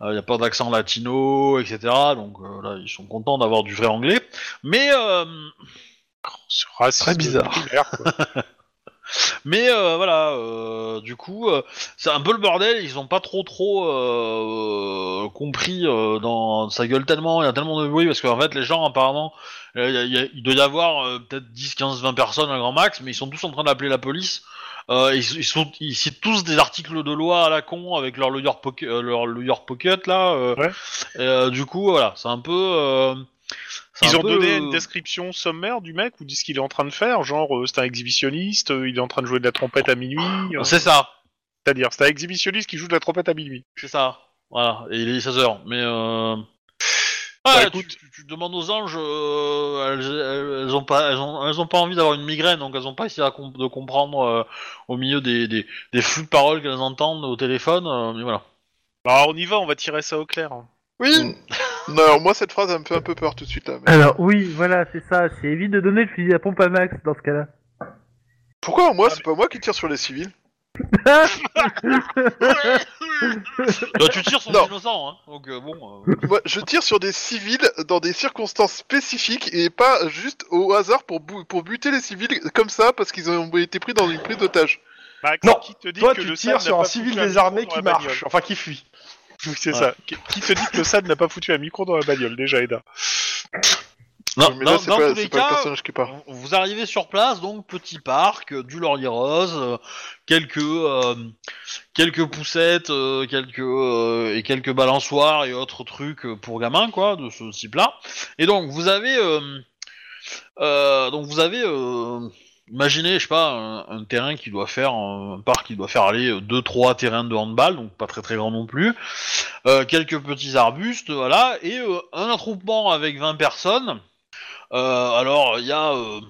Speaker 1: euh, Il n'y a pas d'accent latino, etc. Donc euh, là, ils sont contents d'avoir du vrai anglais. Mais euh,
Speaker 5: Ce racisme
Speaker 2: Très bizarre.
Speaker 5: populaire, quoi.
Speaker 1: Mais euh, voilà, euh, du coup, euh, c'est un peu le bordel. Ils ont pas trop trop euh, compris euh, dans sa gueule tellement. Il y a tellement de bruit parce qu'en fait, les gens apparemment, euh, il y a- il y a- il doit y avoir euh, peut-être 10, 15, 20 personnes un grand max, mais ils sont tous en train d'appeler la police. Euh, ils, ils sont, ils citent tous des articles de loi à la con avec leur lawyer pocket, leur lawyer pocket là. euh.
Speaker 5: Ouais.
Speaker 1: Et, euh, du coup, voilà, c'est un peu. euh, c'est
Speaker 5: Ils
Speaker 1: un
Speaker 5: ont
Speaker 1: peu,
Speaker 5: donné
Speaker 1: euh,
Speaker 5: une description sommaire du mec ou disent ce qu'il est en train de faire, genre euh, c'est un exhibitionniste, euh, il est en train de jouer de la trompette à minuit. euh,
Speaker 1: C'est ça.
Speaker 5: C'est-à-dire, c'est un exhibitionniste qui joue de la trompette à minuit.
Speaker 1: C'est ça. Voilà. Et il est 16h. Mais. Euh...
Speaker 5: Bah,
Speaker 1: ouais,
Speaker 5: écoute.
Speaker 1: tu, tu- tu demandes aux anges, euh, elles, elles- elles ont pas, elles ont, elles ont pas envie d'avoir une migraine, donc elles ont pas essayé à com- de comprendre euh, au milieu des, des, des flux de paroles qu'elles entendent au téléphone, euh, mais voilà.
Speaker 5: Bah, on y va, on va tirer ça au clair. hein.
Speaker 1: Oui.
Speaker 4: Mm. Non, alors moi cette phrase elle me fait un peu peur tout de suite là. mais-
Speaker 3: Alors oui, voilà, c'est ça. C'est évite de donner le fusil à pompe à Max dans ce cas-là.
Speaker 4: Pourquoi
Speaker 5: Ah,
Speaker 4: moi c'est pas moi qui tire sur les civils
Speaker 1: Bah, tu tires sur
Speaker 4: Non.
Speaker 1: les innocents, hein. Donc euh, bon. euh,
Speaker 4: Moi je tire sur des civils dans des circonstances spécifiques et pas juste au hasard pour, bu- pour buter les civils comme ça parce qu'ils ont été pris dans une prise d'otage.
Speaker 5: Max,
Speaker 2: Non,
Speaker 5: Bah, qui te dit
Speaker 2: Toi,
Speaker 5: que
Speaker 2: tu
Speaker 5: le
Speaker 2: tires
Speaker 5: SAD
Speaker 2: sur
Speaker 5: n'a
Speaker 2: un
Speaker 5: pas
Speaker 2: civil
Speaker 5: foutu un
Speaker 2: désarmé
Speaker 5: micro
Speaker 2: qui
Speaker 5: dans la
Speaker 2: marche,
Speaker 5: bagnole
Speaker 2: enfin qui fuit.
Speaker 5: Oui, c'est ça. Qui qui te dit que le SAD n'a pas foutu un micro dans la bagnole, déjà, Eda
Speaker 1: Non,
Speaker 4: mais
Speaker 1: dans,
Speaker 4: là c'est
Speaker 1: dans
Speaker 4: pas,
Speaker 1: tous les
Speaker 4: c'est pas le
Speaker 1: cas,
Speaker 4: personnage qui part.
Speaker 1: vous- vous arrivez sur place, donc petit parc, euh, du laurier rose, euh, quelques euh, quelques poussettes, euh, quelques euh, et quelques balançoires et autres trucs euh, pour gamins quoi, de ce type-là. Et donc vous avez euh, euh, donc vous avez euh, imaginez je sais pas un, un terrain qui doit faire un, un parc qui doit faire aller euh, deux trois terrains de handball donc pas très très grand non plus, Euh, quelques petits arbustes voilà et euh, un attroupement avec 20 personnes. Euh, alors il y a euh,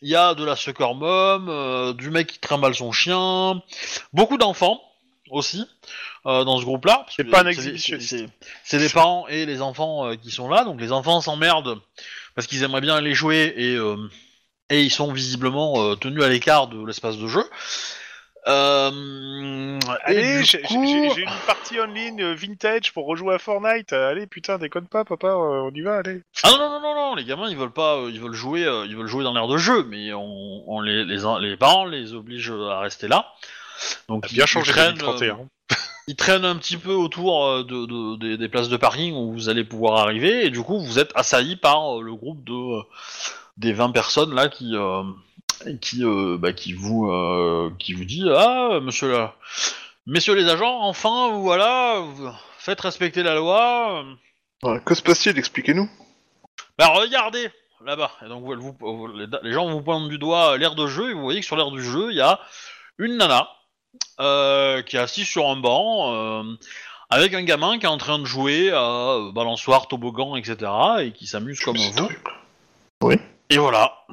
Speaker 1: il y a de la soccer mom, euh, du mec qui trimballe son chien, beaucoup d'enfants aussi euh, dans ce groupe-là. parce
Speaker 5: C'est
Speaker 1: que
Speaker 5: pas un
Speaker 1: des-
Speaker 5: exhibitionniste.
Speaker 1: c'est- C'est les parents et les enfants euh, qui sont là, donc les enfants s'emmerdent parce qu'ils aimeraient bien aller jouer et euh, et ils sont visiblement euh, tenus à l'écart de l'espace de jeu. Euh, et
Speaker 5: Allez,
Speaker 1: du
Speaker 5: j'ai
Speaker 1: coup-
Speaker 5: j'ai- j'ai une partie en ligne euh, vintage pour rejouer à Fortnite. Euh, Allez, putain, déconne pas, papa, euh, on y va, allez.
Speaker 1: Ah non, non, non, non, les gamins ils veulent pas, euh, ils veulent jouer, euh, ils veulent jouer dans l'air de jeu, mais on, on les, les, les parents les obligent à rester là. Donc ils- ils traînent, euh, ils traînent un petit peu autour euh, de, de- des- des places de parking où vous allez pouvoir arriver, et du coup vous êtes assaillis par euh, le groupe de euh, des 20 personnes là qui euh, qui euh, bah, qui vous euh, qui vous dit ah monsieur la- messieurs les agents enfin voilà vous- faites respecter la loi. euh,
Speaker 4: Ouais, que se passe-t-il Expliquez-nous.
Speaker 1: bah regardez là-bas. Et donc vous- vous- vous- les, les gens vous pointent du doigt euh, l'air de jeu et vous voyez que sur l'air du jeu, il y a une nana euh, qui est assise sur un banc euh, avec un gamin qui est en train de jouer à euh, balançoire, toboggan, etc. et qui s'amuse comme vous. Et voilà.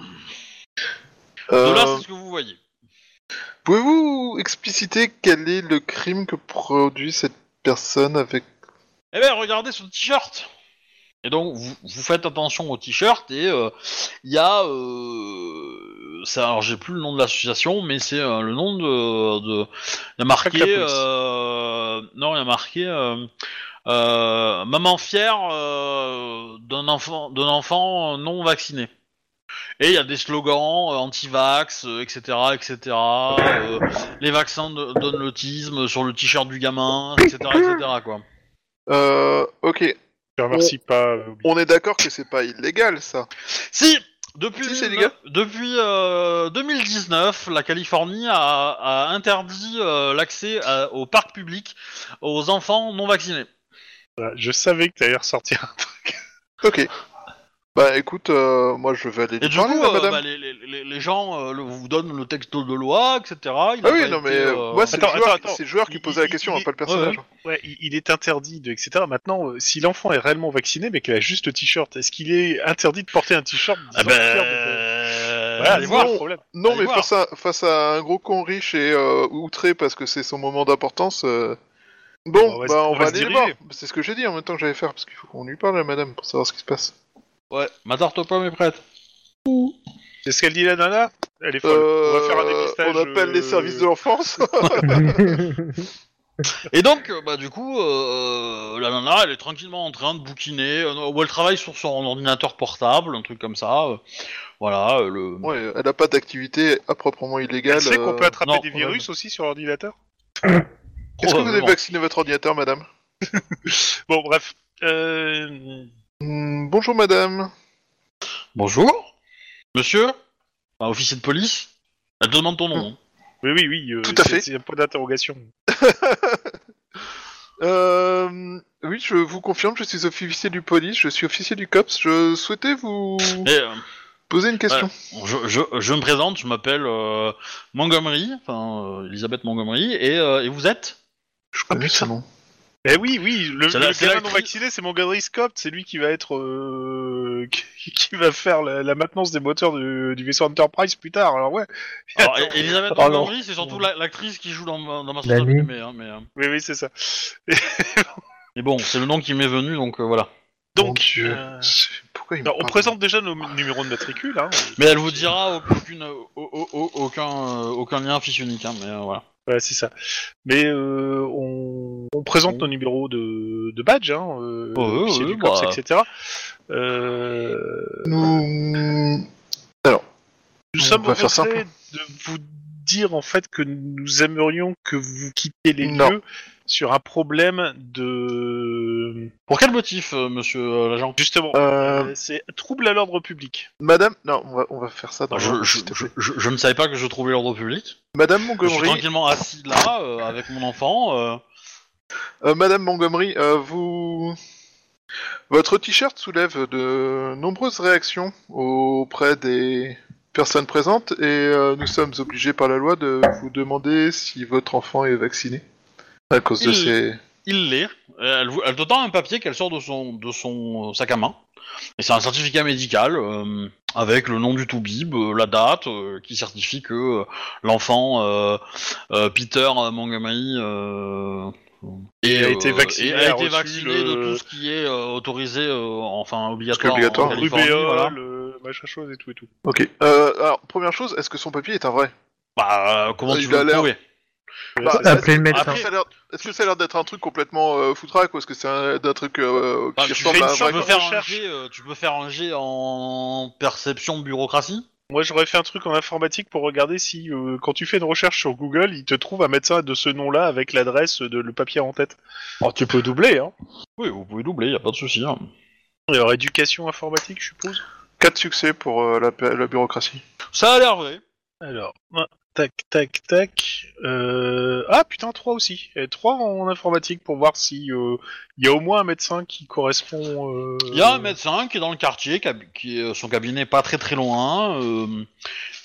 Speaker 1: De là,
Speaker 4: Euh,
Speaker 1: c'est ce que vous voyez.
Speaker 4: Pouvez-vous expliciter quel est le crime que produit cette personne avec
Speaker 1: Eh ben regardez ce t-shirt. Et donc vous, vous faites attention au t-shirt et euh, il y a euh, ça alors j'ai plus le nom de l'association mais c'est euh, le nom de de il y a marqué
Speaker 5: Avec la police.
Speaker 1: euh, non il y a marqué euh, euh, maman fière euh, d'un enfant d'un enfant non vacciné. Et il y a des slogans euh, anti-vax, euh, etc., etc. euh, les vaccins de- donnent l'autisme sur le t-shirt du gamin, etc., etc. Quoi.
Speaker 4: Euh, ok,
Speaker 5: Je te remercie pas. euh,
Speaker 4: on est d'accord que c'est pas illégal ça.
Speaker 1: Si Depuis,
Speaker 4: Si, c'est
Speaker 1: 2009
Speaker 4: légal.
Speaker 1: depuis euh, 2019, la Californie a, a interdit euh, l'accès à- aux parcs publics aux enfants non vaccinés.
Speaker 5: Voilà, Je savais que t'allais ressortir un truc.
Speaker 4: Ok. Bah écoute, euh, moi je vais aller
Speaker 1: Et
Speaker 4: lui
Speaker 1: du
Speaker 4: parler,
Speaker 1: coup,
Speaker 4: là,
Speaker 1: euh,
Speaker 4: madame.
Speaker 1: bah, les, les- les- les gens euh, le- vous donnent le texte de loi, etc. Il a
Speaker 4: ah oui,
Speaker 1: pas
Speaker 4: non
Speaker 1: été,
Speaker 4: mais
Speaker 1: euh,
Speaker 4: moi c'est le,
Speaker 5: Attends,
Speaker 4: joueur-
Speaker 5: attends, attends.
Speaker 4: c'est le joueur qui
Speaker 5: Il-
Speaker 4: posait la
Speaker 5: il-
Speaker 4: question,
Speaker 5: il-
Speaker 4: hein, pas le personnage.
Speaker 5: Ouais, il, il est interdit de etc. Maintenant, euh, si l'enfant est réellement vacciné, mais qu'il a juste le t-shirt, est-ce qu'il est interdit de porter un t-shirt disant
Speaker 1: Ah bah,
Speaker 5: fier de-
Speaker 1: euh,
Speaker 5: Voilà,
Speaker 1: allez
Speaker 5: c'est
Speaker 1: voir.
Speaker 5: ça le problème.
Speaker 4: Non
Speaker 1: Allez
Speaker 4: mais
Speaker 1: voir.
Speaker 4: face à, face à un gros con riche et euh, outré parce que c'est son moment d'importance... euh, Bon,
Speaker 5: On va se-
Speaker 4: bah
Speaker 5: on
Speaker 4: on, va
Speaker 5: va se
Speaker 4: aller les voir.
Speaker 5: diriger.
Speaker 4: C'est ce que j'ai dit en même temps que j'allais faire, parce qu'il faut qu'on lui parle, à madame, pour savoir ce qui se passe.
Speaker 1: Ouais, ma tarte aux pommes est prête.
Speaker 5: C'est ce qu'elle dit la nana Elle est folle. on va faire un
Speaker 4: Euh,
Speaker 5: dépistage.
Speaker 4: on appelle les
Speaker 5: euh,
Speaker 4: services de l'enfance.
Speaker 1: Et donc, euh, bah du coup, euh, la nana, elle est tranquillement en train de bouquiner, euh, ou elle travaille sur son ordinateur portable, un truc comme ça. euh, voilà, euh, le...
Speaker 4: ouais, elle a pas d'activité à proprement illégale.
Speaker 5: Elle sait qu'on
Speaker 4: euh,
Speaker 5: peut attraper
Speaker 1: non,
Speaker 5: des
Speaker 1: probable.
Speaker 5: virus aussi sur l'ordinateur
Speaker 4: Est-ce que vous avez
Speaker 1: probablement.
Speaker 4: vacciné votre ordinateur, madame
Speaker 5: Bon, bref. Euh...
Speaker 4: Hmm, Bonjour, madame.
Speaker 1: Bonjour, monsieur, Enfin, officier de police. Elle te demande ton nom. hein.
Speaker 5: Oui, oui, oui. euh,
Speaker 4: Tout à
Speaker 5: c'est-
Speaker 4: fait.
Speaker 5: C'est un point d'interrogation.
Speaker 4: Euh, oui, je vous confirme, je suis officier du police, je suis officier du COPS. Je souhaitais vous
Speaker 1: Et, euh,
Speaker 4: poser une question.
Speaker 1: je, je, je me présente, je m'appelle euh, Montgomery, enfin euh, Elisabeth Montgomery, et, euh, et vous êtes
Speaker 4: Je connais ce nom.
Speaker 5: Eh oui, oui. Le,
Speaker 1: C'est la-
Speaker 5: le
Speaker 1: c'est
Speaker 5: gamin non
Speaker 1: l'actrice.
Speaker 5: vacciné, c'est mon Montgomery Scott. C'est lui qui va être. euh, qui qui va faire la, la maintenance des moteurs du, du vaisseau Enterprise plus tard. Alors, ouais.
Speaker 1: Alors,
Speaker 5: Attends.
Speaker 1: E- Elisabeth
Speaker 2: Oh non.
Speaker 1: Montgomery, c'est surtout la- l'actrice qui joue dans, ma- dans ma
Speaker 3: La
Speaker 1: sorte
Speaker 3: nuit.
Speaker 1: animée, hein, mais, euh,
Speaker 5: Oui, oui, c'est ça.
Speaker 1: mais bon, c'est le nom qui m'est venu, donc euh, voilà.
Speaker 4: Mon
Speaker 5: Donc.
Speaker 4: Dieu.
Speaker 5: euh,
Speaker 4: Pourquoi il me
Speaker 5: alors, on
Speaker 4: parle
Speaker 5: présente déjà nos numéros de matricule. Hein.
Speaker 1: Mais elle vous dira aucune, au- au- au- aucun, euh, aucun lien fiche unique, hein, mais euh, voilà.
Speaker 5: Ouais, c'est ça. Mais euh, on, on présente nos numéros de, de badge, hein, euh,
Speaker 1: Oh, oui,
Speaker 5: officier
Speaker 1: oui,
Speaker 5: du corps,
Speaker 1: bah.
Speaker 5: etc. Euh,
Speaker 4: Nous...
Speaker 5: nous
Speaker 4: On
Speaker 5: sommes
Speaker 4: va faire
Speaker 5: regrettés de vous dire en fait que nous aimerions que vous quittiez les
Speaker 4: Non.
Speaker 5: lieux sur un problème de
Speaker 1: Pour quel motif, euh, monsieur euh, l'agent
Speaker 5: justement.
Speaker 4: Euh,
Speaker 5: euh, C'est trouble à l'ordre public.
Speaker 4: madame, non, on va, on va faire ça dans
Speaker 1: Bah, je,
Speaker 4: le-
Speaker 1: je,
Speaker 4: s'il te
Speaker 1: je-
Speaker 4: plaît.
Speaker 1: je- je ne savais pas que je trouvais l'ordre public.
Speaker 4: Madame
Speaker 1: Je suis
Speaker 4: Montgomery,
Speaker 1: tranquillement assis là, euh, avec mon enfant. euh.
Speaker 4: Euh, Madame Montgomery, euh, vous... Votre t-shirt soulève de nombreuses réactions auprès des personnes présentes et euh, nous sommes obligés par la loi de vous demander si votre enfant est vacciné à cause de
Speaker 1: Il-
Speaker 4: ces...
Speaker 1: Il l'est. Euh, Elle, vous- elle te tend un papier qu'elle sort de son, de son euh, sac à main. Et c'est un certificat médical euh, avec le nom du toubib, euh, la date, euh, qui certifie que euh, l'enfant euh, euh, Peter Montgomery euh,
Speaker 5: Et a
Speaker 1: euh,
Speaker 5: été vacciné,
Speaker 1: et
Speaker 5: a
Speaker 1: a été
Speaker 5: reçu
Speaker 1: vacciné
Speaker 5: le-
Speaker 1: de tout ce qui est euh, autorisé, euh, enfin obligatoire.
Speaker 4: obligatoire.
Speaker 1: en Californie,
Speaker 5: Rubéole,
Speaker 1: voilà.
Speaker 5: euh, machin chose et tout et tout.
Speaker 4: Ok. Euh, alors, première chose, est-ce que son papier est un vrai
Speaker 1: Bah, euh, comment
Speaker 4: Il
Speaker 1: tu veux
Speaker 4: a
Speaker 1: le
Speaker 4: l'air-
Speaker 1: prouver
Speaker 5: Ouais,
Speaker 4: Bah,
Speaker 5: c'est ça.
Speaker 3: Appelez le médecin.
Speaker 4: Est-ce que ça a l'air- est-ce que ça a l'air d'être un truc complètement euh, foutraque ou est-ce que c'est un, d'un truc euh,
Speaker 1: Bah,
Speaker 4: qui
Speaker 1: tu
Speaker 4: ressemble
Speaker 5: fais
Speaker 4: à
Speaker 5: une
Speaker 1: Tu peux
Speaker 4: un vrai...
Speaker 5: Ouais,
Speaker 1: faire un
Speaker 5: recherche.
Speaker 1: jet, euh, tu peux faire un jet en perception bureaucratie
Speaker 5: Moi, j'aurais fait un truc en informatique pour regarder si, euh, quand tu fais une recherche sur Google, il te trouve un médecin de ce nom-là avec l'adresse de le papier en tête.
Speaker 2: Oh, tu peux doubler, hein.
Speaker 1: Oui, vous pouvez doubler, y a pas de souci. hein.
Speaker 5: Alors, éducation informatique, je suppose.
Speaker 4: Quatre succès pour euh, la, pa- la bureaucratie.
Speaker 1: Ça a l'air vrai.
Speaker 5: Alors, ah, tac, tac, tac. Euh... Ah putain, 3 aussi. Et 3 en informatique pour voir si euh, il y a au moins un médecin qui correspond. euh,
Speaker 1: Il y a un médecin qui est dans le quartier, qui a- qui est- euh, son cabinet est pas très très loin, euh,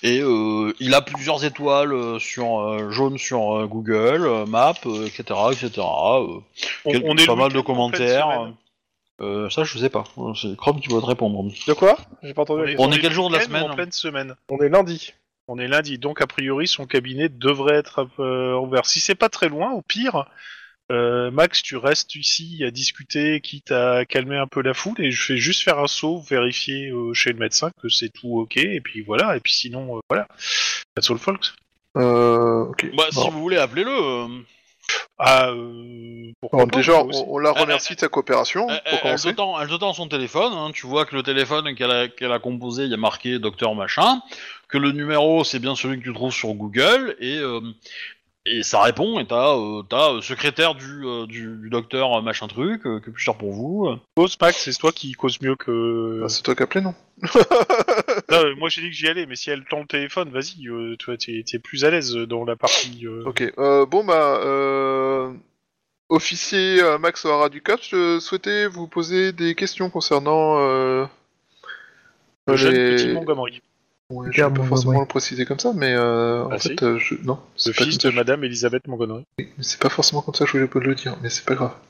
Speaker 1: et euh, il a plusieurs étoiles euh, sur euh, jaune sur euh, Google, euh, Map, euh, etc., etc. euh,
Speaker 5: On,
Speaker 1: quel-
Speaker 5: on est
Speaker 1: pas
Speaker 5: le
Speaker 1: mal de
Speaker 5: week-end en pleine
Speaker 1: commentaires.
Speaker 5: semaine.
Speaker 1: Euh, ça, je sais pas. C'est Chrome qui doit te répondre.
Speaker 2: De quoi J'ai pas
Speaker 5: On
Speaker 2: entendu.
Speaker 5: est,
Speaker 1: On
Speaker 5: on
Speaker 1: est
Speaker 5: est
Speaker 1: quel
Speaker 5: le
Speaker 1: jour de la
Speaker 5: week-end ou
Speaker 1: semaine hein
Speaker 5: En pleine semaine.
Speaker 2: On est lundi.
Speaker 5: On est lundi, donc a priori son cabinet devrait être euh, ouvert. Si c'est pas très loin, au pire, euh, Max, tu restes ici à discuter, quitte à calmer un peu la foule, et je vais juste faire un saut, vérifier euh, chez le médecin que c'est tout ok, et puis voilà, et puis sinon, euh, voilà. That's all folks.
Speaker 4: Euh, ok.
Speaker 1: Bah,
Speaker 4: Bon.
Speaker 1: si vous voulez, appelez-le. euh.
Speaker 5: Ah, euh, pourquoi
Speaker 4: Bon,
Speaker 5: pas,
Speaker 4: déjà,
Speaker 5: aussi.
Speaker 4: on, on la remercie de sa coopération
Speaker 1: Elle,
Speaker 4: pour
Speaker 1: elle- elle te
Speaker 4: commencer.
Speaker 1: tend, elle te tend euh, son téléphone, hein, tu vois que le téléphone qu'elle a, qu'elle a composé, il y a marqué docteur machin, que le numéro c'est bien celui que tu trouves sur Google, et, euh, et ça répond, et t'as euh, t'as, euh, secrétaire du, euh, du, du docteur euh, machin truc, euh, que puis-je faire pour vous euh.
Speaker 5: Cause, Max, c'est toi qui cause mieux que.
Speaker 4: Bah, c'est toi qui as appelé, non
Speaker 5: Non, euh, moi j'ai dit que j'y allais, mais si elle tend le téléphone, vas-y, euh, toi t'es t'es plus à l'aise dans la partie. euh,
Speaker 4: Ok, euh, bon bah, euh, officier euh, Max O'Hara du COPS, je souhaitais vous poser des questions concernant... Euh,
Speaker 5: le jeune
Speaker 4: les-
Speaker 5: petit Montgomery,
Speaker 4: Ouais, je
Speaker 3: Pierre
Speaker 4: vais pas
Speaker 3: Montgomery.
Speaker 4: forcément le préciser comme ça, mais euh,
Speaker 5: Ah,
Speaker 4: en fait,
Speaker 5: si.
Speaker 4: euh, je... non,
Speaker 5: le
Speaker 4: c'est pas,
Speaker 5: fils de Madame Elisabeth Montgomery.
Speaker 4: c'est pas forcément comme ça que je voulais pas le dire, mais c'est pas grave.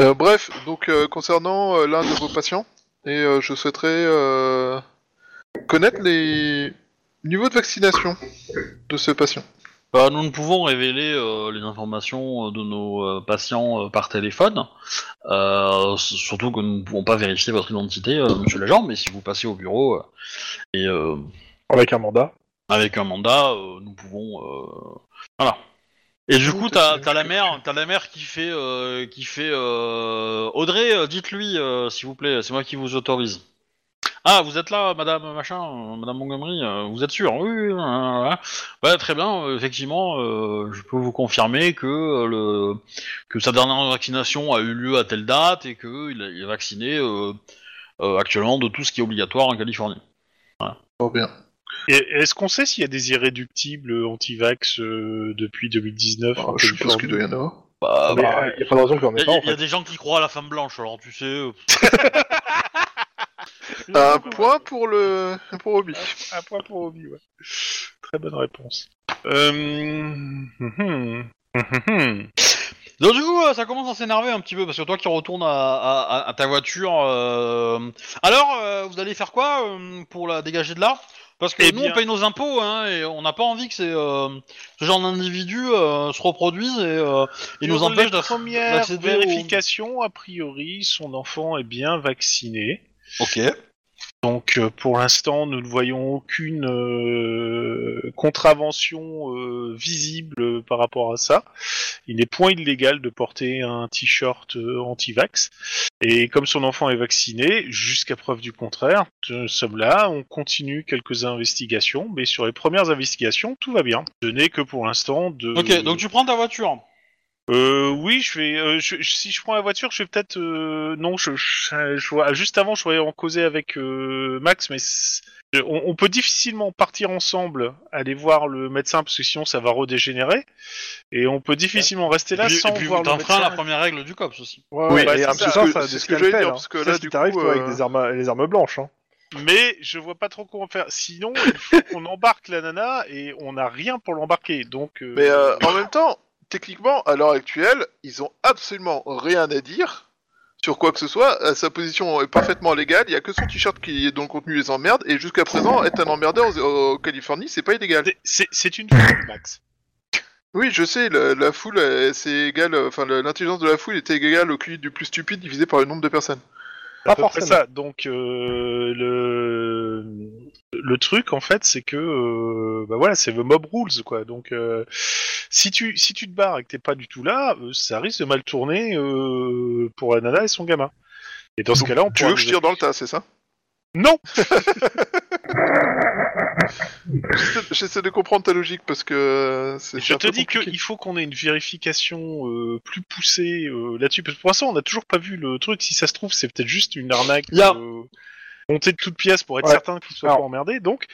Speaker 4: Euh, bref, donc euh, concernant euh, l'un de vos patients, et euh, je souhaiterais euh, connaître les niveaux de vaccination de ce patient.
Speaker 1: Bah, nous ne pouvons révéler euh, les informations euh, de nos euh, patients euh, par téléphone, euh, s- surtout que nous ne pouvons pas vérifier votre identité, euh, monsieur l'agent, mais si vous passez au bureau euh, et euh,
Speaker 2: Avec un mandat.
Speaker 1: avec un mandat, euh, nous pouvons... euh, voilà. Et du coup, t'as t'as la mère, t'as la mère qui fait, euh, qui fait. euh, Audrey, euh, dites-lui, euh, s'il vous plaît, c'est moi qui vous autorise. Ah, vous êtes là, Madame Machin, euh, Madame Montgomery, euh, vous êtes sûre Oui, oui, oui, euh, ouais. Ouais, très bien. euh, effectivement, euh, je peux vous confirmer que euh, le que sa dernière vaccination a eu lieu à telle date et que il, est- il est vacciné euh, euh, actuellement de tout ce qui est obligatoire en Californie.
Speaker 4: Oh bien.
Speaker 5: Et Est-ce qu'on sait s'il y a des irréductibles anti-vax euh, depuis 2019
Speaker 4: Bah,
Speaker 5: en
Speaker 4: je suppose
Speaker 5: Californie
Speaker 4: qu'il doit y en avoir.
Speaker 1: Bah,
Speaker 2: Mais,
Speaker 1: bah,
Speaker 2: euh, y a pas de raison qu'on en
Speaker 1: Il
Speaker 2: ait
Speaker 1: y,
Speaker 2: pas,
Speaker 1: a-
Speaker 2: en
Speaker 1: il y a
Speaker 2: fait.
Speaker 1: des gens qui croient à la femme blanche, alors tu sais. euh,
Speaker 4: Un point pour le pour Obi.
Speaker 5: Un point pour Obi, ouais. Très bonne réponse. Euh, hum, hum, hum, hum.
Speaker 1: Donc du coup, euh, ça commence à s'énerver un petit peu parce que toi qui retournes à, à- à- à ta voiture. euh, Alors, euh, vous allez faire quoi euh, pour la dégager de là Parce que
Speaker 5: Eh
Speaker 1: nous,
Speaker 5: bien-
Speaker 1: on paye nos impôts hein, et on n'a pas envie que ces, euh, ce genre d'individus euh, se reproduisent et, euh, et nous
Speaker 5: Pour
Speaker 1: empêchent
Speaker 5: les
Speaker 1: d'accéder.
Speaker 5: premières
Speaker 1: d'accéder au-
Speaker 5: vérifications, a priori, son enfant est bien vacciné.
Speaker 1: Ok.
Speaker 5: Donc euh, pour l'instant, nous ne voyons aucune euh, contravention euh, visible euh, par rapport à ça. Il n'est point illégal de porter un t-shirt euh, anti-vax. Et comme son enfant est vacciné, jusqu'à preuve du contraire, nous sommes là, on continue quelques investigations, mais sur les premières investigations, tout va bien. Ce n'est que pour l'instant de...
Speaker 1: Ok. Donc tu prends ta voiture.
Speaker 5: Euh, oui, je vais. euh, je- je- si je prends la voiture, je vais peut-être. euh, non, je, je- je vois- Juste avant, je voulais en causer avec euh, Max, mais c'est- je- on, on peut difficilement partir ensemble, aller voir le médecin, parce que sinon ça va redégénérer, et on peut difficilement rester là
Speaker 1: et puis,
Speaker 5: sans
Speaker 1: et puis,
Speaker 5: voir le
Speaker 1: t'enfreins
Speaker 5: médecin.
Speaker 1: la première règle du cops aussi.
Speaker 2: Ouais,
Speaker 4: Oui,
Speaker 2: ouais,
Speaker 5: bah,
Speaker 2: et
Speaker 5: c'est
Speaker 2: en plus,
Speaker 4: c'est
Speaker 5: ça,
Speaker 2: ça,
Speaker 4: ce
Speaker 2: ça a
Speaker 4: que-
Speaker 2: des
Speaker 4: c'est ce que j'allais
Speaker 2: scalpels,
Speaker 4: dire,
Speaker 2: hein.
Speaker 4: parce que
Speaker 2: Ça,
Speaker 4: là,
Speaker 2: c'est
Speaker 4: du
Speaker 2: t'arrives,
Speaker 4: coup,
Speaker 2: toi, avec
Speaker 4: euh,
Speaker 2: des armes, à- les armes blanches. hein.
Speaker 5: Mais je vois pas trop comment faire. Sinon, il faut qu'on embarque la nana et on n'a rien pour l'embarquer, donc. euh,
Speaker 4: Mais euh, en même temps, techniquement, à l'heure actuelle, ils ont absolument rien à dire sur quoi que ce soit. Euh, Sa position est parfaitement légale. Il y a que son t-shirt qui est dans le contenu les emmerde. Et jusqu'à présent, être un emmerdeur aux- aux- en Californie, c'est pas illégal.
Speaker 5: c'est- c'est c'est une faute, Max.
Speaker 4: Oui, je sais. La, la foule, euh, c'est égal. euh, Enfin, le- l'intelligence de la foule était égale au QI du plus stupide divisé par le nombre de personnes.
Speaker 5: à
Speaker 2: Pas
Speaker 5: peu près
Speaker 2: forcément.
Speaker 5: ça. Donc euh, le le truc en fait, c'est que euh, bah voilà, c'est le mob rules quoi. Donc euh, si tu si tu te barres et que t'es pas du tout là, euh, ça risque de mal tourner euh, pour la nana et son gamin. Et dans ce
Speaker 4: Donc,
Speaker 5: cas-là, on
Speaker 4: Tu
Speaker 5: pourra
Speaker 4: veux que je
Speaker 5: nous-
Speaker 4: tire dans le tas, c'est ça
Speaker 5: Non.
Speaker 4: J'essaie- J'essaie de comprendre ta logique parce que euh, c'est. c'est
Speaker 5: Je
Speaker 4: un
Speaker 5: te
Speaker 4: peu
Speaker 5: dis
Speaker 4: compliqué.
Speaker 5: qu'il faut qu'on ait une vérification euh, plus poussée euh, là-dessus. Parce que pour l'instant, on n'a toujours pas vu le truc. Si ça se trouve, c'est peut-être juste une arnaque
Speaker 1: Y a-
Speaker 5: euh, montée de toutes pièces pour être
Speaker 2: Ouais.
Speaker 5: certain qu'il soit
Speaker 2: Alors-
Speaker 5: pas emmerdé. Donc,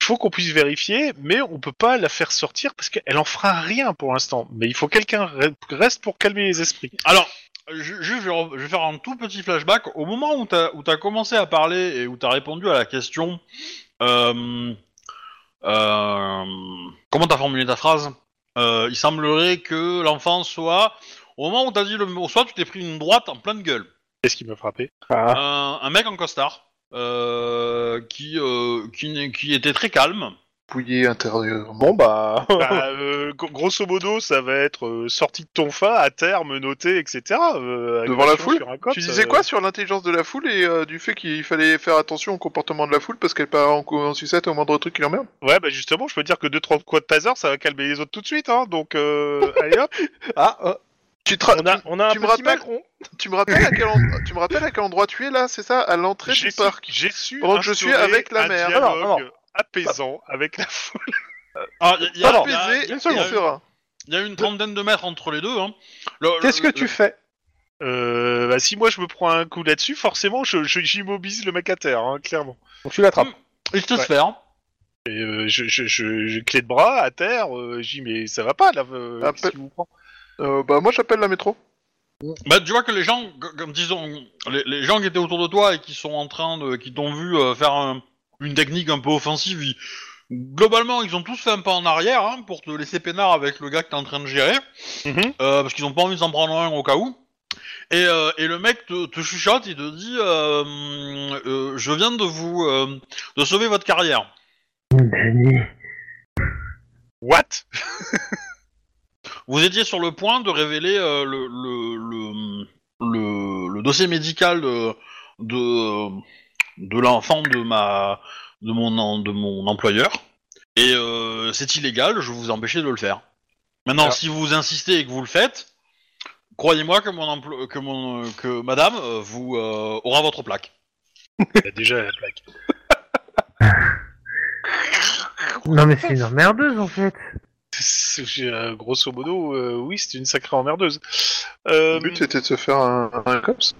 Speaker 5: il faut qu'on puisse vérifier, mais on peut pas la faire sortir parce qu'elle en fera rien pour l'instant. Mais il faut que quelqu'un re- reste pour calmer les esprits.
Speaker 1: Alors, je, je vais, re- je vais faire un tout petit flashback. Au moment où t'as où t'as commencé à parler et où t'as répondu à la question, euh, euh, comment t'as formulé ta phrase Euh, Il semblerait que l'enfant soit au moment où t'as dit le mot soit, tu t'es pris une droite en pleine gueule.
Speaker 5: Qu'est-ce qui m'a frappé
Speaker 2: Ah,
Speaker 1: Un, un mec en costard euh, qui euh, qui, n'est- qui était très calme.
Speaker 4: Pouiller intérieurement.
Speaker 2: bon, bah.
Speaker 5: Bah, euh, gro- Grosso modo, ça va être euh, sorti de ton fa, à terre, menotté, etc. euh,
Speaker 4: Devant la
Speaker 5: agression
Speaker 4: foule
Speaker 5: sur un cop,
Speaker 4: Tu
Speaker 5: euh,
Speaker 4: disais quoi sur l'intelligence de la foule et euh, du fait qu'il fallait faire attention au comportement de la foule parce qu'elle part en, cou- en sucette au moindre truc qui l'emmerde
Speaker 5: Ouais, bah justement, je peux dire que 2-3 quads taser, ça va calmer les autres tout de suite, hein. Donc, euh, allez hop,
Speaker 2: Ah, euh,
Speaker 4: tu, te ra-
Speaker 2: on a, on a un
Speaker 4: tu me
Speaker 2: petit
Speaker 4: rappelles
Speaker 2: Macron.
Speaker 4: tu- tu me rappelles à quel en- tu me rappelles à quel endroit tu es là, c'est ça À l'entrée
Speaker 5: j'ai
Speaker 4: du
Speaker 5: su,
Speaker 4: parc.
Speaker 5: j'ai su.
Speaker 4: Pendant que je suis
Speaker 5: instaurer
Speaker 4: avec la
Speaker 5: un
Speaker 4: mère.
Speaker 5: dialogue
Speaker 2: Alors, alors.
Speaker 5: apaisant avec la foule.
Speaker 1: Ah, il y a- il y a- il y a-
Speaker 4: Apaisé
Speaker 1: il y a-
Speaker 4: et
Speaker 1: il y a-
Speaker 4: serein.
Speaker 1: il y a une trentaine de mètres entre les deux. hein. Le-
Speaker 2: Qu'est-ce que
Speaker 1: le-
Speaker 2: tu fais
Speaker 5: Euh, bah si moi je me prends un coup là-dessus, forcément, je, je- j'immobilise le mec à terre, hein, clairement.
Speaker 2: Donc, tu l'attrapes.
Speaker 1: Et je te
Speaker 5: Ouais.
Speaker 1: sphère.
Speaker 5: Et euh, je, je, je, je- clé de bras à terre, euh, j'ai dit, mais ça va pas là. euh,
Speaker 4: Ah,
Speaker 5: qu'est-ce
Speaker 4: pe-
Speaker 5: qui vous prend
Speaker 4: Euh, bah, moi, j'appelle la métro.
Speaker 1: Bah, tu vois que les gens, g- comme disons, les, les gens qui étaient autour de toi et qui sont en train de, qui t'ont vu euh, faire un- une technique un peu offensive, ils- globalement, ils ont tous fait un pas en arrière hein, pour te laisser peinard avec le gars que t'es en train de gérer,
Speaker 5: Mhm.
Speaker 1: euh, parce qu'ils ont pas envie de s'en prendre un au cas où. Et, euh, et le mec te, te chuchote, il te dit, euh, euh, je viens de vous, euh, de sauver votre carrière.
Speaker 3: Denis.
Speaker 5: What
Speaker 1: Vous étiez sur le point de révéler euh, le, le, le, le- le dossier médical de, de, de l'enfant de ma de mon en- de mon employeur et euh, c'est illégal, je vous empêchais de le faire. Maintenant,
Speaker 5: Alors-
Speaker 1: si vous insistez et que vous le faites, croyez-moi que mon emplo- que mon que madame euh, vous euh, aura votre plaque.
Speaker 5: Il a
Speaker 2: Bah,
Speaker 5: déjà la plaque.
Speaker 3: Non mais c'est une emmerdeuse en fait.
Speaker 5: C'est- j'ai, euh, grosso modo, euh, oui, c'est une sacrée emmerdeuse. Euh,
Speaker 4: Le but était de se faire un, un cops.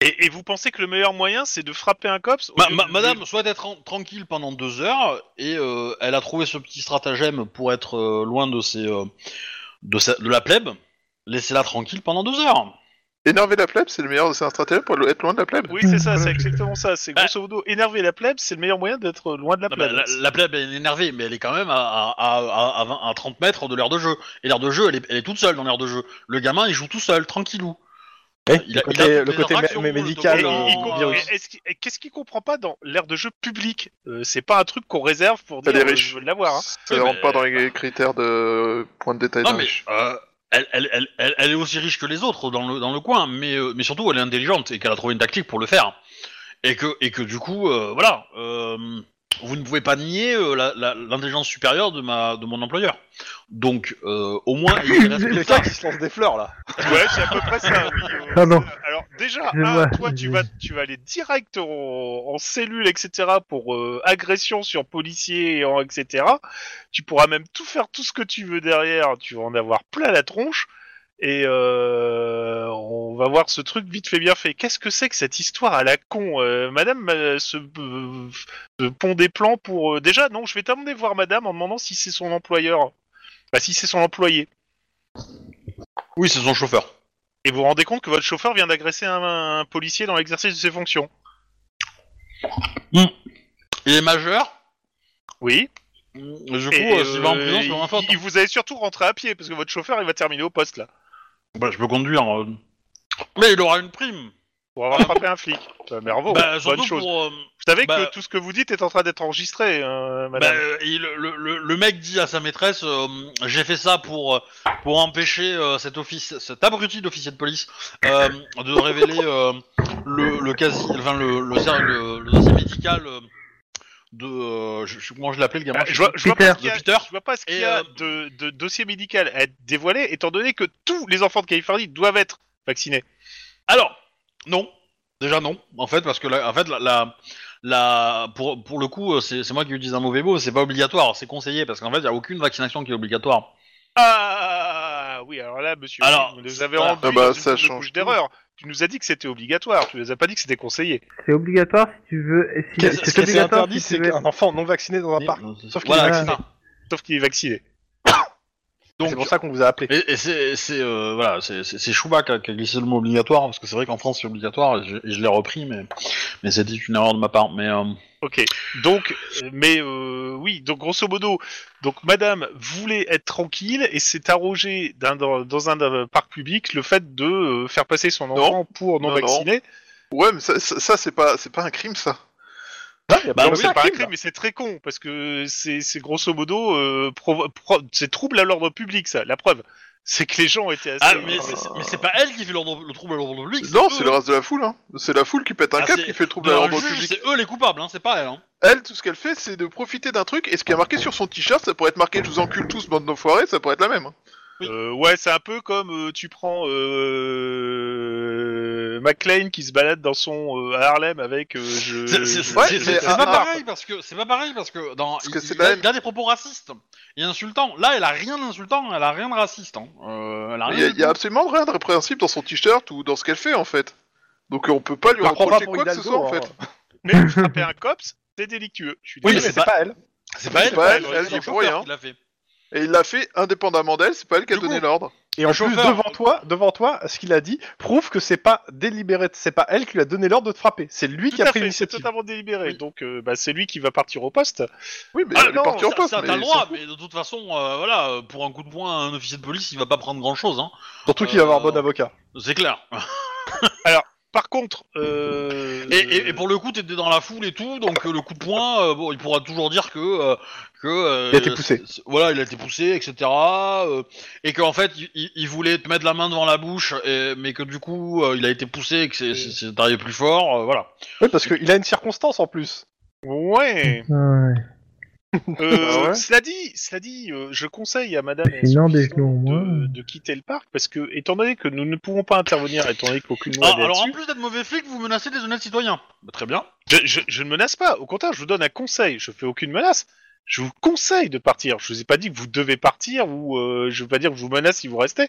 Speaker 5: et, et vous pensez que le meilleur moyen, c'est de frapper un copse au
Speaker 1: Ma-
Speaker 5: lieu
Speaker 1: ma-
Speaker 5: de-
Speaker 1: madame souhaite être en- tranquille pendant deux heures et euh, elle a trouvé ce petit stratagème pour être euh, loin de ses, euh, de, sa- de la plèbe. Laissez-la tranquille pendant deux heures.
Speaker 4: Énerver la plèbe, c'est le meilleur, c'est un stratagème pour être loin de la plèbe.
Speaker 5: Oui, c'est ça, c'est exactement ça. C'est grosso modo énerver la plèbe, c'est le meilleur moyen d'être loin de la
Speaker 1: Non, mais
Speaker 5: plèbe.
Speaker 1: Ah bah, la, la plèbe elle est énervée, mais elle est quand même à, à, à, à, 20 à 30 mètres de l'aire de jeu. Et l'aire de jeu, elle est, elle est toute seule dans l'aire de jeu. Le gamin, il joue tout seul, tranquillou. Il a-
Speaker 2: Eh, le
Speaker 1: il a toutes
Speaker 2: côté, le
Speaker 1: les
Speaker 2: côté mé-
Speaker 1: interactions,
Speaker 2: mé-
Speaker 1: le
Speaker 2: médical,
Speaker 5: Et
Speaker 1: document,
Speaker 5: il
Speaker 2: euh,
Speaker 5: comprend-
Speaker 2: virus.
Speaker 5: est-ce qu'il- et Qu'est-ce qu'il comprend pas dans l'ère de jeu public Euh, C'est pas un truc qu'on réserve pour
Speaker 4: Ça
Speaker 5: dire
Speaker 4: les
Speaker 5: euh,
Speaker 4: riches.
Speaker 5: je veux l'avoir. hein.
Speaker 4: Ça
Speaker 1: Oui,
Speaker 4: rentre
Speaker 1: mais-
Speaker 4: pas dans les critères de point de détail.
Speaker 1: Non,
Speaker 4: d'un
Speaker 1: mais
Speaker 4: riche.
Speaker 1: euh, elle, elle, elle, elle, elle est aussi riche que les autres dans le, dans le coin, mais, euh, mais surtout elle est intelligente et qu'elle a trouvé une tactique pour le faire. Et que, et que du coup, euh, voilà, euh, vous ne pouvez pas nier euh, la- la- l'intelligence supérieure de, ma, de mon employeur. Donc, euh, au moins, il
Speaker 2: Le
Speaker 1: respecte ça.
Speaker 2: gars qui se lance des fleurs là.
Speaker 5: Ouais, c'est à peu près ça. oui, euh,
Speaker 3: Pardon.
Speaker 5: c'est- Alors déjà,
Speaker 3: Je
Speaker 5: un,
Speaker 3: vois,
Speaker 5: toi, tu
Speaker 3: je-
Speaker 5: vas, tu vas aller direct en, en cellule, etc. pour euh, agression sur policier, et en- etc. Tu pourras même tout faire, tout ce que tu veux derrière. Tu vas en avoir plein la tronche. Et euh, on va voir ce truc vite fait bien fait. Qu'est-ce que c'est que cette histoire à la con Euh, Madame euh, se, euh, se pond des plans pour... euh, déjà, non, je vais t'emmener voir Madame en demandant si c'est son employeur. Bah si c'est son employé.
Speaker 1: Oui, c'est son chauffeur.
Speaker 5: Et vous vous rendez compte que votre chauffeur vient d'agresser un, un policier dans l'exercice de ses fonctions
Speaker 1: Il est majeur.
Speaker 5: Oui.
Speaker 1: Et du coup,
Speaker 5: Et,
Speaker 1: euh, s'il va en
Speaker 5: euh,
Speaker 1: prison, c'est vraiment fort.
Speaker 5: il- il vous allez surtout rentrer à pied parce que votre chauffeur il va terminer au poste là
Speaker 1: Bah, je peux conduire. euh. Mais il aura une prime.
Speaker 5: pour avoir frappé un flic. Euh, Merveilleux,
Speaker 1: Ah. bah,
Speaker 5: bonne
Speaker 1: surtout
Speaker 5: chose.
Speaker 1: pour... euh,
Speaker 5: Vous savez
Speaker 1: bah-
Speaker 5: que tout ce que vous dites est en train d'être enregistré, euh,
Speaker 1: Bah,
Speaker 5: madame.
Speaker 1: euh, il- le, le- le mec dit à sa maîtresse euh, J'ai fait ça pour, euh, pour empêcher euh, cet, office, cet abruti d'officier de police euh, de révéler euh, le, le, quasi, enfin, le, le, ser- le- le dossier médical euh, de. euh, je, je- comment je l'appelais le gamin
Speaker 5: Ah, je, vois, je vois
Speaker 3: Peter.
Speaker 5: pas ce qu'il y a,
Speaker 1: De Peter.
Speaker 5: je vois pas ce qu'il
Speaker 1: Et,
Speaker 5: y a
Speaker 1: euh,
Speaker 5: de, de dossier médical à être dévoilé, étant donné que tous les enfants de Californie doivent être vaccinés.
Speaker 1: Alors, non. Déjà non, en fait, parce que la- en fait, la, la, la- pour, pour le coup, euh, c'est c'est moi qui utilise un mauvais mot, c'est pas obligatoire, c'est conseillé, parce qu'en fait, il n'y a aucune vaccination qui est obligatoire.
Speaker 5: Ah oui, alors là, monsieur,
Speaker 1: Alors,
Speaker 5: vous nous avez
Speaker 1: voilà.
Speaker 5: rendu
Speaker 4: Ah bah,
Speaker 5: dans une
Speaker 4: ça
Speaker 5: double
Speaker 4: change
Speaker 5: couche
Speaker 4: tout.
Speaker 5: d'erreur. Tu nous as dit que c'était obligatoire, tu nous as pas dit que c'était conseillé.
Speaker 3: C'est obligatoire si tu veux. Et si,
Speaker 1: Qu'est-ce-
Speaker 2: Ce qui est
Speaker 3: obligatoire
Speaker 2: interdit,
Speaker 3: si
Speaker 2: c'est
Speaker 3: tu veux.
Speaker 2: qu'un enfant non vacciné dans un parc. Sauf qu'il
Speaker 1: Voilà,
Speaker 2: est
Speaker 1: c'est
Speaker 2: vacciné.
Speaker 1: ça.
Speaker 5: sauf qu'il est vacciné.
Speaker 2: C'est
Speaker 1: Donc,
Speaker 2: pour ça qu'on vous a appelé.
Speaker 1: Et, et c'est c'est, euh, voilà, c'est c'est- c'est Chouba qui a, qui a glissé le mot obligatoire parce que c'est vrai qu'en France c'est obligatoire et je, et je l'ai repris mais mais c'était une erreur de ma part mais euh,
Speaker 5: Ok. Donc, euh, mais euh, oui, donc grosso modo, donc Madame voulait être tranquille et s'est arrogée d'un- dans, dans un euh, parc public le fait de euh, faire passer son enfant pour non,
Speaker 4: Non, non.
Speaker 5: vacciné.
Speaker 4: Ouais, mais ça, ça, ça, c'est pas, c'est pas un crime, ça.
Speaker 1: bah
Speaker 5: Donc,
Speaker 1: oui,
Speaker 5: c'est pas un crime, mais c'est très con parce que c'est c'est grosso modo euh, provo- pro- c'est trouble à l'ordre public ça. La preuve, c'est que les gens étaient assez.
Speaker 1: ah, mais c'est- c'est- mais c'est pas elle qui fait l'ordre- le trouble à l'ordre public
Speaker 4: non,
Speaker 1: eux,
Speaker 4: c'est le reste de la foule. Hein. C'est la foule qui pète un
Speaker 1: Ah,
Speaker 4: câble
Speaker 1: c'est-
Speaker 4: qui fait le trouble à
Speaker 1: devant le
Speaker 4: l'ordre
Speaker 1: juge,
Speaker 4: public.
Speaker 1: c'est eux les coupables hein, c'est pas elle hein.
Speaker 4: Elle, tout ce qu'elle fait, c'est de profiter d'un truc. Et ce qui est marqué sur son t-shirt, ça pourrait être marqué Je vous encule tous, bande d'enfoirés, ça pourrait être la même. hein.
Speaker 5: Euh, ouais, c'est un peu comme euh, tu prends euh, McLean qui se balade dans son euh, à Harlem avec. euh, je-
Speaker 1: C'est- c'est-
Speaker 5: je-
Speaker 1: c'est
Speaker 4: Ouais,
Speaker 1: c'est-
Speaker 4: mais
Speaker 1: c'est
Speaker 4: ah,
Speaker 1: pas
Speaker 4: ah,
Speaker 1: pareil parce que c'est pas pareil parce que dans
Speaker 4: Parce que
Speaker 1: il,
Speaker 4: c'est
Speaker 1: il
Speaker 4: pas
Speaker 1: a,
Speaker 4: elle.
Speaker 1: il a des propos racistes et insultants là elle a rien d'insultant elle a rien de raciste hein. Euh, elle a
Speaker 4: Il
Speaker 1: rien
Speaker 4: y a,
Speaker 1: du
Speaker 4: il y a
Speaker 1: tout.
Speaker 4: absolument rien de répréhensible dans son t-shirt ou dans ce qu'elle fait, en fait. Donc on peut pas lui
Speaker 2: Je la prends pas
Speaker 4: reprocher
Speaker 2: pour
Speaker 4: quoi que ce
Speaker 2: Hidalgo,
Speaker 4: soit, en
Speaker 2: hein.
Speaker 4: fait.
Speaker 5: Mais frapper un cops, c'est délictueux. Je suis
Speaker 1: Oui, mais
Speaker 5: désolé.
Speaker 1: c'est pas-
Speaker 2: elle.
Speaker 1: C'est pas elle,
Speaker 4: C'est pas elle,
Speaker 1: le
Speaker 4: elle, il est hein. pour
Speaker 1: chauffeur
Speaker 4: rien.
Speaker 1: qui l'a fait.
Speaker 4: Et il l'a fait indépendamment d'elle, c'est pas elle qui a
Speaker 2: Du
Speaker 4: donné
Speaker 2: coup-
Speaker 4: l'ordre.
Speaker 2: Et en
Speaker 5: Le
Speaker 2: plus,
Speaker 5: chauffeur-
Speaker 2: devant toi, devant toi, ce qu'il a dit prouve que c'est pas délibéré, c'est pas elle qui lui a donné l'ordre de te frapper, c'est lui qui
Speaker 5: Tout
Speaker 2: a
Speaker 5: à
Speaker 2: pris
Speaker 5: fait, c'est
Speaker 2: l'initiative.
Speaker 5: totalement délibéré.
Speaker 1: Oui.
Speaker 5: Donc, euh, bah, c'est lui qui va partir au poste.
Speaker 4: Oui, mais
Speaker 5: Ah
Speaker 4: elle
Speaker 5: non,
Speaker 4: est partie en
Speaker 1: Ça-
Speaker 4: poste.
Speaker 1: ça, t'as
Speaker 4: mais
Speaker 1: le
Speaker 4: il s'en
Speaker 1: droit,
Speaker 4: fout.
Speaker 1: mais de toute façon, euh, voilà, euh, pour un coup de poing, un officier de police, il va pas prendre grand chose, hein.
Speaker 2: Surtout qu'il va avoir un
Speaker 1: Euh,
Speaker 2: bon avocat.
Speaker 1: C'est clair.
Speaker 5: Par contre, euh,
Speaker 1: Et, et- et pour le coup, t'étais dans la foule et tout, donc euh, le coup de poing, euh, bon, il pourra toujours dire que. euh, que euh,
Speaker 2: Il a été poussé.
Speaker 1: c'est- c'est- Voilà, il a été poussé, etc. euh, et qu'en fait, il- il, il voulait te mettre la main devant la bouche, et- mais que du coup, euh, il a été poussé et que c'est- c'est c'est arrivé plus fort, euh, voilà.
Speaker 2: Oui, parce qu'il a une circonstance en plus.
Speaker 5: ouais.
Speaker 3: Ouais.
Speaker 5: Euh,
Speaker 2: Ah ouais
Speaker 5: Cela dit, cela dit, euh, je conseille à Madame et à
Speaker 3: C'est une
Speaker 5: son fils
Speaker 3: embêtement, moi. euh.
Speaker 5: de, de quitter le parc parce que, étant donné que nous ne pouvons pas intervenir, étant donné qu'aucune loi
Speaker 1: Ah,
Speaker 5: n'est
Speaker 1: alors en
Speaker 5: là-dessus,
Speaker 1: plus d'être mauvais flic, vous menacez des honnêtes citoyens. Bah, très bien.
Speaker 5: je, je- je ne menace pas. Au contraire, je vous donne un conseil. Je fais aucune menace. Je vous conseille de partir. Je vous ai pas dit que vous devez partir ou euh, je veux pas dire que je vous menace si vous restez.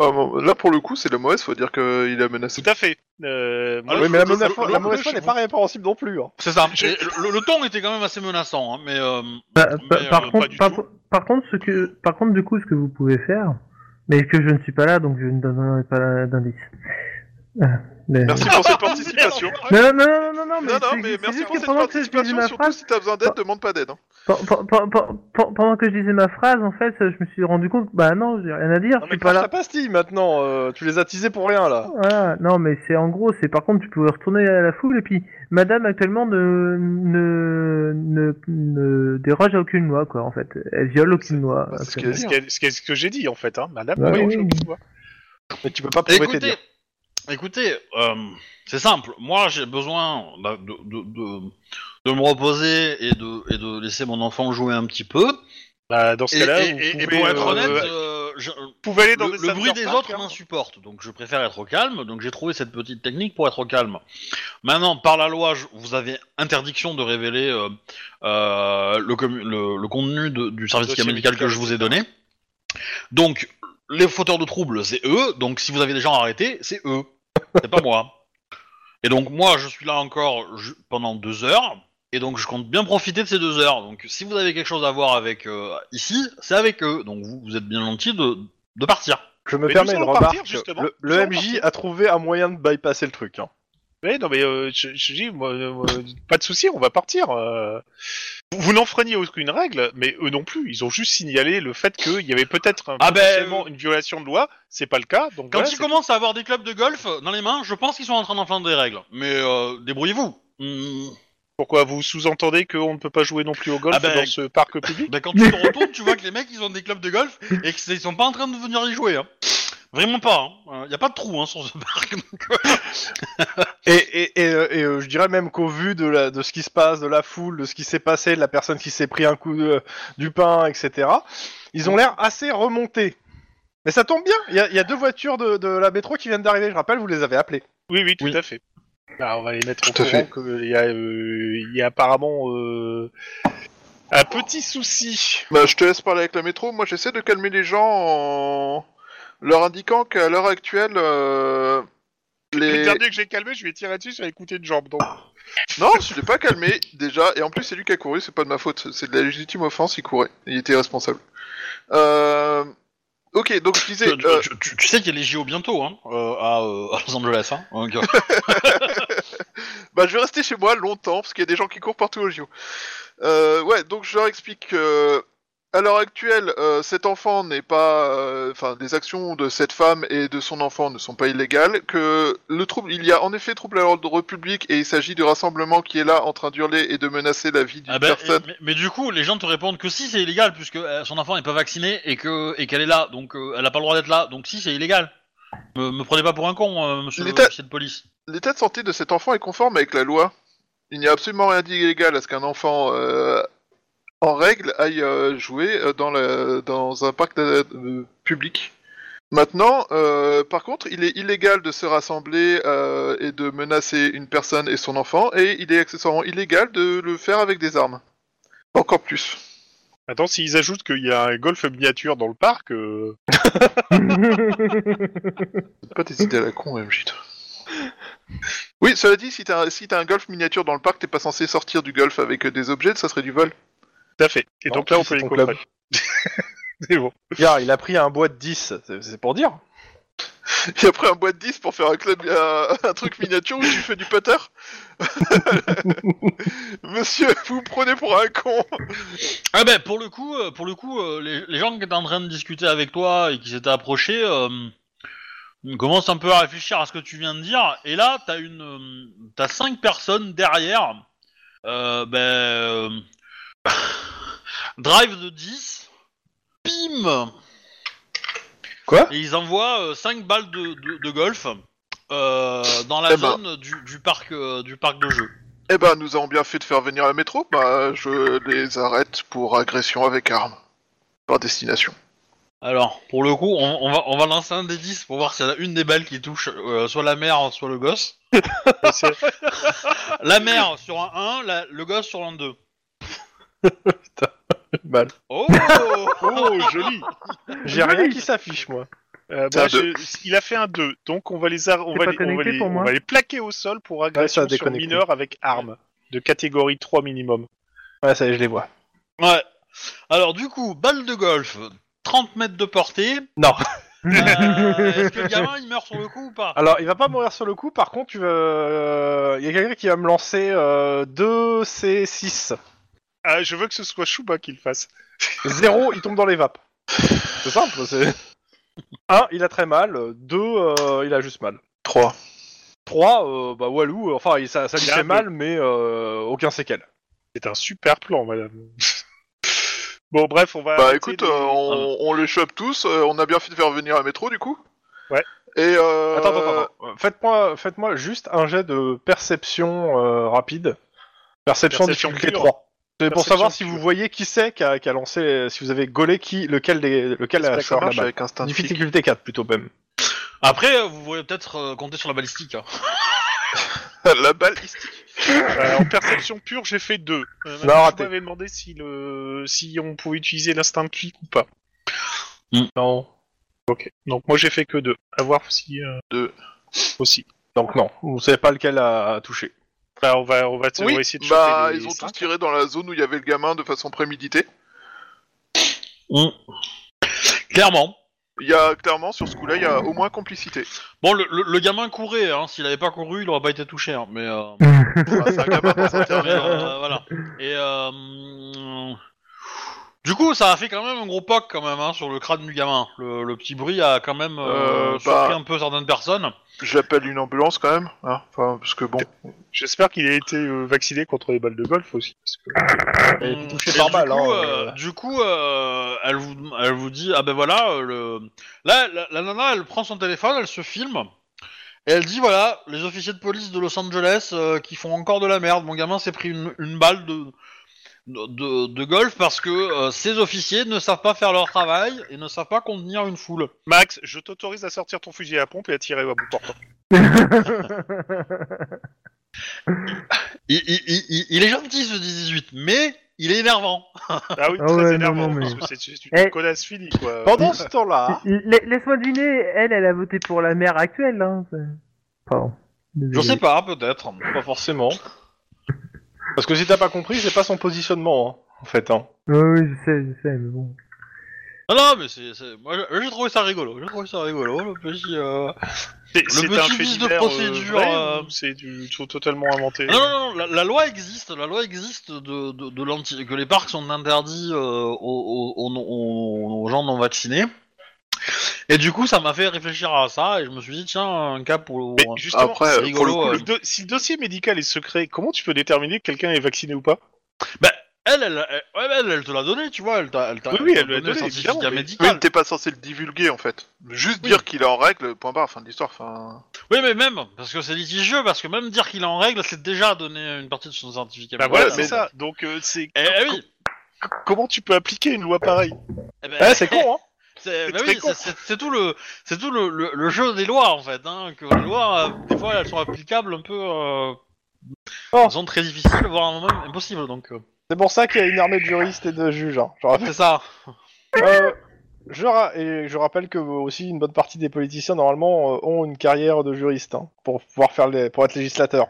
Speaker 4: Ah, bon, là, pour le coup, c'est la mauvaise, faut dire qu'il a menacé.
Speaker 5: Tout à fait. Euh, moi,
Speaker 1: Ah,
Speaker 2: oui,
Speaker 1: le-
Speaker 2: mais la,
Speaker 1: le-
Speaker 2: menace-
Speaker 1: le- le-
Speaker 2: la mauvaise
Speaker 1: le-
Speaker 2: foi n'est pas répréhensible non plus. hein.
Speaker 1: C'est ça. Ah, Et Le, le ton était quand même assez menaçant, hein, mais. euh,
Speaker 3: Bah,
Speaker 1: mais,
Speaker 3: pa-
Speaker 1: euh,
Speaker 3: par,
Speaker 5: pas
Speaker 3: contre,
Speaker 5: du
Speaker 3: par,
Speaker 5: tout.
Speaker 3: co- par contre, ce que, par contre, du coup, ce que vous pouvez faire, mais que je ne suis pas là, donc je ne donnerai pas d'indice. Euh, mais-
Speaker 4: Merci pour cette participation.
Speaker 3: Non, non, non, non, non, non, mais,
Speaker 4: Non, non,
Speaker 3: c'est-
Speaker 4: mais
Speaker 3: c'est
Speaker 4: merci
Speaker 3: juste
Speaker 4: pour
Speaker 3: que
Speaker 4: cette
Speaker 3: pendant que je disais
Speaker 4: participation.
Speaker 3: ma
Speaker 4: Surtout
Speaker 3: phrase,
Speaker 4: si t'as besoin d'aide, demande pas d'aide. hein.
Speaker 3: pen- pen- pen- pen- pen- pendant que je disais ma phrase, en fait, je me suis rendu compte, bah non, j'ai rien à dire,
Speaker 2: Non,
Speaker 3: je
Speaker 2: mais
Speaker 3: suis pas
Speaker 2: cherche la
Speaker 3: là.
Speaker 2: pastille maintenant, euh, tu les as teasés pour rien là.
Speaker 3: Voilà, non, mais c'est en gros, c'est par contre, tu peux retourner à la foule, et puis, madame actuellement ne, ne, ne, ne déroge à aucune loi, quoi, en fait. Elle viole aucune loi.
Speaker 4: bah, c'est ce
Speaker 3: actuellement.
Speaker 4: qu'elle
Speaker 5: ce, qu'elle- ce qu'elle- ce que j'ai dit en fait, hein, Madame.
Speaker 3: Bah
Speaker 5: oui,
Speaker 3: oui,
Speaker 5: je-
Speaker 3: oui.
Speaker 5: vois.
Speaker 2: Mais tu peux pas prouver tes
Speaker 1: Écoutez,
Speaker 2: dires.
Speaker 1: écoutez, euh, c'est simple. Moi, j'ai besoin de, de- de- de me reposer et de, et de laisser mon enfant jouer un petit peu.
Speaker 5: Bah, dans ce
Speaker 1: Et,
Speaker 5: cas-là,
Speaker 1: et-
Speaker 5: vous
Speaker 1: et- et
Speaker 5: pouvez,
Speaker 1: pour être
Speaker 5: euh,
Speaker 1: honnête,
Speaker 5: vous
Speaker 1: euh, je-
Speaker 5: pouvez aller dans
Speaker 1: le,
Speaker 5: des
Speaker 1: le
Speaker 5: salles
Speaker 1: bruit
Speaker 5: de
Speaker 1: des
Speaker 5: parc,
Speaker 1: autres
Speaker 5: hein.
Speaker 1: m'insupporte, donc je préfère être au calme. Donc j'ai trouvé cette petite technique pour être au calme. Maintenant, par la loi, je- vous avez interdiction de révéler euh, euh, le, commu- le- le contenu de- du service
Speaker 5: Dossier
Speaker 1: médical que
Speaker 5: médical,
Speaker 1: je vous ai
Speaker 5: d'accord.
Speaker 1: donné. Donc, les fauteurs de troubles, c'est eux. Donc, si vous avez des gens arrêtés, c'est eux. C'est pas moi. Et donc, moi, je suis là encore ju- pendant deux heures. Et donc, je compte bien profiter de ces deux heures. Donc, si vous avez quelque chose à voir avec euh, ici, c'est avec eux. Donc, vous, vous êtes bien gentil de, de partir.
Speaker 2: Je me
Speaker 5: Mais
Speaker 2: permets
Speaker 5: nous
Speaker 2: une
Speaker 5: allons partir,
Speaker 2: remarque.
Speaker 5: justement.
Speaker 2: le
Speaker 5: Nous
Speaker 2: le
Speaker 5: allons
Speaker 2: MJ
Speaker 5: partir.
Speaker 2: a trouvé un moyen de bypasser le truc. Hein.
Speaker 5: Ouais, non mais euh, je, je dis, moi, euh, moi, pas de souci, on va partir. euh. Vous, vous n'enfreignez aucune règle, mais eux non plus. Ils ont juste signalé le fait qu'il y avait peut-être un-
Speaker 1: Ah ben,
Speaker 5: potentiellement une violation de loi. C'est pas le cas. Donc
Speaker 1: Quand
Speaker 5: voilà,
Speaker 1: ils
Speaker 5: c'est-
Speaker 1: commencent à avoir des clubs de golf dans les mains, je pense qu'ils sont en train d'enfreindre des règles. Mais euh, débrouillez-vous. Hmm.
Speaker 5: pourquoi vous sous-entendez qu'on ne peut pas jouer non plus au golf
Speaker 1: Ah ben-
Speaker 5: dans ce parc public
Speaker 1: Ben, quand tu te retournes, tu vois que les mecs, ils ont des clubs de golf et qu'ils sont pas en train de venir y jouer. hein. Vraiment pas. Il n'y a pas de trou hein, sur ce parc. donc, euh,
Speaker 2: Et, et, et, euh, et, euh, je dirais même qu'au vu de, la, de ce qui se passe, de la foule, de ce qui s'est passé, de la personne qui s'est pris un coup de- du pain, etc., ils ont l'air assez remontés. Mais ça tombe bien, il y, a- il y a deux voitures de, de la métro qui viennent d'arriver, je rappelle, vous les avez appelées.
Speaker 5: Oui, oui, tout
Speaker 1: Oui.
Speaker 5: à fait. Bah, on va les mettre au
Speaker 4: Tout à
Speaker 5: courant
Speaker 4: fait.
Speaker 5: qu'il y, a, euh, il y a apparemment euh, un petit souci.
Speaker 4: Bah, je te laisse parler avec la métro. Moi, j'essaie de calmer les gens en leur indiquant qu'à l'heure actuelle, euh,
Speaker 5: Le
Speaker 4: les.
Speaker 5: dernier que j'ai calmé, je lui ai tiré dessus, j'avais coûté une jambe. Donc
Speaker 4: Non, je l'ai pas calmé déjà. Et en plus, c'est lui qui a couru, c'est pas de ma faute. C'est de la légitime offense, il courait. Il était responsable. Euh... Ok, donc je disais.
Speaker 1: tu,
Speaker 4: euh,
Speaker 1: tu- tu- tu sais qu'il y a les JO bientôt hein, euh, à, euh, à Los Angeles. hein. Donc, euh,
Speaker 4: Bah, je vais rester chez moi longtemps parce qu'il y a des gens qui courent partout au JO. Euh, ouais, donc je leur explique que à l'heure actuelle, euh, cet enfant n'est pas, euh, enfin, les actions de cette femme et de son enfant ne sont pas illégales. Que le trouble, il y a en effet trouble à l'ordre public et il s'agit du rassemblement qui est là en train d'hurler et de menacer la vie d'une
Speaker 1: ah ben,
Speaker 4: personne.
Speaker 1: et- mais, mais du coup, les gens te répondent que si c'est illégal, puisque euh, son enfant n'est pas vacciné et que et qu'elle est là, donc euh, elle n'a pas le droit d'être là, donc si c'est illégal. Me, me prenez pas pour un con, euh, monsieur le
Speaker 4: L'État-
Speaker 1: officier de police.
Speaker 4: L'état de santé de cet enfant est conforme avec la loi. Il n'y a absolument rien d'illégal à ce qu'un enfant euh, en règle aille euh, jouer euh, dans, la- dans un parc de- de- public. Maintenant, euh, par contre, il est illégal de se rassembler euh, et de menacer une personne et son enfant, et il est accessoirement illégal de le faire avec des armes. Encore plus.
Speaker 5: Attends, s'ils ajoutent qu'il y a un golf miniature dans le parc, euh,
Speaker 4: Pas tes idées à la con, MJ. toi. Oui, cela dit, si t'as si t'as un golf miniature dans le parc, t'es pas censé sortir du golf avec euh, des objets, ça serait du vol.
Speaker 5: Tout à fait. Et
Speaker 2: Non,
Speaker 5: donc là, on
Speaker 2: c'est
Speaker 5: peut les
Speaker 2: ton club.
Speaker 5: coffrer. Mais bon.
Speaker 2: Regarde, il a pris un bois de 10, c'est- c'est pour dire.
Speaker 4: Et après un boîte 10 pour faire un club, un, un truc miniature où tu fais du putter. Monsieur, vous me prenez pour un con.
Speaker 1: Ah ben pour le coup, euh, pour le coup, euh, les, les gens qui étaient en train de discuter avec toi et qui s'étaient approchés euh, commencent un peu à réfléchir à ce que tu viens de dire. Et là, t'as une, euh, t'as cinq personnes derrière. Euh, ben, euh, drive de 10, pim.
Speaker 2: Quoi
Speaker 1: Et ils envoient euh, cinq balles de, de- de golf euh, dans la
Speaker 4: Eh ben.
Speaker 1: zone du, du parc, euh, du parc de jeu.
Speaker 4: Eh ben, nous avons bien fait de faire venir la métro. Bah, je les arrête pour agression avec arme. Par destination.
Speaker 1: Alors, pour le coup, on, on va, on va lancer un des 10 pour voir s'il y en a une des balles qui touche euh, soit la mère, soit le gosse. la mère sur un 1, la- le gosse sur un 2.
Speaker 5: Bah,
Speaker 2: Balle.
Speaker 1: Oh
Speaker 5: Oh, joli
Speaker 2: J'ai rien qui s'affiche, moi.
Speaker 5: Euh,
Speaker 4: C'est un
Speaker 5: bah, je- Il a fait un 2, donc on va les, ar- on
Speaker 3: C'est
Speaker 5: va
Speaker 3: pas
Speaker 5: les, on va
Speaker 3: connecté
Speaker 5: les-
Speaker 3: pour moi
Speaker 5: on va les plaquer au sol pour agression
Speaker 2: Ouais, ça a
Speaker 5: sur
Speaker 2: déconnecté.
Speaker 5: mineur avec arme de catégorie 3 minimum.
Speaker 2: Ouais, ça y est, je les vois.
Speaker 1: Ouais. Alors, du coup, balle de golf, 30 mètres de portée.
Speaker 2: Non.
Speaker 1: Euh, Est-ce que le gamin il meurt sur le coup ou pas
Speaker 2: Alors, il va pas mourir sur le coup, par contre, tu vas- euh, il y a quelqu'un qui va me lancer euh, 2 C6.
Speaker 5: Ah, je veux que ce soit Chouba qui le fasse.
Speaker 2: 0, il tombe dans les vapes. C'est simple, c'est. 1, il a très mal. 2, il a juste mal.
Speaker 4: 3.
Speaker 2: 3, bah Walou, euh, enfin, il- ça, ça lui
Speaker 5: Il a un
Speaker 2: fait
Speaker 5: peu.
Speaker 2: mal, mais euh, aucun séquel.
Speaker 5: C'est un super plan, madame. bon, bref, on va.
Speaker 2: Ah,
Speaker 4: Bah
Speaker 5: arrêter
Speaker 4: écoute,
Speaker 5: de-
Speaker 4: euh, on, on les chope tous, euh, on a bien fait de faire venir la métro du coup.
Speaker 5: Ouais.
Speaker 4: Et euh...
Speaker 2: Attends, attends, attends. Euh, Faites-moi faites juste un jet de perception euh, rapide. Perception,
Speaker 5: Perception
Speaker 2: difficulté
Speaker 5: pure.
Speaker 2: 3. C'est pour
Speaker 5: Perception
Speaker 2: savoir si
Speaker 5: pure.
Speaker 2: vous voyez qui c'est qui a, qui a lancé, si vous avez gaulé qui, lequel, des, lequel a
Speaker 4: ça
Speaker 2: sort la
Speaker 4: marche
Speaker 2: balle.
Speaker 4: avec instinct. de flic.
Speaker 2: Difficulté 4 plutôt même.
Speaker 1: Après, euh, vous voulez peut-être euh, compter sur la balistique. hein.
Speaker 4: la balle.
Speaker 5: Euh, en perception pure, j'ai fait 2.
Speaker 2: Non,
Speaker 5: Je
Speaker 2: raté.
Speaker 5: m'avais demandé si, le... si on pouvait utiliser l'instinct de clic ou pas.
Speaker 2: Non.
Speaker 5: Ok. Donc, moi, j'ai fait que 2. À voir si. euh,
Speaker 4: Deux.
Speaker 5: Aussi.
Speaker 2: Donc non, vous savez pas lequel a, a touché.
Speaker 5: Bah, on va, on va, on
Speaker 4: Oui,
Speaker 5: va essayer de
Speaker 4: bah
Speaker 5: choper les
Speaker 4: ils ont tous
Speaker 5: cinq.
Speaker 4: tiré dans la zone où il y avait le gamin de façon préméditée.
Speaker 1: Clairement.
Speaker 4: Il y a clairement sur ce coup-là, il y a au moins complicité.
Speaker 1: Bon, le, le- le gamin courait, hein. s'il avait pas couru, il aurait pas été touché. hein, Mais. euh,
Speaker 4: Enfin, c'est un gamin dans un
Speaker 1: Mais,
Speaker 4: terrain.
Speaker 1: euh, voilà. Et euh, du coup, ça a fait quand même un gros poc quand même hein, sur le crâne du gamin. Le, le petit bruit a quand même euh,
Speaker 4: Euh,
Speaker 1: surpris
Speaker 4: bah.
Speaker 1: un peu certaines personnes.
Speaker 4: J'appelle une ambulance quand même, hein, enfin, parce que bon.
Speaker 5: J'espère qu'il a été euh, vacciné contre les balles de golf aussi. Parce que...
Speaker 2: Elle était
Speaker 1: Mm.
Speaker 2: touchée
Speaker 1: Et
Speaker 2: par
Speaker 1: du
Speaker 2: balle,
Speaker 1: coup,
Speaker 2: hein,
Speaker 1: euh,
Speaker 2: euh.
Speaker 1: Du coup, euh, elle vous, elle vous dit ah ben voilà euh, le. Là, la, la nana, elle prend son téléphone, elle se filme. Et elle dit voilà les officiers de police de Los Angeles euh, qui font encore de la merde. Mon gamin s'est pris une, une balle de, de, de- de golf parce que euh, ces officiers ne savent pas faire leur travail et ne savent pas contenir une foule.
Speaker 5: Max, je t'autorise à sortir ton fusil à pompe et à tirer à bout portant.
Speaker 1: Il, il- il- il- il est gentil ce 18, mais il est énervant.
Speaker 5: Ah
Speaker 3: Ah
Speaker 5: oui, très
Speaker 3: ouais, non,
Speaker 5: énervant,
Speaker 3: non, mais-
Speaker 5: parce que c'est c'est une
Speaker 3: Eh.
Speaker 5: connasse finie, quoi.
Speaker 2: Pendant ce
Speaker 1: Ah.
Speaker 2: temps-là,
Speaker 3: La- Ah. Laisse-moi deviner, elle, elle a voté pour la mère actuelle. Hein. c'est- Pardon.
Speaker 1: Je
Speaker 3: Désolé.
Speaker 1: sais pas peut-être.
Speaker 2: pas forcément. Parce que si t'as pas compris, c'est pas son positionnement, hein, en fait. Hein.
Speaker 3: Oui, oui, je sais, je sais, mais bon.
Speaker 1: Non, Ah non mais c'est c'est- moi j'ai trouvé ça rigolo. J'ai trouvé ça rigolo le petit. euh,
Speaker 5: C'est
Speaker 1: Le
Speaker 5: c'est
Speaker 1: petit
Speaker 5: un fait
Speaker 1: vice de
Speaker 5: divers, euh,
Speaker 1: procédure,
Speaker 5: vrai
Speaker 1: euh,
Speaker 5: ou C'est du tout totalement inventé.
Speaker 1: Ah Non, non, non, la, la loi existe, la loi existe de, de, de l'anti- que les parcs sont interdits euh, aux, aux- aux non- aux- aux gens non vaccinés. Et du coup, ça m'a fait réfléchir à ça et je me suis dit, tiens, un cas pour.
Speaker 5: Mais justement,
Speaker 4: Après,
Speaker 5: c'est
Speaker 1: c'est
Speaker 4: pour
Speaker 1: rigolo,
Speaker 5: rigolo,
Speaker 1: euh.
Speaker 5: le do- si le dossier médical est secret, comment tu peux déterminer que quelqu'un est vacciné ou pas
Speaker 1: Elle, elle, elle, ouais, mais elle, elle te l'a donné, tu vois, elle t'a elle t'a-
Speaker 5: Oui, oui,
Speaker 1: t'a
Speaker 5: elle lui a donné,
Speaker 1: le certificat
Speaker 5: évidemment, mais-
Speaker 4: Oui,
Speaker 1: médical.
Speaker 4: t'es pas censé le divulguer en fait. Juste dire qu'il est en règle, point barre, fin de l'histoire. Fin...
Speaker 1: Oui, mais même, parce que c'est litigieux, parce que même dire qu'il est en règle, c'est déjà donner une partie de son certificat
Speaker 5: Bah
Speaker 1: médical.
Speaker 5: voilà,
Speaker 4: ouais,
Speaker 5: c'est
Speaker 4: mais-
Speaker 5: ça. Donc euh, c'est
Speaker 1: Eh, eh oui,
Speaker 5: comment tu peux appliquer une loi pareille
Speaker 1: Eh ben,
Speaker 5: Bah,
Speaker 2: Eh, c'est con, hein
Speaker 1: C'est
Speaker 5: C'est
Speaker 1: bah
Speaker 5: très
Speaker 1: oui,
Speaker 5: con.
Speaker 1: c'est- c'est- c'est tout le, c'est tout le, le- le jeu des lois en fait. Hein, que les lois, euh, des fois, elles sont applicables un peu, euh,
Speaker 2: Oh.
Speaker 1: elles sont très difficiles, voire même impossibles. Donc euh,
Speaker 2: C'est pour ça qu'il y a une armée de juristes et de juges. hein, je rappelle.
Speaker 1: c'est ça.
Speaker 2: Euh, je, ra- et je rappelle que euh, aussi une bonne partie des politiciens normalement euh, ont une carrière de juriste hein, pour pouvoir faire les, pour être législateur.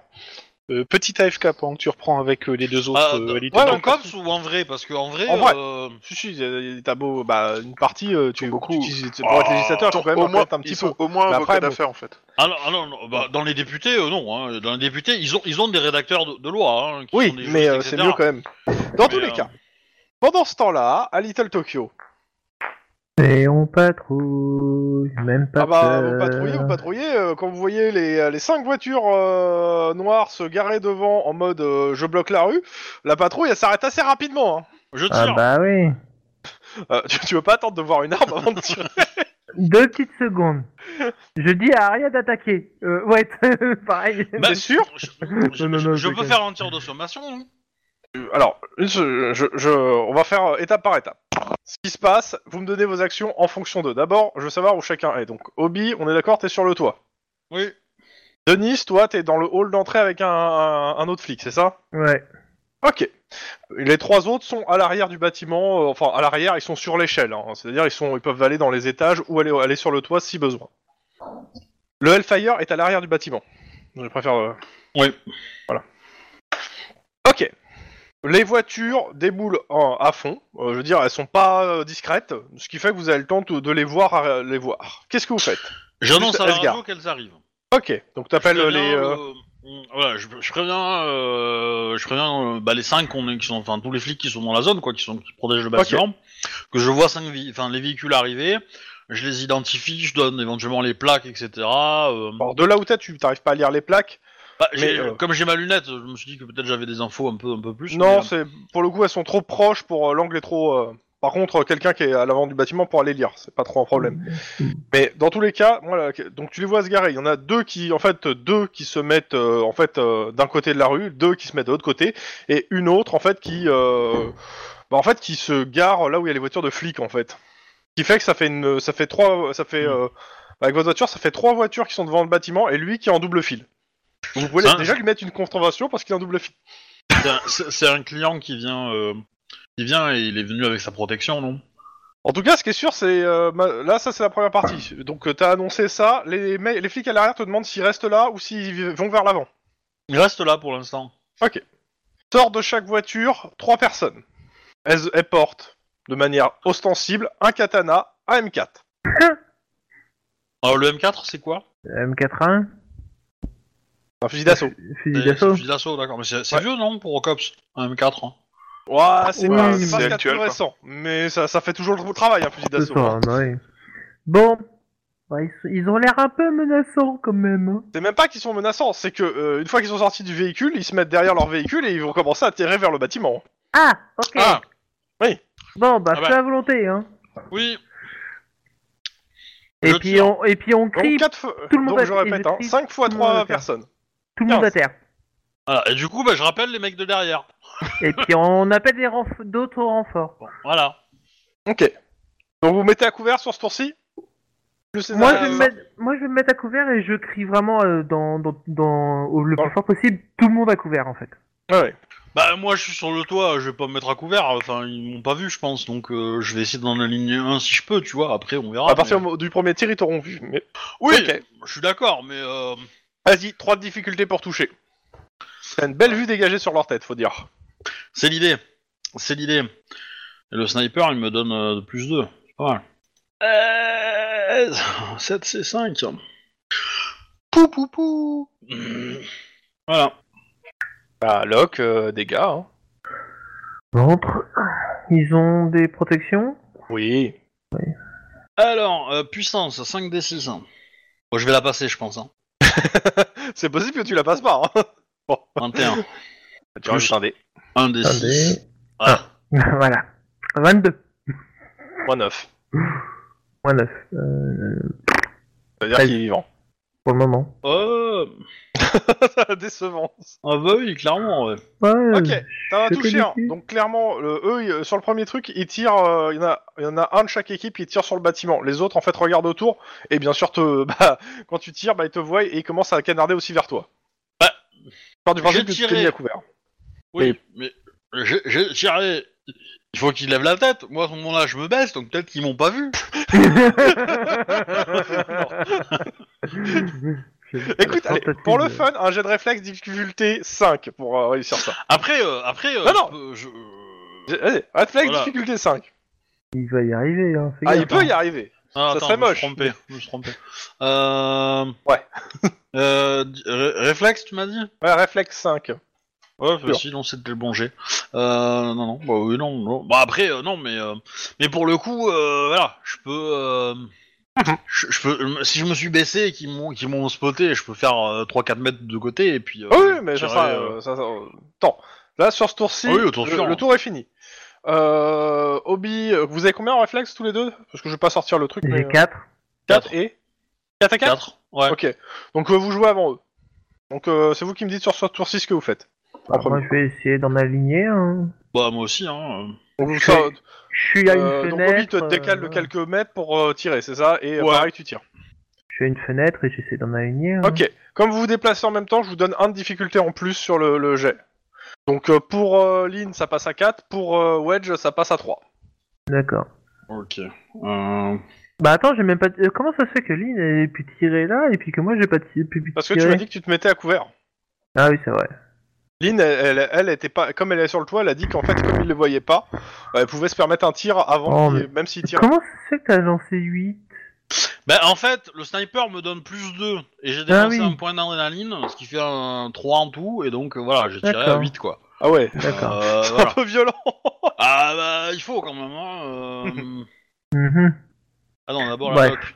Speaker 5: Euh, petit AFK pendant que tu reprends avec euh, les deux autres.
Speaker 1: Ah,
Speaker 5: euh, Ali,
Speaker 1: Dans
Speaker 5: t'as-
Speaker 1: le cops ou en vrai Parce qu'en vrai,
Speaker 2: En vrai.
Speaker 1: euh,
Speaker 2: Si si, y a- y a- t'as beau bah une partie euh, tu,
Speaker 4: Beaucoup.
Speaker 2: tu utilises- pour être
Speaker 5: Oh,
Speaker 2: législateur tu peux même
Speaker 4: au moins,
Speaker 2: être un petit
Speaker 4: ils
Speaker 2: peu.
Speaker 4: sont au moins
Speaker 2: Mais
Speaker 4: avocats
Speaker 2: après, bon.
Speaker 4: d'affaires en fait.
Speaker 1: ah non, ah non, non, bah, dans les députés, euh, non. hein. Dans les députés, ils ont, ils ont des rédacteurs de, de loi. hein, qui
Speaker 2: Oui,
Speaker 1: sont des
Speaker 2: mais
Speaker 1: juristes,
Speaker 2: euh,
Speaker 1: etc.
Speaker 2: c'est mieux quand même. Dans tous
Speaker 1: Mais,
Speaker 2: les
Speaker 1: euh,
Speaker 2: cas. Pendant ce temps-là, à Little Tokyo.
Speaker 3: Et on patrouille, même pas
Speaker 2: Ah bah,
Speaker 3: peur.
Speaker 2: vous patrouillez, vous patrouillez. euh, quand vous voyez les, euh, les cinq voitures euh, noires se garer devant en mode euh, je bloque la rue, la patrouille elle s'arrête assez rapidement. hein.
Speaker 1: Je tire.
Speaker 3: Ah bah oui.
Speaker 2: Euh, tu, tu veux pas attendre de voir une arme avant de tirer
Speaker 3: Deux petites secondes. Je dis à Aria d'attaquer. Euh, ouais, pareil.
Speaker 1: Bah,
Speaker 2: T'es sûr
Speaker 1: Je, je-
Speaker 3: Non, non,
Speaker 1: je
Speaker 3: non, je
Speaker 1: peux
Speaker 3: déconne.
Speaker 1: faire un tir de sommation. hein. non
Speaker 2: Alors, une se- je- je- on va faire euh, étape par étape. Ce qui se passe, vous me donnez vos actions en fonction d'eux. D'abord, je veux savoir où chacun est. Donc, Obi, on est d'accord, t'es sur le toit.
Speaker 1: Oui.
Speaker 2: Denis, toi, t'es dans le hall d'entrée avec un, un- un autre flic, c'est ça
Speaker 3: Ouais.
Speaker 2: Ok. Les trois autres sont à l'arrière du bâtiment, euh, enfin à l'arrière, ils sont sur l'échelle, hein. c'est-à-dire ils sont, ils peuvent aller dans les étages ou aller, aller sur le toit si besoin. Le Hellfire est à l'arrière du bâtiment. Je préfère. euh,
Speaker 1: Oui.
Speaker 2: Ok. Les voitures déboulent en- à fond. Euh, je veux dire, elles sont pas euh, discrètes, ce qui fait que vous avez le temps de, de les voir, euh, les voir. Qu'est-ce que vous faites
Speaker 1: J'annonce à la
Speaker 2: Asgard.
Speaker 1: radio qu'elles arrivent.
Speaker 2: Ok. Donc t'appelles
Speaker 1: Je
Speaker 2: euh,
Speaker 1: préviens,
Speaker 2: les. euh,
Speaker 1: euh, voilà, je, je préviens, euh, je préviens euh, bah, les cinq qu'on est- qui sont, enfin tous les flics qui sont dans la zone, quoi, qui sont qui protègent le bâtiment, que je vois cinq, vi- enfin les véhicules arriver, je les identifie, je donne éventuellement les plaques, etc. euh,
Speaker 2: Alors de là où t'es, tu t'arrives pas à lire les plaques.
Speaker 1: bah, j'ai-
Speaker 2: mais, euh,
Speaker 1: Comme j'ai ma lunette, je me suis dit que peut-être j'avais des infos un peu, un peu plus. mais,
Speaker 2: Non,
Speaker 1: euh,
Speaker 2: c'est pour le coup, elles sont trop proches pour euh, l'angle est trop. euh, Par contre, euh, quelqu'un qui est à l'avant du bâtiment pour aller lire, c'est pas trop un problème. Mais dans tous les cas, moi, là, que- donc tu les vois se garer. Il y en a deux qui, en fait, deux qui se mettent euh, en fait euh, d'un côté de la rue, deux qui se mettent de l'autre côté, et une autre en fait qui, euh, bah, en fait, qui se gare là où il y a les voitures de flics en fait. Ce qui fait que ça fait une, ça fait trois, ça fait euh, avec votre voiture, ça fait trois voitures qui sont devant le bâtiment et lui qui est en double fil. Donc, vous pouvez
Speaker 1: Ça-
Speaker 2: déjà lui mettre une contravention parce qu'il est en double fil.
Speaker 1: c'est un- c'est c'est un client qui vient, euh, qui vient et il est venu avec sa protection, non
Speaker 2: En tout cas, ce qui est sûr, c'est euh, ma- là, ça c'est la première partie. Donc euh, t'as annoncé ça, les, me- les flics à l'arrière te demandent s'ils restent là ou s'ils vont vers l'avant.
Speaker 1: Il reste là pour l'instant.
Speaker 2: Sort de chaque voiture trois personnes. Elles, elles portent, de manière ostensible, un katana, un M4.
Speaker 1: Alors Euh, le M4, c'est quoi
Speaker 3: M81,
Speaker 2: Un fusil d'assaut.
Speaker 3: fusil
Speaker 1: C'est- c'est un
Speaker 3: d'assaut.
Speaker 1: fusil d'assaut, d'accord. Mais c'est c'est
Speaker 2: Ouais.
Speaker 1: vieux, non, pour Cops Un M4. hein
Speaker 2: Ouah, c'est
Speaker 3: Ouais,
Speaker 2: pas,
Speaker 3: mais
Speaker 2: c'est pas
Speaker 4: c'est
Speaker 2: ce qu'il y a de
Speaker 4: actuel,
Speaker 2: plus
Speaker 4: quoi.
Speaker 2: récent, mais ça, ça fait toujours le travail, un fusil
Speaker 3: Ce
Speaker 2: d'assaut. hein.
Speaker 3: soir, ouais. Bon, Bah, ils, sont- ils ont l'air un peu menaçants quand même. hein.
Speaker 2: C'est même pas qu'ils sont menaçants, c'est que euh, une fois qu'ils sont sortis du véhicule, ils se mettent derrière leur véhicule et ils vont commencer à tirer vers le bâtiment.
Speaker 3: Ah, ok.
Speaker 1: Ah
Speaker 3: Bon, bah,
Speaker 1: Ah
Speaker 3: c'est
Speaker 1: bah.
Speaker 3: à volonté, hein.
Speaker 1: Ah, Oui,
Speaker 3: Et
Speaker 1: Je
Speaker 3: puis,
Speaker 1: tire.
Speaker 3: on, et puis on crie,
Speaker 2: Donc, quatre fois-
Speaker 3: tout le monde
Speaker 2: donc
Speaker 3: va-
Speaker 2: je
Speaker 3: et
Speaker 2: répète,
Speaker 3: je
Speaker 2: hein,
Speaker 3: crie,
Speaker 2: 5 fois
Speaker 3: tout le monde
Speaker 2: 3
Speaker 3: va faire.
Speaker 2: personnes.
Speaker 3: tout le monde à
Speaker 2: quinze.
Speaker 3: terre.
Speaker 1: Voilà, et du coup, bah, je rappelle les mecs de derrière.
Speaker 3: Et puis on appelle des renf- d'autres renforts.
Speaker 1: Bon, voilà.
Speaker 2: Ok. Donc vous mettez à couvert sur ce tour-ci Plus les
Speaker 3: Moi
Speaker 2: armes,
Speaker 3: je, vais me
Speaker 2: euh,
Speaker 3: mettre, moi, je vais me mettre à couvert et je crie vraiment euh, dans, dans, dans- au- le
Speaker 2: Dans
Speaker 3: plus fort possible, tout le monde à couvert en fait.
Speaker 2: ouais, ouais.
Speaker 1: Bah, moi, je suis sur le toit, je vais pas me mettre à couvert. Enfin, ils m'ont pas vu, je pense. Donc, euh, je vais essayer d'en aligner un si je peux, tu vois. Après, on verra.
Speaker 2: à partir
Speaker 1: mais-
Speaker 2: du premier tir, ils t'auront vu. Mais...
Speaker 1: Oui,
Speaker 2: Ok.
Speaker 1: je suis d'accord, mais. Euh...
Speaker 2: Vas-y, 3 de difficulté pour toucher. C'est une belle vue dégagée sur leur tête, faut dire.
Speaker 1: C'est l'idée. C'est l'idée. Et le sniper, il me donne euh, plus 2. C'est pas mal. Euh... 7, c'est 5. Pou, pou, pou. Mmh. Voilà.
Speaker 2: Bah, lock, euh, dégâts. Hein.
Speaker 3: Entre, ils ont des protections.
Speaker 2: Oui.
Speaker 1: Alors, euh, puissance, 5d6. Bon, je vais la passer, je pense. Hein.
Speaker 2: C'est possible que tu la passes pas. Hein.
Speaker 1: 21.
Speaker 2: Bah, Tu rajoutes un dé.
Speaker 1: 1d6. Voilà.
Speaker 3: voilà. 22.
Speaker 2: Moins 9.
Speaker 3: Moins 9. euh,
Speaker 2: C'est-à-dire
Speaker 3: Treize.
Speaker 2: qu'il est vivant.
Speaker 3: pour le moment.
Speaker 1: Oh,
Speaker 2: Décevant.
Speaker 1: ah bah oui, clairement, ouais.
Speaker 3: Ouais,
Speaker 2: Ok, ça va
Speaker 3: je
Speaker 2: toucher. un.
Speaker 3: connais plus.
Speaker 2: Donc clairement, le- eux, ils- sur le premier truc, ils tirent. euh, Il y, en a, il y en a un de chaque équipe qui tire sur le bâtiment. Les autres, en fait, regardent autour. Et bien sûr, te, bah, quand tu tires, bah, ils te voient et ils commencent à canarder aussi vers toi.
Speaker 1: Bah,
Speaker 2: Je pars du
Speaker 1: j'ai
Speaker 2: principe que tu t'es
Speaker 1: tiré.
Speaker 2: mis à couvert.
Speaker 1: Oui, mais j'ai j'ai tiré. Il faut qu'ils lèvent la tête. Moi, à ce moment-là, je me baisse, donc peut-être qu'ils m'ont pas vu.
Speaker 2: Écoute, allez, pour le fun, un jet de réflexe difficulté 5 pour euh, réussir ça.
Speaker 1: Après, euh, après, euh,
Speaker 2: Ah non.
Speaker 1: je peux- je-
Speaker 2: Allez, réflexe
Speaker 1: Voilà.
Speaker 2: difficulté 5.
Speaker 3: Il va y arriver, hein. fais
Speaker 2: Ah, il
Speaker 3: gaffe,
Speaker 2: peut
Speaker 3: hein.
Speaker 2: y arriver.
Speaker 1: Ah,
Speaker 2: Ça
Speaker 1: attends,
Speaker 2: serait
Speaker 1: je me
Speaker 2: moche.
Speaker 1: suis trompé, je me suis trompé. Euh...
Speaker 2: Ouais.
Speaker 1: euh, d- ré- réflexe, tu m'as dit
Speaker 2: Ouais, réflexe 5.
Speaker 1: Ouais, bah,
Speaker 2: Sûr.
Speaker 1: si, non, c'était le bon jet. Euh, non, non, bah oui, non, non. Bah après, euh, non, mais euh, mais pour le coup, euh, voilà, je peux, euh, je, je peux, euh, si je me suis baissé et qu'ils m'ont, qu'ils m'ont spoté, je peux faire euh, 3-4 mètres de côté et puis. euh,
Speaker 2: Ah oui, mais ça
Speaker 1: tirer,
Speaker 2: sera.
Speaker 1: euh,
Speaker 2: euh, ça, ça- euh, Tant. Là, sur ce tour-ci,
Speaker 1: Ah oui, au tour
Speaker 2: le,
Speaker 1: suivant.
Speaker 2: le tour est fini. Euh, Obi, euh, vous avez combien en réflexe tous les deux Parce que je vais pas sortir le truc. mais,
Speaker 3: J'ai
Speaker 2: euh,
Speaker 3: 4.
Speaker 2: quatre et 4 à 4,
Speaker 1: quatre, Ouais.
Speaker 2: Ok. Donc euh, vous jouez avant eux. Donc euh, c'est vous qui me dites sur ce tour-ci ce que vous faites. premier.
Speaker 3: moi, je vais essayer d'en aligner. Hein.
Speaker 1: Bah moi aussi, hein.
Speaker 2: Donc, vous-
Speaker 3: Je-
Speaker 2: ça-
Speaker 3: Je suis à une
Speaker 2: euh, donc Obi
Speaker 3: fenêtre.
Speaker 2: te décale de
Speaker 3: euh,
Speaker 2: quelques mètres pour euh, tirer, c'est ça Et euh,
Speaker 1: Ouais.
Speaker 2: pareil, tu tires.
Speaker 3: Je suis à une fenêtre et j'essaie d'en aligner. hein.
Speaker 2: Ok. Comme vous vous déplacez en même temps, je vous donne un de difficulté en plus sur le, le jet. Donc euh, pour euh, Lynn, ça passe à 4. Pour euh, Wedge, ça passe à 3.
Speaker 3: D'accord.
Speaker 1: Ok. Euh,
Speaker 3: Bah attends, j'ai même pas. euh, Comment ça se fait que Lynn ait pu tirer là et puis que moi j'ai pas ti- pu, pu
Speaker 2: Parce que
Speaker 3: tirer
Speaker 2: tu m'as dit que tu te mettais à couvert.
Speaker 3: Ah oui, c'est vrai.
Speaker 2: Lynn, elle, elle, elle était pas, comme elle est sur le toit, elle a dit qu'en fait, comme il le voyait pas, elle pouvait se permettre un tir avant,
Speaker 3: Oh,
Speaker 2: qu'il- même s'il tirait.
Speaker 3: Comment ça se fait que t'as lancé 8
Speaker 1: Bah en fait, le sniper me donne plus 2 et j'ai
Speaker 3: Ah
Speaker 1: dépensé
Speaker 3: oui.
Speaker 1: un point d'adrénaline, ce qui fait un 3 en tout et donc euh, voilà, j'ai tiré à
Speaker 3: D'accord.
Speaker 1: 8 quoi.
Speaker 2: Ah ouais,
Speaker 3: D'accord.
Speaker 1: Euh,
Speaker 2: un
Speaker 1: voilà.
Speaker 2: peu violent.
Speaker 1: ah bah il faut quand même. Hein, euh...
Speaker 3: Mhm.
Speaker 1: Ah non, d'abord la
Speaker 3: Bref.
Speaker 1: loque.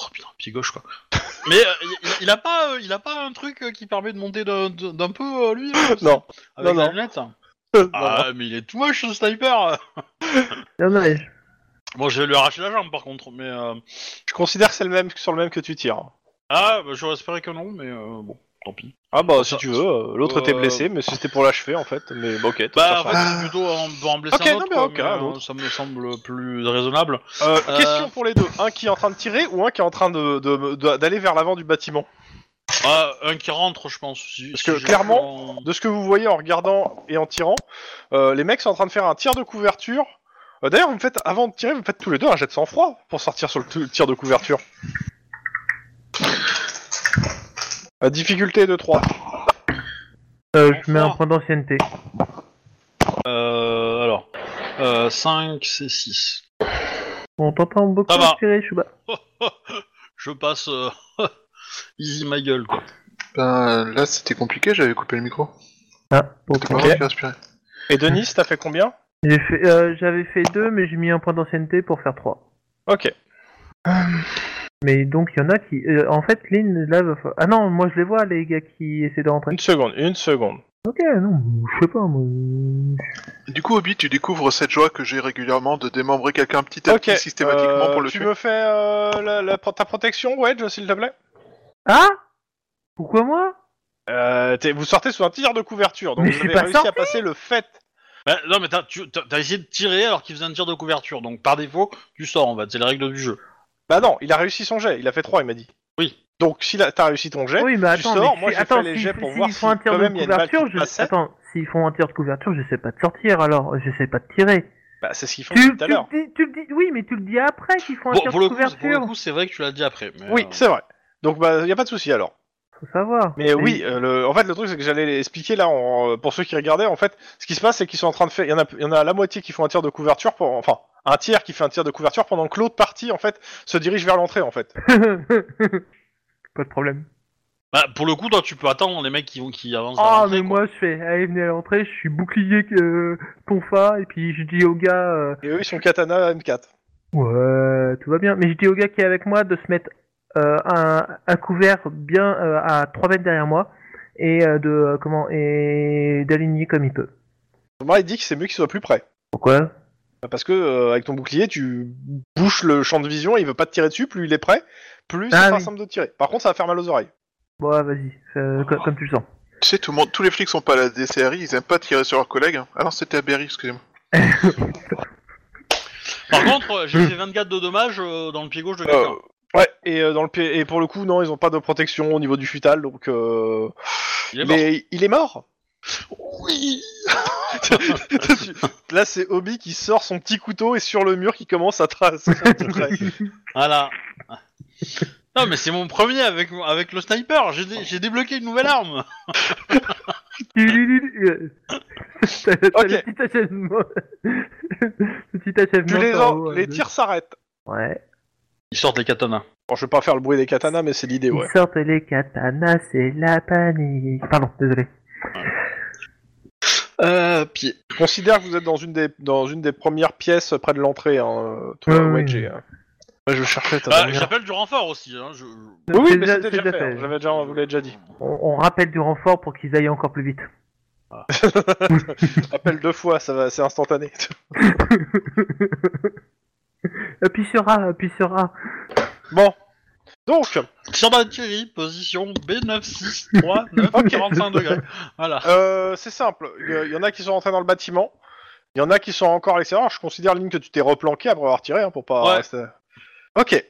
Speaker 1: Oh putain, pied gauche quoi. Mais euh, il, il a pas, euh, il a pas un truc euh, qui permet de monter d'un de- d'un peu euh, lui là, comme ça,
Speaker 2: Non.
Speaker 1: Avec
Speaker 2: Non,
Speaker 1: la
Speaker 2: non.
Speaker 1: lunette
Speaker 2: Non, non.
Speaker 1: Ah mais il est tout moche ce sniper.
Speaker 3: Dommage.
Speaker 1: Bon, je vais lui arracher la jambe par contre, mais euh,
Speaker 2: Je considère que c'est le même sur le même que tu tires.
Speaker 1: ah, bah, j'aurais espéré que non, mais euh, bon, tant pis.
Speaker 2: Ah bah
Speaker 1: Ça-
Speaker 2: si tu veux, euh, l'autre était
Speaker 1: Euh,
Speaker 2: blessé, mais c'était pour l'achever en fait. Mais bon, ok. t'as-
Speaker 1: Bah,
Speaker 2: t'as
Speaker 1: en fait,
Speaker 2: fait.
Speaker 1: c'est plutôt en, pour en blesser
Speaker 2: Ok,
Speaker 1: un
Speaker 2: non,
Speaker 1: autre,
Speaker 2: mais
Speaker 1: quoi,
Speaker 2: ok, un
Speaker 1: euh,
Speaker 2: autre.
Speaker 1: ça me semble plus raisonnable.
Speaker 2: Euh,
Speaker 1: euh,
Speaker 2: Question pour les deux, un qui est en train de tirer ou un qui est en train de de- de- d'aller vers l'avant du bâtiment.
Speaker 1: Ah, un qui rentre, je pense. si-
Speaker 2: Parce
Speaker 1: si
Speaker 2: que
Speaker 1: j'ai
Speaker 2: clairement-
Speaker 1: un-
Speaker 2: De ce que vous voyez en regardant et en tirant, euh, les mecs sont en train de faire un tir de couverture. Euh, D'ailleurs, vous me faites avant de tirer, vous me faites tous les deux un jet de sang-froid pour sortir sur le, t- le tir de couverture. La Euh, difficulté de 3.
Speaker 3: Euh, je mets un point d'ancienneté.
Speaker 1: Euh, alors, euh, 5, c'est 6.
Speaker 3: On t'entend beaucoup
Speaker 1: Ça va.
Speaker 3: tirer, Chouba.
Speaker 1: Je passe euh, easy ma gueule, quoi.
Speaker 4: Ben, là, c'était compliqué, j'avais coupé le micro.
Speaker 3: Ah, bon,
Speaker 4: T'as
Speaker 3: bon.
Speaker 4: pas vraiment pu respirer.
Speaker 2: Et Denis, t'as fait combien
Speaker 3: J'ai fait- euh, J'avais fait 2, mais j'ai mis un point d'ancienneté pour faire 3.
Speaker 2: Ok.
Speaker 3: Euh. Mais donc il y en a qui. euh, en fait, Lynn, là. va fa- Ah non, moi je les vois, les gars qui essaient de rentrer.
Speaker 2: Une seconde, une seconde.
Speaker 3: Ok, non, je sais pas, moi.
Speaker 4: Du coup, Obi, tu découvres cette joie que j'ai régulièrement de démembrer quelqu'un petit à
Speaker 2: ok.
Speaker 4: petit systématiquement
Speaker 2: euh,
Speaker 4: pour le
Speaker 2: tu
Speaker 4: tuer.
Speaker 2: me fais euh, la- la- ta protection, Wedge, s'il te plaît
Speaker 3: Ah Pourquoi moi
Speaker 2: Euh, t'es- vous sortez sous un tir de couverture, donc
Speaker 3: Mais
Speaker 2: vous
Speaker 3: je suis
Speaker 2: avez
Speaker 3: pas
Speaker 2: réussi à
Speaker 3: sorti.
Speaker 2: passer le fait.
Speaker 1: Bah, non, mais t'as, tu, t'as- t'as essayé de tirer alors qu'il faisait un tir de couverture, donc par défaut, tu sors en fait, c'est les règles du jeu.
Speaker 2: Bah non, il a réussi son jet, il a fait 3, il m'a dit.
Speaker 1: Oui.
Speaker 2: Donc si la- t'as réussi ton jet,
Speaker 3: Oui, mais
Speaker 2: tu
Speaker 3: attends,
Speaker 2: sors,
Speaker 3: mais
Speaker 2: moi,
Speaker 3: si-
Speaker 2: j'ai
Speaker 3: attends,
Speaker 2: fait les
Speaker 3: si-
Speaker 2: jets pour
Speaker 3: si
Speaker 2: voir
Speaker 3: ils font un
Speaker 2: si,
Speaker 3: tir
Speaker 2: quand
Speaker 3: de
Speaker 2: même, il y a une balle qui
Speaker 3: couverture, je...
Speaker 2: passait.
Speaker 3: attends, s'ils font un tir de couverture, je sais pas de sortir alors, je sais pas de tirer.
Speaker 2: bah, c'est ce qu'ils font
Speaker 3: Tu,
Speaker 2: depuis
Speaker 3: tu,
Speaker 2: tout à l'heure.
Speaker 3: le dis- tu le dis, oui, mais tu le dis après qu'ils font un
Speaker 1: Bon,
Speaker 3: tir
Speaker 1: pour
Speaker 3: de
Speaker 1: le, coup, c'est- pour le
Speaker 3: couverture.
Speaker 1: coup, c'est vrai que tu l'as dit après. Mais,
Speaker 2: Oui,
Speaker 1: euh,
Speaker 2: c'est vrai. Donc bah y a pas de souci alors.
Speaker 3: Faut savoir.
Speaker 2: Mais oui, euh, le- en fait le truc c'est que j'allais expliquer là en- pour ceux qui regardaient en fait, ce qui se passe c'est qu'ils sont en train de faire, il y en a, y en a la moitié qui font un tir de couverture pour, enfin un tiers qui fait un tir de couverture pendant que l'autre partie en fait se dirige vers l'entrée en fait.
Speaker 3: pas de problème.
Speaker 1: bah, pour le coup, toi, tu peux attendre les mecs qui, vont, qui avancent. vers
Speaker 3: Ah,
Speaker 1: l'entrée,
Speaker 3: mais
Speaker 1: quoi.
Speaker 3: moi je fais, allez, venez à l'entrée, je suis bouclier euh, tonfa, et puis je dis au gars, euh,
Speaker 2: Et eux ils sont katana M4.
Speaker 3: ouais, tout va bien, mais je dis au gars qui est avec moi de se mettre euh, un, un couvert bien euh, à 3 mètres derrière moi, et euh, de, euh, comment, et d'aligner comme il peut.
Speaker 2: Moi il dit que c'est mieux qu'ils soient plus près.
Speaker 3: Pourquoi
Speaker 2: Parce que euh, avec ton bouclier, tu bouches le champ de vision, il veut pas te tirer dessus, plus il est prêt, plus
Speaker 3: Ah
Speaker 2: c'est pas
Speaker 3: oui.
Speaker 2: simple de tirer. Par contre, ça va faire mal aux oreilles.
Speaker 3: Bon, ouais, vas-y, euh, co- comme tu le sens.
Speaker 4: Tu sais, tout le monde, tous les flics sont pas à la DCRI, ils aiment pas tirer sur leurs collègues. Ah non, c'était à Berry, excusez-moi.
Speaker 1: Par contre, euh, j'ai fait 24 de dommages euh, dans le pied gauche de quelqu'un.
Speaker 2: ouais. Et euh, dans le pied- et pour le coup, non, ils ont pas de protection au niveau du futal, donc. euh,
Speaker 1: Il est mort.
Speaker 2: Mais il est mort.
Speaker 4: Oui
Speaker 2: Là, c'est Obi qui sort son petit couteau et sur le mur qui commence à tracer. un petit trait.
Speaker 1: Voilà. Non, mais c'est mon premier avec, avec le sniper. J'ai dé- j'ai débloqué une nouvelle arme.
Speaker 3: T'as t'as le
Speaker 2: Ok.
Speaker 3: petit achèvement. le petit achèvement.
Speaker 2: Tu les,
Speaker 3: en
Speaker 2: en-
Speaker 3: haut, à
Speaker 2: les
Speaker 3: gauche.
Speaker 2: tirs s'arrêtent.
Speaker 3: Ouais.
Speaker 1: Ils sortent les katanas.
Speaker 2: Bon, je vais pas faire le bruit des katanas, mais c'est l'idée, ouais.
Speaker 3: Ils sortent les katanas, c'est la panique. Pardon, désolé.
Speaker 1: Euh, pied.
Speaker 2: Je considère que vous êtes dans une des, dans une des premières pièces près de l'entrée, hein, euh, toi,
Speaker 3: Ouais,
Speaker 2: Wedge,
Speaker 3: oui.
Speaker 2: hein. Ouais, je cherchais ta
Speaker 1: Bah,
Speaker 2: dernière.
Speaker 1: J'appelle du renfort aussi. Hein. Je... je-
Speaker 2: Oui, oui,
Speaker 3: C'est
Speaker 2: mais
Speaker 3: déjà-
Speaker 2: c'était
Speaker 3: c'est
Speaker 2: déjà
Speaker 3: déjà
Speaker 2: fait.
Speaker 3: fait.
Speaker 2: hein. J'avais déjà, on vous l'avait déjà dit.
Speaker 3: On, on rappelle du renfort pour qu'ils aillent encore plus vite.
Speaker 2: Appelle deux fois, ça va, c'est instantané.
Speaker 3: Appuie sur A, appuie sur A.
Speaker 2: Bon. Donc,
Speaker 1: Tir d'artillerie, position B963,
Speaker 2: Ok.
Speaker 1: 45 degrés. Voilà.
Speaker 2: euh, c'est simple. Il y, en a qui sont rentrés dans le bâtiment. Il y en a qui sont encore à l'extérieur. Je considère, Link, que tu t'es replanqué après avoir tiré, hein, pour pas
Speaker 1: Ouais.
Speaker 2: rester- Ok.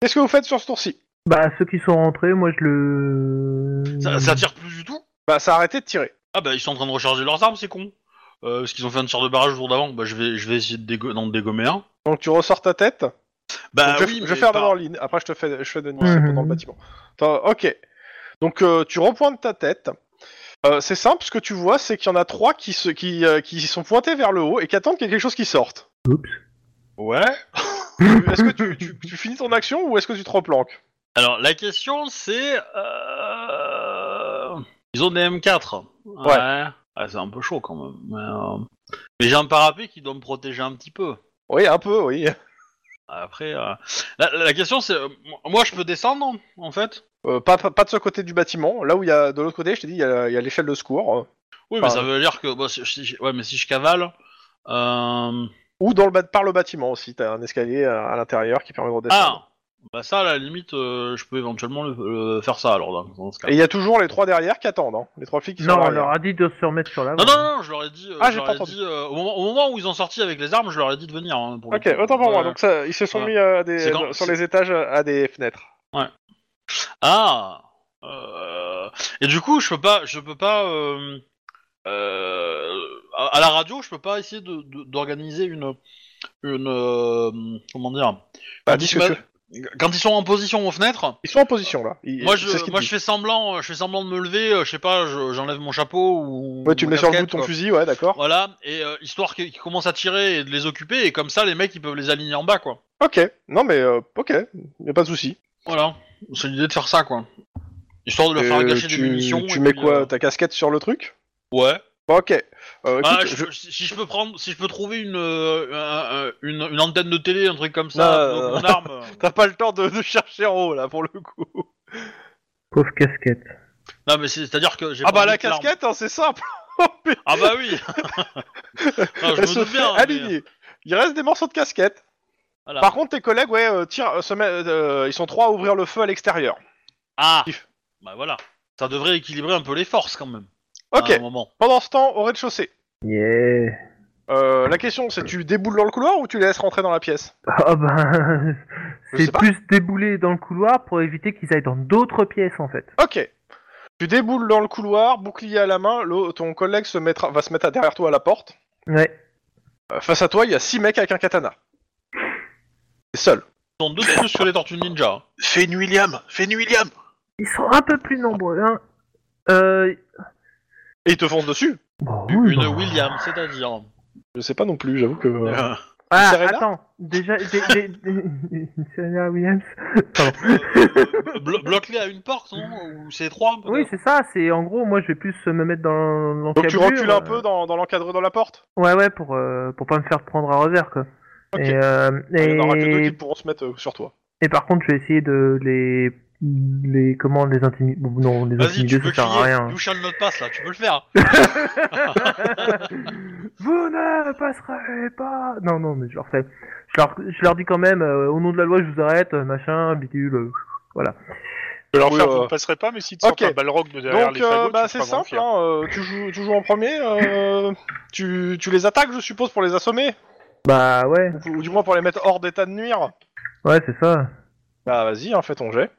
Speaker 2: Qu'est-ce que vous faites sur ce tour-ci
Speaker 3: Bah, ceux qui sont rentrés, moi je le.
Speaker 1: Ça, ça tire plus du tout
Speaker 2: Bah, ça a arrêté de tirer.
Speaker 1: Ah bah ils sont en train de recharger leurs armes, c'est con. Euh, parce qu'ils ont fait un tir de barrage le jour d'avant. Bah je vais, je vais essayer de dégo- d'en dégommer un.
Speaker 2: Donc, tu ressors ta tête.
Speaker 1: Bah
Speaker 2: Donc, je,
Speaker 1: oui,
Speaker 2: je
Speaker 1: mais
Speaker 2: vais faire
Speaker 1: par-
Speaker 2: d'abord Lynn, après je te fais, je fais Denis
Speaker 3: Ouais.
Speaker 2: c'est
Speaker 3: Mhm.
Speaker 2: dans le bâtiment. Attends, ok. Donc euh, tu repointes ta tête. Euh, c'est simple, ce que tu vois, c'est qu'il y en a trois qui, se, qui, euh, qui sont pointés vers le haut et qui attendent qu'il y ait quelque chose qui sorte.
Speaker 3: Oups.
Speaker 1: Ouais.
Speaker 2: est-ce que tu, tu- tu finis ton action ou est-ce que tu te replanques
Speaker 1: Alors la question c'est... euh, Ils ont des M4.
Speaker 2: Ouais.
Speaker 1: Ah, c'est un peu chaud quand même. Mais, euh, mais j'ai un parapet qui doit me protéger un petit peu.
Speaker 2: Oui, un peu, oui.
Speaker 1: Après, euh, la, la question c'est... euh, Moi je peux descendre en fait
Speaker 2: Euh, pas, pas, pas de ce côté du bâtiment. Là où il y a de l'autre côté, je t'ai dit, il y a, il y a l'échelle de secours. euh,
Speaker 1: Oui mais
Speaker 2: Par-
Speaker 1: ça veut dire que... bah, si- si- ouais mais si je cavale... euh,
Speaker 2: ou dans le bas- par le bâtiment aussi. T'as un escalier euh, à, à l'intérieur qui permet de
Speaker 1: Ah
Speaker 2: redescendre.
Speaker 1: Bah ça à la limite euh, je peux éventuellement le- le faire ça alors dans- dans ce cas.
Speaker 2: Et il y a toujours les trois derrière qui attendent. hein, Les trois flics qui sont
Speaker 3: Non, on
Speaker 2: derrière.
Speaker 3: leur a dit de se remettre sur la
Speaker 1: Non, non, non, non, je leur ai dit, euh,
Speaker 2: Ah,
Speaker 1: je
Speaker 2: j'ai
Speaker 1: leur
Speaker 2: pas
Speaker 1: ai
Speaker 2: entendu.
Speaker 1: dit, euh, au, moment, au moment où ils ont sorti avec les armes, je leur ai dit de venir. hein, pour le
Speaker 2: Ok,
Speaker 1: coup.
Speaker 2: autant pour moi.
Speaker 1: Ouais.
Speaker 2: Donc ça, ils se sont
Speaker 1: Ouais.
Speaker 2: mis euh, à des-
Speaker 1: C'est quand-
Speaker 2: sur
Speaker 1: c'est-
Speaker 2: les étages euh, à des fenêtres.
Speaker 1: Ah euh, Et du coup, je peux pas. Je peux pas euh, euh, à, à la radio, je peux pas essayer de- de- d'organiser une. une euh, comment dire
Speaker 2: Bah,
Speaker 1: quand,
Speaker 2: dis
Speaker 1: ils
Speaker 2: ce que
Speaker 1: ma-
Speaker 2: tu veux.
Speaker 1: quand ils sont en position aux fenêtres.
Speaker 2: Ils sont en position là. Ils-
Speaker 1: Moi,
Speaker 2: c'est
Speaker 1: je,
Speaker 2: ce qu'ils
Speaker 1: moi
Speaker 2: disent.
Speaker 1: je fais semblant, euh, je fais semblant de me lever. euh, Je sais pas, je- j'enlève mon chapeau ou.
Speaker 2: Ouais, tu
Speaker 1: mon
Speaker 2: mets sur le bout
Speaker 1: casquette,
Speaker 2: de ton
Speaker 1: quoi.
Speaker 2: fusil, ouais, d'accord.
Speaker 1: Voilà, et euh, histoire qu'ils qu'ils commencent à tirer et de les occuper, et comme ça, les mecs ils peuvent les aligner en bas, quoi.
Speaker 2: Ok, non mais euh, ok, y a pas de souci.
Speaker 1: Voilà, c'est l'idée de faire ça, quoi. Histoire de leur faire
Speaker 2: Euh,
Speaker 1: gâcher
Speaker 2: tu,
Speaker 1: des munitions.
Speaker 2: tu
Speaker 1: et
Speaker 2: mets
Speaker 1: puis,
Speaker 2: quoi
Speaker 1: euh,
Speaker 2: Ta casquette sur le truc
Speaker 1: Ouais.
Speaker 2: Bah, Ok. Euh,
Speaker 1: Ah,
Speaker 2: écoute,
Speaker 1: je-
Speaker 2: je-
Speaker 1: Si si je peux prendre, si je peux trouver une, euh, un- un- une, une antenne de télé, un truc comme ça,
Speaker 2: Non,
Speaker 1: avec
Speaker 2: non,
Speaker 1: mon arme. euh.
Speaker 2: T'as pas le temps de, de chercher en haut là pour le coup.
Speaker 3: Pauvre casquette.
Speaker 1: Non, mais c'est à dire que j'ai.
Speaker 2: Ah
Speaker 1: pas
Speaker 2: bah la
Speaker 1: envie que l'arme-
Speaker 2: casquette, hein, c'est simple.
Speaker 1: Ah bah oui. non, je
Speaker 2: Elle
Speaker 1: me
Speaker 2: se
Speaker 1: doute
Speaker 2: fait
Speaker 1: bien. hein, mais- Ah.
Speaker 2: aligner. Il reste des morceaux de casquette.
Speaker 1: Voilà.
Speaker 2: Par contre, tes collègues, ouais, euh, tirent, euh, se met- euh, ils sont trois à ouvrir le feu à l'extérieur.
Speaker 1: Ah. Bah voilà. Ça devrait équilibrer un peu les forces quand même.
Speaker 2: Ok.
Speaker 1: À un moment.
Speaker 2: Pendant ce temps, au rez-de-chaussée.
Speaker 3: Yeah.
Speaker 2: Euh, la question, c'est tu déboules dans le couloir ou tu les laisses rentrer dans la pièce
Speaker 3: Ah ben,
Speaker 2: Je sais
Speaker 3: c'est
Speaker 2: pas.
Speaker 3: plus débouler dans le couloir pour éviter qu'ils aillent dans d'autres pièces en fait.
Speaker 2: Ok. Tu déboules dans le couloir, bouclier à la main, l'au- ton collègue se mettra, va se mettre à- derrière toi à la porte.
Speaker 3: Ouais.
Speaker 2: Euh, face à toi, il y a six mecs avec un katana. T'es seul.
Speaker 1: Ils sont deux de plus que les tortues ninja. hein.
Speaker 4: Fais une William Fais une William
Speaker 3: Ils sont un peu plus nombreux. Hein. Euh...
Speaker 2: Et ils te foncent dessus
Speaker 3: bon, oui,
Speaker 1: Une
Speaker 3: bon.
Speaker 1: William, c'est-à-dire.
Speaker 2: Je sais pas non plus, j'avoue que... euh,
Speaker 1: Euh,
Speaker 3: Ah,
Speaker 2: Serena
Speaker 3: attends. Déjà, dé- dé- dé- Serena Williams. Pardon.
Speaker 1: blo- Bloque-les à une porte, non Ou c'est trois peut-être
Speaker 3: Oui, c'est ça. C'est en gros, moi, je vais plus me mettre dans l'encablure.
Speaker 2: Donc tu recules un
Speaker 3: euh,
Speaker 2: peu dans, dans l'encadre dans la porte
Speaker 3: Ouais, ouais, pour euh, pour pas me faire prendre à revers quoi.
Speaker 2: Ok. Ah,
Speaker 3: Et, euh,
Speaker 2: Il y en aura que deux
Speaker 3: et,
Speaker 2: qui pourront se mettre euh, sur toi.
Speaker 3: et par contre, je vais essayer de les les comment les intimider. Bon, non, les
Speaker 1: Vas-y, tu
Speaker 3: intimider,
Speaker 1: peux
Speaker 3: ça sert à
Speaker 1: crier.
Speaker 3: rien.
Speaker 1: You shall not pass, là, tu peux le faire.
Speaker 3: Vous ne passerez pas. Non, non, mais je leur fais. Je leur, je leur dis quand même, euh, au nom de la loi, je vous arrête, euh, machin, bidule. euh,
Speaker 5: Je vais leur
Speaker 2: Oui,
Speaker 5: faire,
Speaker 2: euh,
Speaker 5: vous ne passerez pas, mais si tu
Speaker 2: ok.
Speaker 5: sortent un balrog de derrière
Speaker 2: Donc
Speaker 5: les fagots,
Speaker 2: euh, bah,
Speaker 5: tu
Speaker 2: c'est
Speaker 5: feras grand
Speaker 2: simple,
Speaker 5: fier.
Speaker 2: hein, euh, tu, joues, tu joues en premier, euh, tu, tu les attaques je suppose pour les assommer,
Speaker 3: Bah ouais,
Speaker 2: ou, ou du moins pour les mettre hors d'état de nuire.
Speaker 3: ouais, c'est ça.
Speaker 2: Bah vas-y, hein, fais ton jet.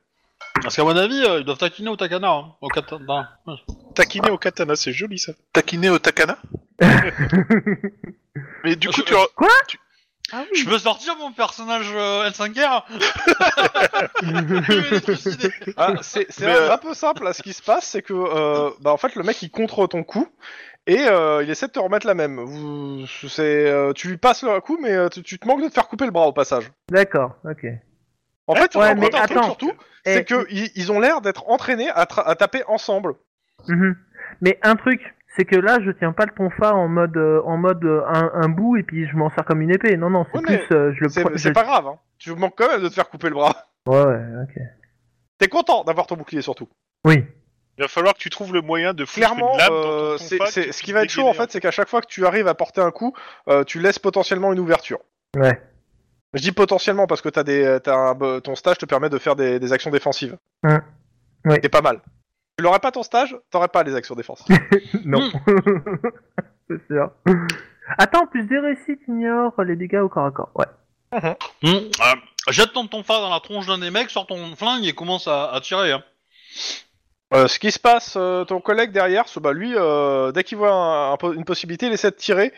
Speaker 1: Parce qu'à mon avis, euh, ils doivent
Speaker 3: Ah
Speaker 1: taquiner au Takana. Hein, au katana. Ouais.
Speaker 5: Taquiner au katana, c'est joli ça.
Speaker 4: Taquiner au Takana Mais du coup,
Speaker 1: Je-
Speaker 4: tu, re-
Speaker 3: Ah
Speaker 1: Je peux sortir mon personnage euh, L5R Je vais l'électricité.
Speaker 2: Ah, c'est c'est
Speaker 4: Mais,
Speaker 2: un,
Speaker 4: euh,
Speaker 2: un peu simple. Là, ce qui se passe, c'est que euh, bah, en fait, le mec il contre ton coup et euh, il essaie de te remettre la même. Vous, c'est, euh, tu lui passes le coup, mais euh, tu, tu te manques de te faire couper le bras au passage.
Speaker 3: D'accord, ok.
Speaker 2: En fait,
Speaker 3: Ouais,
Speaker 2: on
Speaker 3: mais
Speaker 2: entend un truc
Speaker 3: attends.
Speaker 2: surtout,
Speaker 3: Eh,
Speaker 2: c'est que ils, ils ont l'air d'être entraînés à, tra- à taper ensemble.
Speaker 3: mhm. Mais un truc, c'est que là, je tiens pas le tonfa en mode, euh, en mode euh, un, un bout et puis je m'en sers comme une épée. Non, non, c'est
Speaker 2: Ouais,
Speaker 3: plus, euh, je le
Speaker 2: C'est
Speaker 3: pro-
Speaker 2: c'est
Speaker 3: je-
Speaker 2: pas grave. Hein. Tu manques quand même de te faire couper le bras.
Speaker 3: Ouais, ouais, ok.
Speaker 2: T'es content d'avoir ton bouclier surtout.
Speaker 3: Oui.
Speaker 5: Il va falloir que tu trouves le moyen de foutre
Speaker 2: Clairement,
Speaker 5: une lame dans
Speaker 2: euh,
Speaker 5: ton
Speaker 2: c'est-
Speaker 5: compas
Speaker 2: c'est-
Speaker 5: que
Speaker 2: ce
Speaker 5: tu
Speaker 2: qui va être chaud en
Speaker 5: dégaines
Speaker 2: fait, c'est qu'à chaque fois que tu arrives à porter un coup, euh, tu laisses potentiellement une ouverture.
Speaker 3: Ouais.
Speaker 2: Je dis potentiellement parce que t'as des, euh, t'as un bo- ton stage te permet de faire des, des actions défensives.
Speaker 3: Ouais. Ouais.
Speaker 2: C'est pas mal. Tu l'aurais pas ton stage, t'aurais pas les actions défensives.
Speaker 3: non.
Speaker 2: Hmm.
Speaker 3: c'est sûr. Attends, plus des réussites ignore les dégâts au corps à corps. Ouais.
Speaker 1: Hum, euh, Jette ton tonfa dans la tronche d'un des mecs, sors ton flingue et commence à, à tirer. hein.
Speaker 2: Euh, ce qui se passe, euh, ton collègue derrière, ce- bah lui, euh, dès qu'il voit un- un po- une possibilité, il essaie de tirer.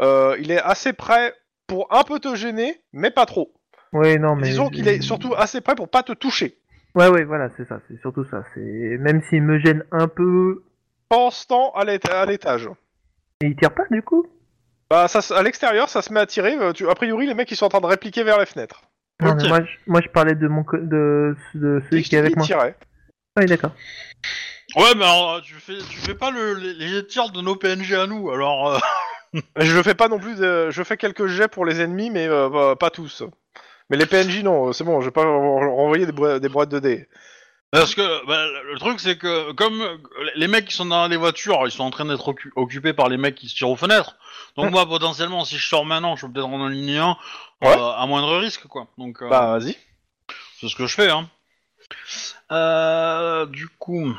Speaker 2: Euh, il est assez prêt pour un peu te gêner, mais pas trop.
Speaker 3: Oui, non, mais.
Speaker 2: Disons qu'il est surtout assez prêt pour pas te toucher.
Speaker 3: Ouais, ouais, voilà, c'est ça, c'est surtout ça. C'est Même s'il me gêne un peu,
Speaker 2: Pense tant à l'ét- à l'étage.
Speaker 3: il tire pas du coup
Speaker 2: Bah, ça, se- à l'extérieur, ça se met à tirer. euh, tu- a priori, les mecs, ils sont en train de répliquer vers les fenêtres.
Speaker 3: Non, mais
Speaker 1: Ok.
Speaker 3: moi, je, moi je parlais de mon co- de, de celui qui est avec
Speaker 2: Ils
Speaker 3: moi.
Speaker 2: tiraient.
Speaker 3: Ah Oui, d'accord.
Speaker 1: Ouais, mais alors, tu fais, tu fais pas le, les, les jets de tir de nos PNG à nous, alors... euh,
Speaker 2: Je fais pas non plus. de- Je fais quelques jets pour les ennemis, mais euh, bah, pas tous. Mais les PNJ, non, euh, c'est bon, je vais pas leur renvoyer des, boi- des boîtes de dés.
Speaker 1: Parce que bah, le truc, c'est que comme euh, les mecs qui sont dans les voitures, ils sont en train d'être occu- occupés par les mecs qui se tirent aux fenêtres. Donc moi, potentiellement, si je sors maintenant, je peux peut-être en aligner un euh,
Speaker 2: Ouais.
Speaker 1: à moindre risque, quoi. Donc euh,
Speaker 2: Bah, vas-y.
Speaker 1: c'est ce que je fais. Hein. Euh, du coup,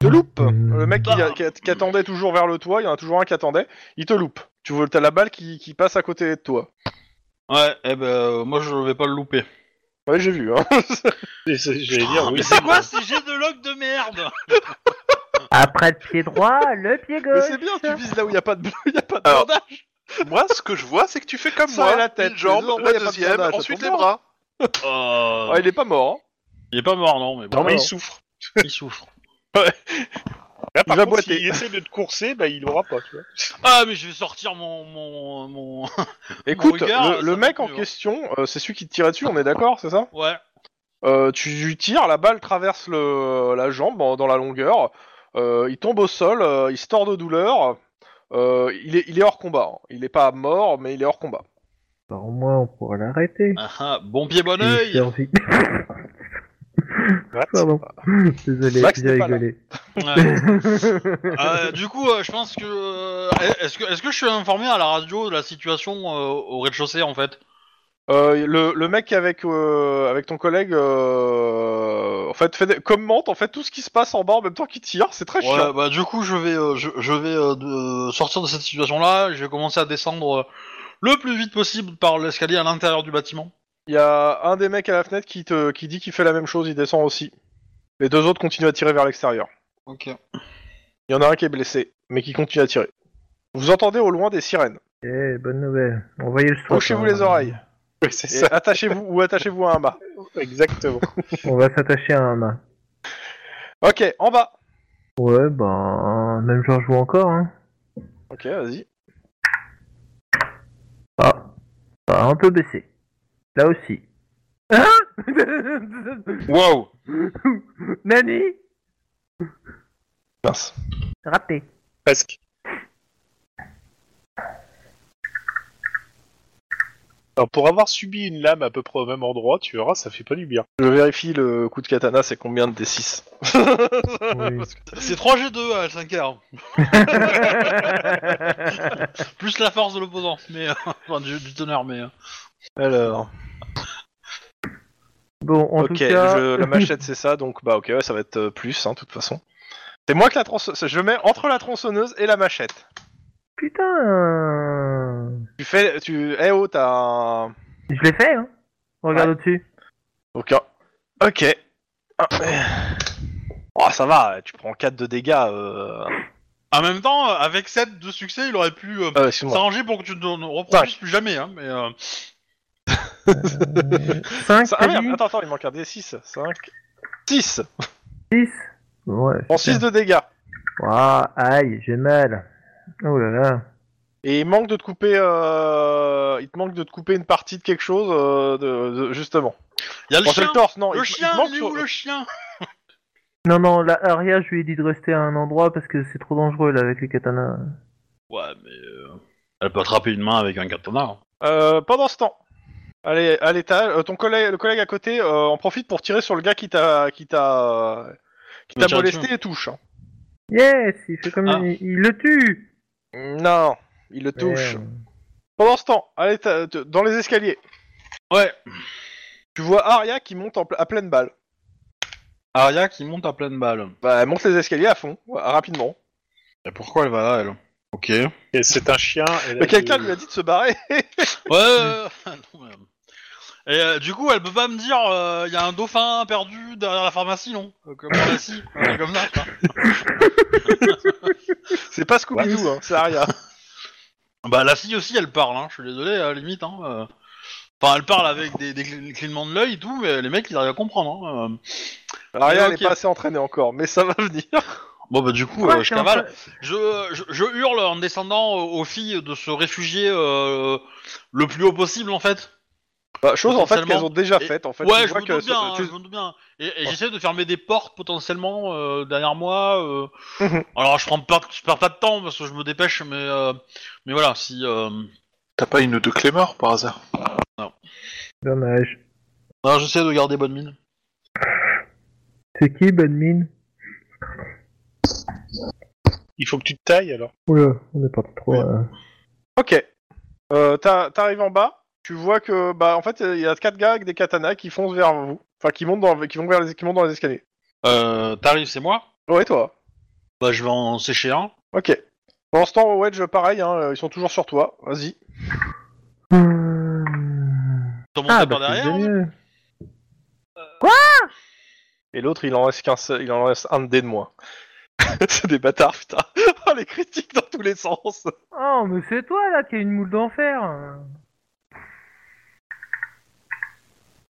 Speaker 2: Te loupe
Speaker 3: Mmh.
Speaker 2: Le mec qui,
Speaker 4: Bah.
Speaker 2: a- qui a- qui attendait toujours vers le toit, il y en a toujours un qui attendait, il te loupe. Tu vois, t'as la balle qui, qui passe à côté de toi.
Speaker 1: ouais, eh ben euh, moi, je vais pas le louper.
Speaker 2: Ouais, j'ai vu, hein.
Speaker 5: Et c'est- J'allais dire, oui.
Speaker 1: Mais c'est quoi ces jets de log de merde
Speaker 3: Après le pied droit, le pied
Speaker 2: Mais
Speaker 3: gauche.
Speaker 2: c'est bien, tu vises là où il y a pas de bleu, il y a pas de
Speaker 4: Alors,
Speaker 2: bandage.
Speaker 4: moi, ce que je vois, c'est que tu fais comme
Speaker 2: Ça
Speaker 4: moi
Speaker 2: et la tête,
Speaker 4: une
Speaker 2: les
Speaker 4: jambe,
Speaker 2: oreilles, y a pas
Speaker 4: la
Speaker 2: de
Speaker 4: deuxième,
Speaker 2: bandage, ça
Speaker 4: ensuite
Speaker 2: tombe
Speaker 4: les
Speaker 2: bien.
Speaker 4: bras.
Speaker 5: Oh.
Speaker 1: Euh,
Speaker 2: Ah, il est pas mort, hein.
Speaker 1: Il est pas mort, non, mais bon, Euh,
Speaker 5: Non, mais il
Speaker 2: Alors.
Speaker 5: souffre.
Speaker 1: il souffre.
Speaker 5: Là, par
Speaker 2: va
Speaker 5: contre,
Speaker 2: boiter.
Speaker 5: s'il essaie de te courser, bah, il l'aura pas, tu vois.
Speaker 1: Ah, mais je vais sortir mon mon mon.
Speaker 2: Écoute,
Speaker 1: regard,
Speaker 2: le,
Speaker 1: ça hein.
Speaker 2: le
Speaker 1: fait
Speaker 2: mec en
Speaker 1: mieux.
Speaker 2: question, euh, c'est celui qui te tirait dessus, on est d'accord, c'est ça
Speaker 1: ouais.
Speaker 2: Euh, tu lui tires, la balle traverse le, la jambe en- dans la longueur, euh, il tombe au sol, euh, il se tord de douleur, euh, il, est, il est hors combat. hein. Il est pas mort, mais il est hors combat.
Speaker 3: Bah, au moins, on pourra l'arrêter.
Speaker 1: Ah, ah, bon pied, bon
Speaker 3: Il fait
Speaker 1: oeil.
Speaker 3: envie.
Speaker 5: What
Speaker 3: Pardon. Désolé,
Speaker 2: Max
Speaker 3: j'ai
Speaker 2: n'est pas là. Ah.
Speaker 3: rigolé.
Speaker 1: Euh, du coup, euh, je pense que euh, est-ce que est-ce que je suis informé à la radio de la situation euh, au rez-de-chaussée en fait
Speaker 2: Euh, le, le mec avec, euh, avec ton collègue euh, en fait, fait des- commente en fait tout ce qui se passe en bas en même temps qu'il tire, c'est très chiant.
Speaker 1: Ouais, bah du coup, je vais euh, je, je vais euh, de- sortir de cette situation là. Je vais commencer à descendre euh, le plus vite possible par l'escalier à l'intérieur du bâtiment.
Speaker 2: Il y a un des mecs à la fenêtre qui, te, qui dit qu'il fait la même chose, il descend aussi. Les deux autres continuent à tirer vers l'extérieur.
Speaker 1: Ok.
Speaker 2: Il y en a un qui est blessé, mais qui continue à tirer. Vous entendez au loin des sirènes.
Speaker 3: Eh, bonne nouvelle. Envoyez le soir.
Speaker 2: Bouchez-vous les oreilles.
Speaker 5: Oui, c'est
Speaker 2: Et attachez-vous ou attachez-vous à un mât.
Speaker 5: Exactement.
Speaker 3: On va s'attacher à un main.
Speaker 2: Ok, en bas.
Speaker 3: Ouais, ben, même genre joue encore, hein.
Speaker 2: Ok, vas-y.
Speaker 3: Ah. Ah, un peu baissé. Là aussi. Hein
Speaker 1: Wow.
Speaker 3: Nani
Speaker 2: Mince.
Speaker 3: Raté.
Speaker 5: Presque. Alors, pour avoir subi une lame à peu près au même endroit, tu verras, ça fait pas du bien.
Speaker 2: Je vérifie le coup de katana, c'est combien de D6
Speaker 3: Oui.
Speaker 1: C'est 3G2 à 5R. Plus la force de l'opposant, mais euh, enfin, du, du teneur, mais. euh.
Speaker 2: Alors.
Speaker 3: bon, en
Speaker 2: ok,
Speaker 3: tout cas.
Speaker 2: je- la machette c'est ça, donc bah ok, ouais, ça va être euh, plus, hein, de toute façon. C'est moi que la tronçonneuse. Je mets entre la tronçonneuse et la machette.
Speaker 3: Putain
Speaker 2: Tu fais. Tu... Eh oh, t'as un.
Speaker 3: Je l'ai fait, hein Regarde au-dessus.
Speaker 2: Ok. Ok. Ah, eh. Oh, ça va, tu prends 4 de dégâts. euh,
Speaker 1: En même temps, euh, avec 7 de succès, il aurait pu euh,
Speaker 2: Euh, excuse-moi.
Speaker 1: s'arranger pour que tu ne ne reproduises plus jamais. Hein, mais, euh,
Speaker 3: 5,
Speaker 2: Ça- Ah merde, attends, attends, il manque un D6. 5, 6.
Speaker 3: 6 Ouais.
Speaker 2: En 6 de dégâts.
Speaker 3: Ah, aïe, j'ai mal. Oh là là.
Speaker 2: Et il manque de te couper, euh, il te manque de te couper une partie de quelque chose, euh, de, de- justement.
Speaker 1: Il y a le
Speaker 2: Bon, c'est
Speaker 1: chien
Speaker 2: le torse, non.
Speaker 1: Le
Speaker 2: il,
Speaker 1: chien
Speaker 2: il te manque
Speaker 1: Il est
Speaker 2: sur-
Speaker 1: où le chien
Speaker 3: Non, non, la Aria, je lui ai dit de rester à un endroit parce que c'est trop dangereux là avec les katanas.
Speaker 1: Ouais, mais... euh, Elle peut attraper une main avec un katana.
Speaker 2: Euh, pendant ce temps, allez, à l'étage, euh, ton collègue, le collègue à côté, euh, en profite pour tirer sur le gars qui t'a, qui t'a, euh, qui
Speaker 1: Le
Speaker 2: t'a
Speaker 1: chien
Speaker 2: molesté et touche. hein.
Speaker 3: Yes, il fait comme.
Speaker 1: Ah.
Speaker 3: Il, il le tue
Speaker 2: Non, il le touche.
Speaker 3: Merde.
Speaker 2: Pendant ce temps, à l'éta- t- dans les escaliers,
Speaker 1: Ouais.
Speaker 2: tu vois Aria qui monte en pla- à pleine balle.
Speaker 1: Aria qui monte à pleine balle.
Speaker 2: Bah, elle monte les escaliers à fond, ouais, rapidement.
Speaker 1: Et pourquoi elle va là, elle Ok. Ouais,
Speaker 5: Et c'est un chien. elle a
Speaker 2: Mais quelqu'un
Speaker 5: de-
Speaker 2: lui a dit de se barrer.
Speaker 1: euh, non, mais- Et euh, du coup, elle peut pas me dire, il y a un dauphin perdu derrière la pharmacie, non Euh, Comme pharmacie, euh, comme ça. hein.
Speaker 2: c'est pas Scooby-Doo, hein, c'est Aria.
Speaker 1: Bah, la fille aussi, elle parle, hein. je suis désolé, à la limite. Hein. euh. Enfin, elle parle avec des, des cl- clignements de l'œil et tout, mais les mecs, ils arrivent à comprendre. Hein. euh.
Speaker 2: Aria,
Speaker 1: Mais
Speaker 2: elle
Speaker 1: ok.
Speaker 2: est pas assez entraînée encore, mais ça va venir.
Speaker 1: Bon, bah, du coup,
Speaker 3: Ouais,
Speaker 1: euh,
Speaker 3: je
Speaker 1: je
Speaker 3: suis en
Speaker 1: cavale.
Speaker 3: train-
Speaker 1: Je, je, je hurle en descendant euh, aux aux filles de se réfugier euh, le plus haut possible en fait.
Speaker 2: Bah, chose en fait
Speaker 1: Potentiellement.
Speaker 2: qu'elles ont déjà
Speaker 1: Et-
Speaker 2: faite en fait.
Speaker 1: ouais,
Speaker 2: Tu
Speaker 1: je
Speaker 2: vois
Speaker 1: me,
Speaker 2: que-
Speaker 1: doute bien, hein,
Speaker 2: tu-
Speaker 1: je me doute bien. Et, et j'essaie de fermer des portes potentiellement euh, derrière moi. euh.
Speaker 2: Mhm.
Speaker 1: Alors je prends pas, je perds pas de temps parce que je me dépêche, mais euh, mais voilà si. euh,
Speaker 4: T'as pas une de Clémor par hasard
Speaker 3: Dommage.
Speaker 1: Alors j'essaie de garder bonne mine.
Speaker 3: C'est qui, bonne mine
Speaker 5: Il faut que tu te tailles alors.
Speaker 3: Oula, on est parti trop.
Speaker 1: Ouais.
Speaker 3: euh.
Speaker 2: Ok. Euh, t'a- T'arrives en bas, tu vois que bah en fait il y a quatre gars avec des katanas qui foncent vers vous, enfin qui montent dans qui vont vers les qui montent dans les escaliers.
Speaker 1: Euh, T'arrives, c'est moi.
Speaker 2: Ouais toi.
Speaker 1: Bah je vais en sécher un.
Speaker 2: Ok. Pendant ce temps, Wedge, pareil, hein, ils sont toujours sur toi. Vas-y.
Speaker 3: Euh,
Speaker 1: T'en montes
Speaker 3: Ah,
Speaker 1: par
Speaker 3: bah, c'est
Speaker 1: derrière. hein.
Speaker 3: génial.
Speaker 2: Et l'autre, il en reste qu'un, seul- il en reste un de dé de moins. C'est des bâtards, putain. Oh, les critiques dans tous les sens.
Speaker 3: Oh, mais c'est toi là qui a une moule d'enfer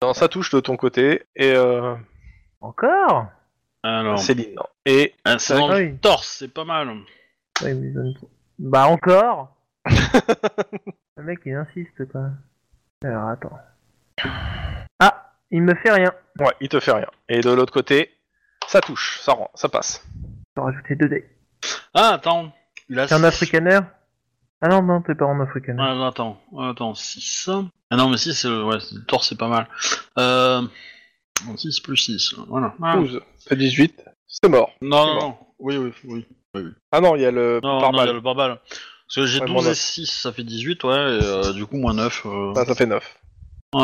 Speaker 2: Non, ça touche de ton côté et euh,
Speaker 3: Encore
Speaker 1: Alors
Speaker 2: Céline. Et
Speaker 1: euh, c'est dans
Speaker 3: Ah
Speaker 1: le
Speaker 3: oui.
Speaker 1: torse, c'est pas mal.
Speaker 3: Ouais, mais ils donnent- Bah, encore Le mec il insiste quoi. Alors attends. Ah, il me fait rien.
Speaker 2: ouais, il te fait rien. Et de l'autre côté, ça touche, ça rend, ça passe.
Speaker 3: Je vais rajouter deux dés.
Speaker 1: Ah attends. Il a
Speaker 3: T'es un
Speaker 1: six.
Speaker 3: africaner Ah non, non, t'es pas un africaner.
Speaker 1: Ah, attends, attends, 6. Ah non, mais 6, c'est le, ouais, c'est- le torse, c'est pas mal. Euh, 6 plus 6, voilà. Ah.
Speaker 2: 12, fait 18, c'est mort.
Speaker 1: Non, non,
Speaker 2: c'est bon.
Speaker 1: non, oui, oui, oui.
Speaker 2: Ah non, il y a le
Speaker 1: Non, non, il y a
Speaker 2: pare-balles.
Speaker 1: le pare-balles. Parce que j'ai
Speaker 2: Ouais,
Speaker 1: 12
Speaker 2: moins
Speaker 1: et
Speaker 2: neuf.
Speaker 1: 6, ça fait 18, ouais, et euh, du coup, moins 9.
Speaker 2: Ah, ça fait 9.
Speaker 1: Ouais.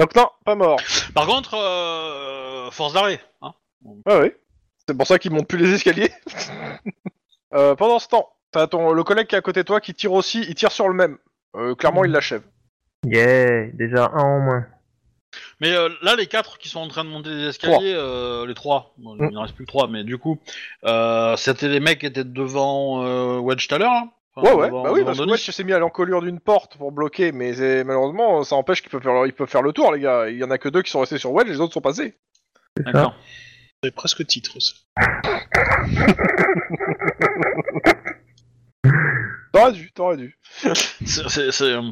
Speaker 2: Donc non, pas mort.
Speaker 1: Par contre, euh, force d'arrêt. Hein
Speaker 2: Ouais, ouais. Ah C'est pour ça qu'ils montent plus les escaliers. Euh, pendant ce temps, t'as ton le collègue qui est à côté de toi qui tire aussi, il tire sur le même. Euh, clairement,
Speaker 1: Mmh.
Speaker 2: il l'achève.
Speaker 3: Yeah, déjà un en moins.
Speaker 1: mais euh, là, les 4 qui sont en train de monter les escaliers, euh, les 3, bon,
Speaker 2: Mm.
Speaker 1: il n'en reste plus que 3, mais du coup, euh, c'était les mecs qui étaient devant euh, Wedge tout à l'heure, là Enfin,
Speaker 2: Ouais, ouais,
Speaker 1: devant-
Speaker 2: bah oui,
Speaker 1: devant
Speaker 2: parce que
Speaker 1: Denis.
Speaker 2: Wedge s'est mis à l'encolure d'une porte pour bloquer, mais c'est- malheureusement, ça empêche qu'ils peuvent, faire- ils peuvent faire le tour, les gars. Il y en a que deux qui sont restés sur Wedge, les autres sont passés.
Speaker 3: C'est ça.
Speaker 1: D'accord.
Speaker 5: C'est presque titre ça.
Speaker 2: T'aurais dû, t'aurais dû.
Speaker 1: C'est- c'est- c'est, euh,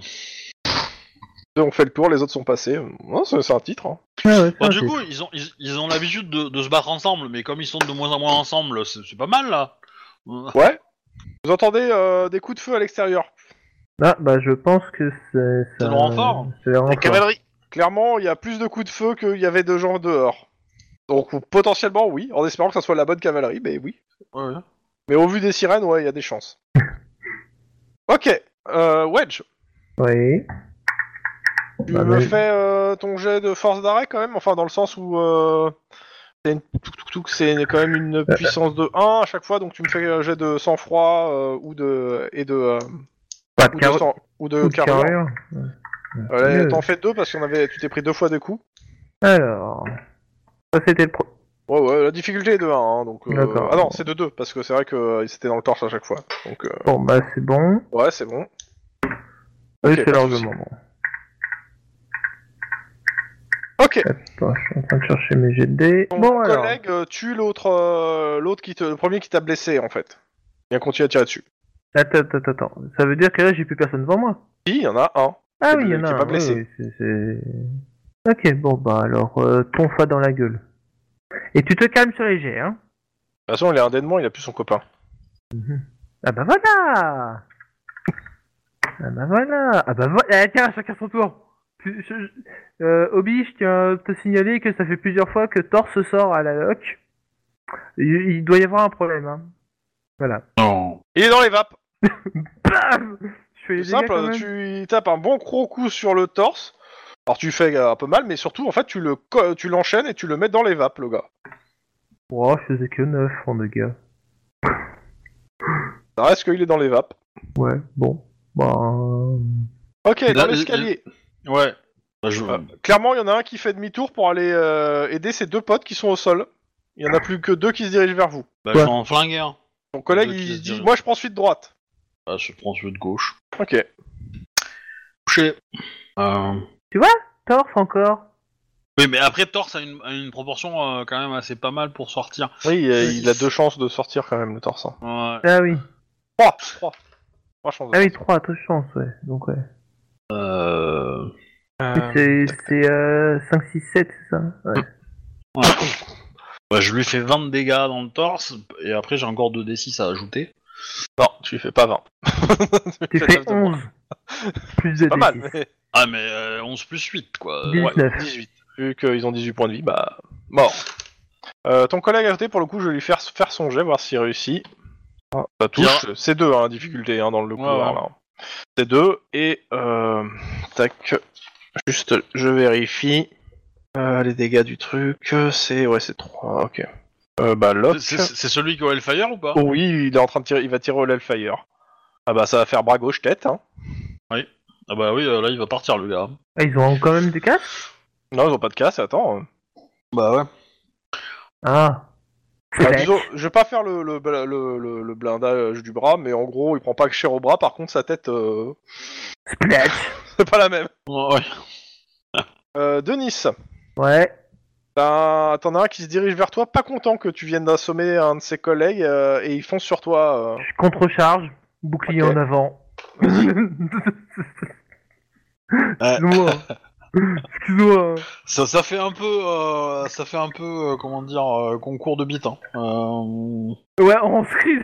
Speaker 2: Deux ont fait le tour, les autres sont passés. Non, c'est c'est un titre. hein.
Speaker 3: Ah Ouais,
Speaker 1: Bon,
Speaker 3: ouais, ça,
Speaker 1: Bah, du
Speaker 3: c'est-
Speaker 1: coup, ils ont ils, ils ont l'habitude de, de se battre ensemble, mais comme ils sont de moins en moins ensemble, c'est c'est pas mal là. Euh,
Speaker 2: Ouais. Vous entendez euh, des coups de feu à l'extérieur.
Speaker 3: Ah, bah je pense que c'est.
Speaker 1: C'est le renfort.
Speaker 3: C'est le renfort.
Speaker 2: Clairement, il y a plus de coups de feu qu'il y avait de gens dehors. Donc potentiellement oui, en espérant que ça soit la bonne cavalerie, mais oui.
Speaker 1: ouais.
Speaker 2: Mais au vu des sirènes, ouais, il y a des chances. ok, euh, Wedge,
Speaker 3: Oui.
Speaker 2: tu
Speaker 3: Bah,
Speaker 2: me
Speaker 3: mais-
Speaker 2: fais euh, ton jet de force d'arrêt quand même, enfin dans le sens où euh, c'est une- touk, touk, touk, c'est quand même une puissance de 1 à chaque fois, donc tu me fais un jet de sang-froid euh, ou de et de euh,
Speaker 3: Pas Ah, de
Speaker 2: ou de,
Speaker 3: carrure.
Speaker 2: sang- ou de carburant. Allez,
Speaker 3: Mieux.
Speaker 2: T'en fais deux parce qu'on avait, tu t'es pris deux fois des coups.
Speaker 3: Alors. Ça c'était le pro-
Speaker 2: Ouais, ouais, la difficulté est de 1, hein, donc... euh,
Speaker 3: D'accord.
Speaker 2: Ah non, c'est de 2, parce que c'est vrai que euh, c'était dans le torse à chaque fois. Donc, euh,
Speaker 3: Bon, bah c'est bon.
Speaker 2: ouais, c'est bon.
Speaker 3: Oui,
Speaker 2: Ok, pas
Speaker 3: c'est
Speaker 2: de
Speaker 3: largement bon.
Speaker 2: Ok,
Speaker 3: Attends, je suis en train de chercher mes GD.
Speaker 2: ton
Speaker 3: Bon, alors.
Speaker 2: collègue euh, tue l'autre, euh, l'autre qui te... le premier qui t'a blessé, en fait. Il a continué à tirer dessus.
Speaker 3: Attends, attends, attends. Ça veut dire que là, j'ai plus personne devant moi.
Speaker 2: Si, il y en a un.
Speaker 3: Ah
Speaker 2: C'est
Speaker 3: oui, il
Speaker 2: le-
Speaker 3: y en a
Speaker 2: qui est
Speaker 3: un.
Speaker 2: pas blessé.
Speaker 3: oui, oui, c'est- c'est- Ok, bon, bah alors, euh, tonfa dans la gueule. Et tu te calmes sur les jets, hein
Speaker 2: De toute façon, il est indemnement, il a plus son copain.
Speaker 3: Ah bah voilà Ah bah voilà Ah bah voilà Tiens, chacun son tour Tu- je- je- euh, Obi, je tiens à te signaler que ça fait plusieurs fois que Thor se sort à la loc. Il, il doit y avoir un problème, hein. Voilà.
Speaker 1: Non.
Speaker 2: Il est dans les vapes.
Speaker 3: Bam Je fais les
Speaker 2: C'est
Speaker 3: dégâts quand
Speaker 2: simple,
Speaker 3: même.
Speaker 2: tu il tape un bon gros coup sur le torse. Alors tu fais euh, un peu mal, mais surtout en fait tu le co- tu l'enchaînes et tu le mets dans les vapes, le gars.
Speaker 3: Oh, je faisais que 9 en dégâts.
Speaker 2: Ça reste qu'il est dans les vapes.
Speaker 3: Ouais, bon. Bah... euh,
Speaker 2: Ok,
Speaker 1: Là,
Speaker 2: dans l'escalier.
Speaker 1: Ouais. Bah, je...
Speaker 2: Euh, clairement, il y en a un qui fait demi-tour pour aller euh, aider ses deux potes qui sont au sol. Il y en a plus que deux qui se dirigent vers vous.
Speaker 1: bah, je suis en flingueur.
Speaker 2: Ton collègue,
Speaker 1: Deux qui se
Speaker 2: il dit
Speaker 1: dirigent.
Speaker 2: Moi je prends celui de droite.
Speaker 1: Bah, je prends celui de gauche.
Speaker 2: Ok.
Speaker 1: Couché. Euh...
Speaker 3: Thor, encore
Speaker 1: Oui, mais après, torse a une, a une proportion euh, quand même assez pas mal pour sortir.
Speaker 2: Oui, euh,
Speaker 1: Oui.
Speaker 2: il a deux chances de sortir quand même, le torse. hein.
Speaker 1: Ouais.
Speaker 3: Ah oui.
Speaker 2: Trois Trois Trois chances. de
Speaker 3: Ah oui,
Speaker 2: sortir.
Speaker 3: 3, de chance, ouais. Donc ouais.
Speaker 1: Euh...
Speaker 3: C'est- C'est euh, 5, 6, 7, c'est ça Ouais.
Speaker 1: ouais. Bah, je lui fais 20 de dégâts dans le torse, et après j'ai encore 2d6 à ajouter.
Speaker 2: Non, tu lui fais pas 20.
Speaker 3: Tu
Speaker 2: Ça,
Speaker 3: fais
Speaker 2: ça, ça,
Speaker 3: 11. Plus de
Speaker 2: Pas mal,
Speaker 3: 10.
Speaker 2: mais
Speaker 1: Ah, mais euh, 11 plus 8, quoi.
Speaker 3: Dix.
Speaker 1: Ouais.
Speaker 3: 19.
Speaker 2: 18. Vu qu'ils ont 18 points de vie, bah, mort. Euh, ton collègue à côté, pour le coup, je vais lui faire, faire son jet, voir s'il réussit. Ah, ça touche. C'est deux, hein, difficulté, hein, dans le couloir,
Speaker 1: ouais.
Speaker 2: là. C'est deux, et... Euh, tac. Juste, je vérifie. Euh, les dégâts du truc, c'est... Ouais, c'est 3, ok. Euh, bah, l'autre...
Speaker 1: C'est c'est celui qui a Hellfire ou pas
Speaker 2: Oh oui, il est en train de tirer, il va tirer au Hellfire. Ah bah, ça va faire bras gauche-tête, hein.
Speaker 1: Ah bah oui, euh, là il va partir le gars.
Speaker 3: Ah, ils ont quand même des casques
Speaker 2: Non, ils ont pas de casse, attends.
Speaker 1: Bah ouais.
Speaker 3: Ah. C'est
Speaker 2: Bah,
Speaker 3: bête.
Speaker 2: disons, je vais pas faire le, le, bla- le- le- le blindage euh, du bras, mais en gros, il prend pas que cher au bras. Par contre, sa tête, euh,
Speaker 3: Splash.
Speaker 2: c'est pas la même.
Speaker 1: Ouais.
Speaker 2: Euh, Denis,
Speaker 3: Ouais.
Speaker 2: t'as un- t'en as un qui se dirige vers toi, pas content que tu viennes d'assommer un de ses collègues, euh, et il fonce sur toi. euh.
Speaker 3: Je Contre-charge. Bouclier
Speaker 2: Ok.
Speaker 3: en avant. Excuse-moi. hein. Excuse-moi.
Speaker 1: Ça, ça fait un peu, euh, ça fait un peu, euh, comment dire, euh, concours de bite. Hein. Euh,
Speaker 3: Ouais, on se crie.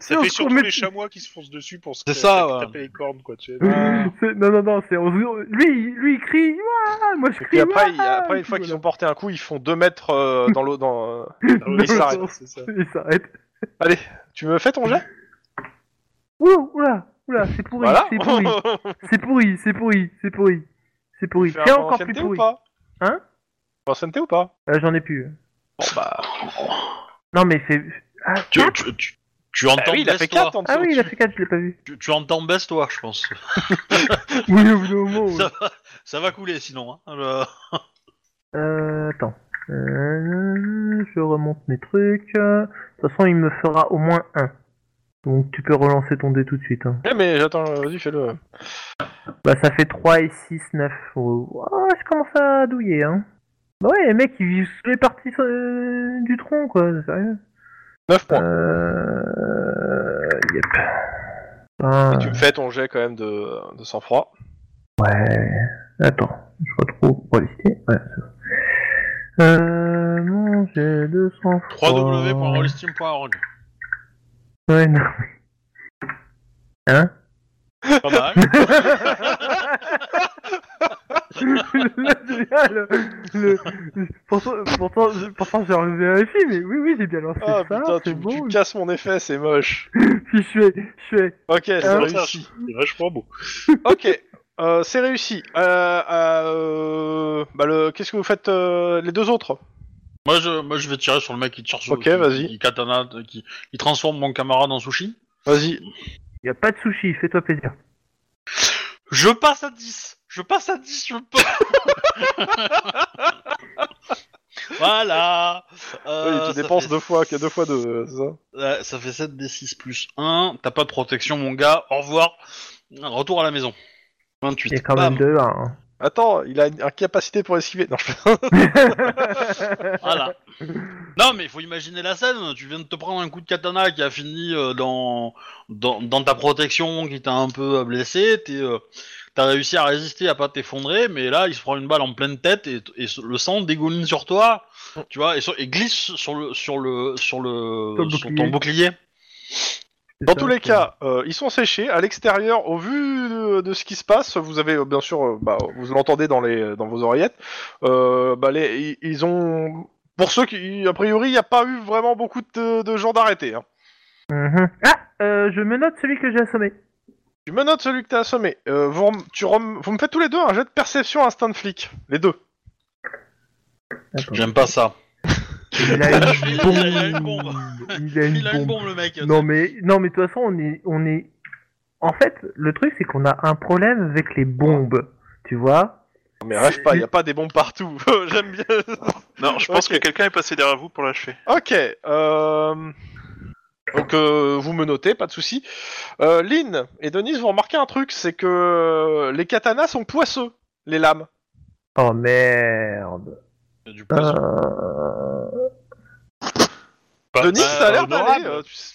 Speaker 5: Ça
Speaker 3: on
Speaker 5: fait
Speaker 3: se
Speaker 5: surtout
Speaker 3: remet-
Speaker 5: les chamois qui se foncent dessus pour se
Speaker 1: C'est ça, euh, ouais.
Speaker 5: taper les cornes, quoi, tu sais.
Speaker 3: C'est- Non, non, non, c'est. on se- Lui, lui, il crie. Ouah Moi, je
Speaker 2: Et
Speaker 3: crie.
Speaker 2: puis après,
Speaker 3: Ouah
Speaker 2: il- après
Speaker 3: Et
Speaker 2: une fois
Speaker 3: puis
Speaker 2: qu'ils ont porté un coup, ils font 2 mètres euh, dans l'eau. Dans, euh,
Speaker 5: Dans l'autre
Speaker 2: il s'arrête.
Speaker 5: sens, c'est Ah ça.
Speaker 3: voilà. Il s'arrête.
Speaker 2: Allez, tu me fais ton jet
Speaker 3: Ouh, oula, oula, c'est pourri,
Speaker 2: Voilà.
Speaker 3: c'est pourri. C'est pourri, c'est pourri, c'est pourri. C'est pourri.
Speaker 2: Tu fais un
Speaker 3: C'est
Speaker 2: point
Speaker 3: encore plus
Speaker 2: ancienneté ou
Speaker 3: pourri.
Speaker 2: pas
Speaker 3: Hein
Speaker 2: Point Ancienneté ou pas
Speaker 3: Euh, J'en ai plus.
Speaker 2: Bon bah,
Speaker 3: Non, mais c'est. Ah,
Speaker 1: tu,
Speaker 3: quatre
Speaker 1: tu, tu, tu entends
Speaker 2: ah oui, il a
Speaker 1: baisse,
Speaker 2: fait
Speaker 1: toi.
Speaker 2: 4 en dessous.
Speaker 3: ah oui, il a fait 4, je l'ai pas vu.
Speaker 1: Tu, tu entends baisse toi, je pense.
Speaker 3: Oui, au bout d'un moment, oui.
Speaker 1: Ça, va, ça va couler sinon. Hein. Le-
Speaker 3: Euh, attends. Euh, je remonte mes trucs. Euh, De toute façon, il me fera au moins 1. Donc tu peux relancer ton dé tout de suite. hein.
Speaker 2: Ouais, Eh, mais j'attends, vas-y, fais-le.
Speaker 3: Bah ça fait 3 et 6, 9. Oh, oh, je commence à douiller. Hein. Bah ouais, les mecs, ils vivent sous les parties euh, du tronc, quoi. C'est sérieux.
Speaker 2: 9 points.
Speaker 3: Euh... Yep. Ah,
Speaker 2: Tu me fais ton jet quand même de, de sang-froid.
Speaker 3: ouais. Attends, je retrouve pour lister. Ouais. c'est bon. Euh, non, j'ai 200 francs.
Speaker 1: www.rollsteam.org.
Speaker 3: Ouais, non. Hein
Speaker 1: Pas mal.
Speaker 3: le, le, pourtant, pourtant, pourtant j'ai revérifié, mais oui, oui, j'ai bien lancé
Speaker 2: Ah
Speaker 3: ça,
Speaker 2: putain,
Speaker 3: c'est
Speaker 2: tu,
Speaker 3: bon.
Speaker 2: tu casses mon effet, c'est moche.
Speaker 3: Puis je fais, je fais,
Speaker 2: Ok, c'est
Speaker 3: Ah,
Speaker 2: réussi.
Speaker 5: C'est vachement beau.
Speaker 2: Ok, euh, c'est réussi. Euh, euh, bah le, qu'est-ce que vous faites euh, les deux autres
Speaker 1: moi je, moi je vais tirer sur le mec qui tire sur.
Speaker 2: Ok,
Speaker 1: qui-
Speaker 2: vas-y.
Speaker 1: Qui, katana, euh, qui, qui transforme mon camarade en sushi.
Speaker 2: Vas-y.
Speaker 3: y a pas de sushi, fais-toi plaisir.
Speaker 1: Je passe à 10 Je passe à 10, je peux Voilà
Speaker 2: Oui,
Speaker 1: Euh,
Speaker 2: tu
Speaker 1: ça
Speaker 2: dépenses
Speaker 1: fait-
Speaker 2: deux fois, deux fois deux, euh, c'est ça
Speaker 1: Ouais, ça fait 7 des 6 plus 1. T'as pas de protection, mon gars. Au revoir. Retour à la maison. 28.
Speaker 3: Il y a quand
Speaker 1: Bam.
Speaker 3: même deux. Hein.
Speaker 2: Attends, il a une, une capacité pour esquiver. Non, je...
Speaker 1: Voilà. non, mais il faut imaginer la scène. Tu viens de te prendre un coup de katana qui a fini euh, dans, dans, dans ta protection, qui t'a un peu euh, blessé. T'es, euh, T'as réussi à résister, à pas t'effondrer, mais là, il se prend une balle en pleine tête et, et s- le sang dégouline sur toi, tu vois, et, sur- et glisse sur le sur le sur
Speaker 3: Sur
Speaker 1: le
Speaker 3: le
Speaker 1: sur
Speaker 3: bouclier.
Speaker 1: ton bouclier.
Speaker 2: Dans tous les cas, euh, ils sont séchés. À l'extérieur, au vu de, de ce qui se passe, vous avez euh, bien sûr, euh, bah, vous l'entendez dans les dans vos oreillettes. Euh, bah, les, ils, ils ont, pour ceux qui, a priori, il n'y a pas eu vraiment beaucoup de, de gens d'arrêtés. Hein.
Speaker 3: Mhm. Ah, euh, je me note celui que j'ai assommé.
Speaker 2: Tu me notes celui que t'as assommé. Euh, vous, rem- tu rem- vous me faites tous les deux un jet de perception instinct de flic, les deux.
Speaker 3: Attends.
Speaker 1: J'aime pas ça.
Speaker 3: Il a une
Speaker 1: Il
Speaker 3: bombe.
Speaker 1: a- il a une bombe.
Speaker 3: Il a une
Speaker 1: Il a une
Speaker 3: bombe.
Speaker 1: bombe, le mec.
Speaker 3: Non mais non mais de toute façon on est on est en fait le truc c'est qu'on a un problème avec les bombes tu vois
Speaker 2: Mais rêve pas, il n'y a pas des bombes partout. J'aime bien.
Speaker 4: Non, je pense
Speaker 2: Ok.
Speaker 4: que quelqu'un est passé derrière vous pour l'achever.
Speaker 2: Ok. euh, Donc euh, vous me notez, pas de souci. Euh, Lynn et Denise, vous remarquez un truc, c'est que euh, les katanas sont poisseux, les lames.
Speaker 3: oh merde
Speaker 1: Du poisson.
Speaker 3: Euh,
Speaker 1: Bah,
Speaker 2: Denise,
Speaker 1: bah,
Speaker 2: ça a l'air d'aller.
Speaker 1: honorable.
Speaker 2: euh, tu sais.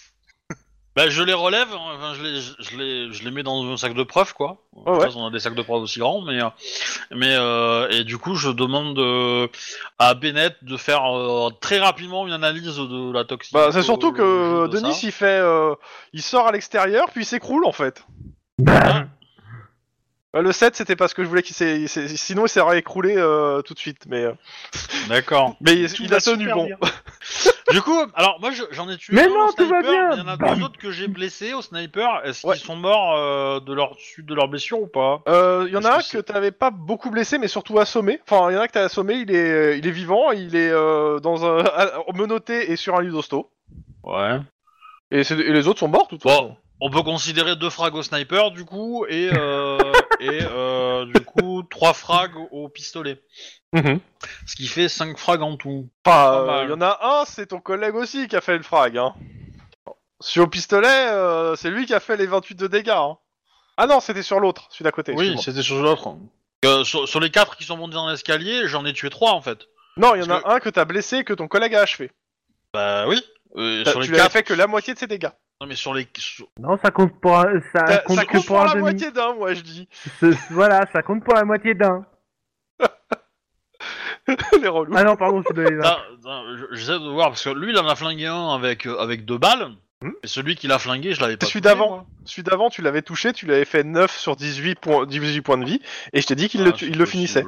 Speaker 1: Bah, je les relève, hein, enfin, je, les, je, je les, je les mets dans un sac de preuves, quoi. En
Speaker 2: Ouais,
Speaker 1: tout cas, on a des sacs de preuves aussi grands, mais. euh, mais euh, et du coup, je demande euh, à Bennett de faire euh, très rapidement une analyse de la toxine.
Speaker 2: Bah, c'est surtout que
Speaker 1: euh, de
Speaker 2: Denise,
Speaker 1: ça.
Speaker 2: il fait, euh, il sort à l'extérieur, puis il s'écroule en fait.
Speaker 1: Hein
Speaker 3: bah,
Speaker 2: Euh, Le 7, c'était parce que je voulais qu'il s'est, il s'est- sinon il s'est réécroulé euh, tout de suite, mais euh,
Speaker 1: D'accord.
Speaker 2: mais il,
Speaker 5: Tout
Speaker 2: il
Speaker 5: va
Speaker 2: a tenu
Speaker 5: super
Speaker 2: bon.
Speaker 5: bien.
Speaker 1: du coup, alors moi, je- j'en ai tué.
Speaker 3: Mais
Speaker 1: un
Speaker 3: non,
Speaker 1: au
Speaker 3: tout va
Speaker 1: sniper,
Speaker 3: bien.
Speaker 1: mais Il y en a deux autres que j'ai blessés au sniper. Est-ce
Speaker 2: Ouais.
Speaker 1: qu'ils sont morts euh, de leur suite de leur blessure ou pas
Speaker 2: Euh, Il y en a un
Speaker 1: Parce que
Speaker 2: que t'avais pas beaucoup blessé, mais surtout assommé. Enfin, il y en a un que t'as assommé, il est, il est vivant, il est euh, dans un, menotté et sur un lit d'hosto.
Speaker 1: Ouais.
Speaker 2: Et, c'est- et les autres sont morts, de toute
Speaker 1: Bon.
Speaker 2: façon.
Speaker 1: On peut considérer deux frags au sniper du coup et euh, et euh, du coup trois frags au pistolet.
Speaker 2: Mhm.
Speaker 1: Ce qui fait cinq frags en tout.
Speaker 2: Enfin,
Speaker 1: Pas
Speaker 2: euh,
Speaker 1: mal.
Speaker 2: il y en a un, c'est ton collègue aussi qui a fait le frag. Hein. Sur le pistolet, euh, c'est lui qui a fait les 28 de dégâts. hein. Ah non, c'était sur l'autre, celui d'à côté.
Speaker 1: Oui,
Speaker 2: excuse-moi.
Speaker 1: c'était sur l'autre. Euh, sur, sur les quatre qui sont montés dans l'escalier, j'en ai tué trois en fait.
Speaker 2: Non, il y en a
Speaker 1: parce
Speaker 2: un que t'as blessé et que ton collègue a achevé.
Speaker 1: Bah oui. Euh,
Speaker 2: T'as-
Speaker 1: sur les
Speaker 2: Tu lui as
Speaker 1: quatre.
Speaker 2: fait que la moitié de ses dégâts.
Speaker 1: Non mais sur les. sur-
Speaker 3: non ça compte pour un, ça,
Speaker 2: T'as-
Speaker 3: compte
Speaker 2: Bah, ça
Speaker 3: que
Speaker 2: compte
Speaker 3: pour
Speaker 2: pour
Speaker 3: un
Speaker 2: la
Speaker 3: demi
Speaker 2: moitié d'un, moi je dis.
Speaker 3: Ce- voilà ça compte pour la moitié d'un
Speaker 2: les relous.
Speaker 3: ah non pardon c'est de les vingt.
Speaker 1: Ah, non, je- J'essaie de voir parce que lui il en a flingué un avec euh, avec deux balles.
Speaker 2: Mhm.
Speaker 1: Et celui qui l'a flingué, je l'avais pas.
Speaker 2: Celui
Speaker 1: touché,
Speaker 2: d'avant.
Speaker 1: moi.
Speaker 2: Celui d'avant, tu l'avais touché, tu l'avais fait 9 sur 18 points, 18 points de vie, et je t'ai dit qu'il
Speaker 1: Ah,
Speaker 2: le,
Speaker 1: c'est
Speaker 2: tu- il le
Speaker 1: possible.
Speaker 2: finissait.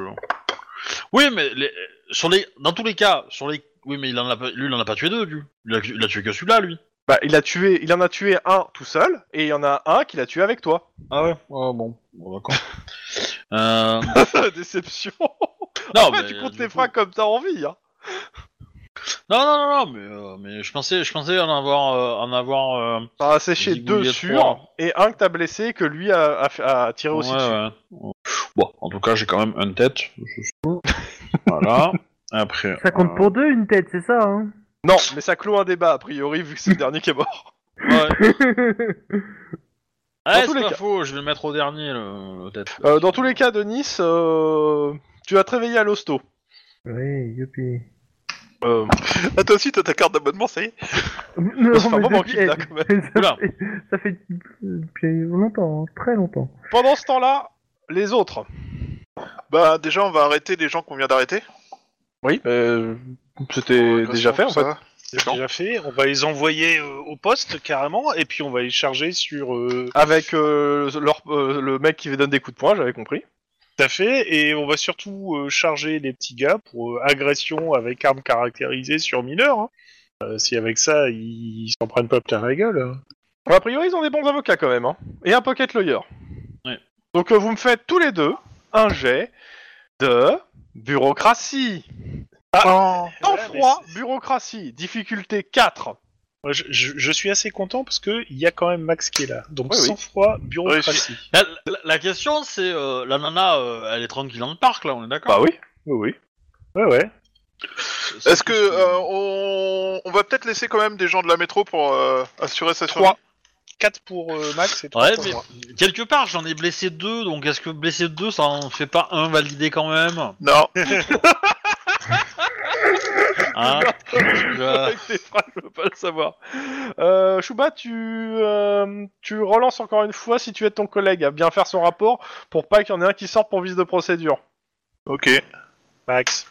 Speaker 1: Oui, mais les- sur les, dans tous les cas, sur les, oui, mais il en a pas, lui, il en a pas tué deux, lui. Il a, il a tué que celui-là, lui.
Speaker 2: Bah, il a tué, il en a tué un tout seul, et il y en a un qui l'a tué avec toi.
Speaker 1: Ah ouais. bon, d'accord. euh,
Speaker 2: Déception.
Speaker 1: non,
Speaker 2: Ouais,
Speaker 1: mais,
Speaker 2: tu comptes
Speaker 1: Ah, bah, du
Speaker 2: tes
Speaker 1: coup-
Speaker 2: frags comme t'as envie. Hein.
Speaker 1: Non, non, non, non, mais, euh, mais je pensais, je pensais en avoir, euh, en avoir. euh,
Speaker 2: T'en as séché
Speaker 1: J'ai
Speaker 2: deux
Speaker 1: goulé
Speaker 2: sur
Speaker 1: trois.
Speaker 2: et un que t'as blessé que lui a, a fait- a tiré aussi
Speaker 1: ouais,
Speaker 2: dessus.
Speaker 1: ouais. Bon, en tout cas, j'ai quand même une tête. je suppose. voilà. Après.
Speaker 3: ça compte
Speaker 1: euh,
Speaker 4: Ah.
Speaker 3: pour deux une tête c'est ça hein
Speaker 2: Non, mais ça clôt un débat a priori vu que c'est le dernier qui est mort.
Speaker 1: ouais.
Speaker 2: Dans
Speaker 1: Ah,
Speaker 2: tous
Speaker 1: c'est
Speaker 2: les
Speaker 1: pas
Speaker 2: cas.
Speaker 1: faux. Je vais le mettre au dernier, le, le tête.
Speaker 2: Euh, dans tous les cas, Denis, euh, tu as te réveiller à l'hosto.
Speaker 3: oui youpi
Speaker 2: Euh,
Speaker 4: Ah, toi aussi, t'as ta carte d'abonnement, ça y est
Speaker 3: Non,
Speaker 2: Ça fait un
Speaker 3: mais
Speaker 2: moment
Speaker 3: depuis-
Speaker 2: qu'il l'a,
Speaker 3: eh,
Speaker 2: quand même.
Speaker 1: Oula.
Speaker 3: ça, fait, ça fait euh, depuis longtemps, hein, très longtemps.
Speaker 2: pendant ce temps-là, les autres.
Speaker 4: Bah, déjà, on va arrêter les gens qu'on vient d'arrêter.
Speaker 2: Oui, euh, c'était déjà fait en fait.
Speaker 5: C'est déjà fait. On va les envoyer euh, au poste carrément, et puis on va les charger sur. euh,
Speaker 2: Avec euh, leur, euh, le mec qui donne des coups de poing, j'avais compris.
Speaker 5: Tout à fait, et on va surtout euh, charger les petits gars pour euh, agression avec arme caractérisée sur mineur. hein. Euh, si avec ça, ils s'en prennent pas plein la gueule. hein.
Speaker 2: A priori, ils ont des bons avocats quand même, hein. Et un pocket lawyer.
Speaker 1: Ouais.
Speaker 2: Donc euh, vous me faites tous les deux un jet de bureaucratie.
Speaker 4: Ah Non.
Speaker 5: Ouais,
Speaker 2: Sang-froid,
Speaker 5: mais
Speaker 2: bureaucratie, difficulté 4.
Speaker 5: Moi, je, je- je suis assez content parce que il y a quand même Max qui est là. Donc
Speaker 2: Oui, oui.
Speaker 5: sang-froid, bureaucratie.
Speaker 1: La, la- la question, c'est
Speaker 2: Bah
Speaker 1: euh, la nana, euh, elle est tranquille dans le parc, là, on est d'accord
Speaker 2: oui, oui, oui.
Speaker 5: Ouais, ouais.
Speaker 4: Est-ce que euh, on... on va peut-être laisser quand même des gens de la métro pour euh, assurer sa survie
Speaker 5: 3. 4 pour euh, Max et 3
Speaker 1: Ouais,
Speaker 5: pour
Speaker 1: mais
Speaker 5: moi.
Speaker 1: quelque part, j'en ai blessé deux, donc est-ce que blesser deux, ça en fait pas un validé quand même
Speaker 4: Non.
Speaker 1: hein Euh,
Speaker 2: Avec tes phrases, je veux pas le savoir. Euh, Chouba, tu, euh, tu relances encore une fois si tu es ton collègue à bien faire son rapport pour pas qu'il y en ait un qui sorte pour vice de procédure.
Speaker 4: Ok.
Speaker 5: Max.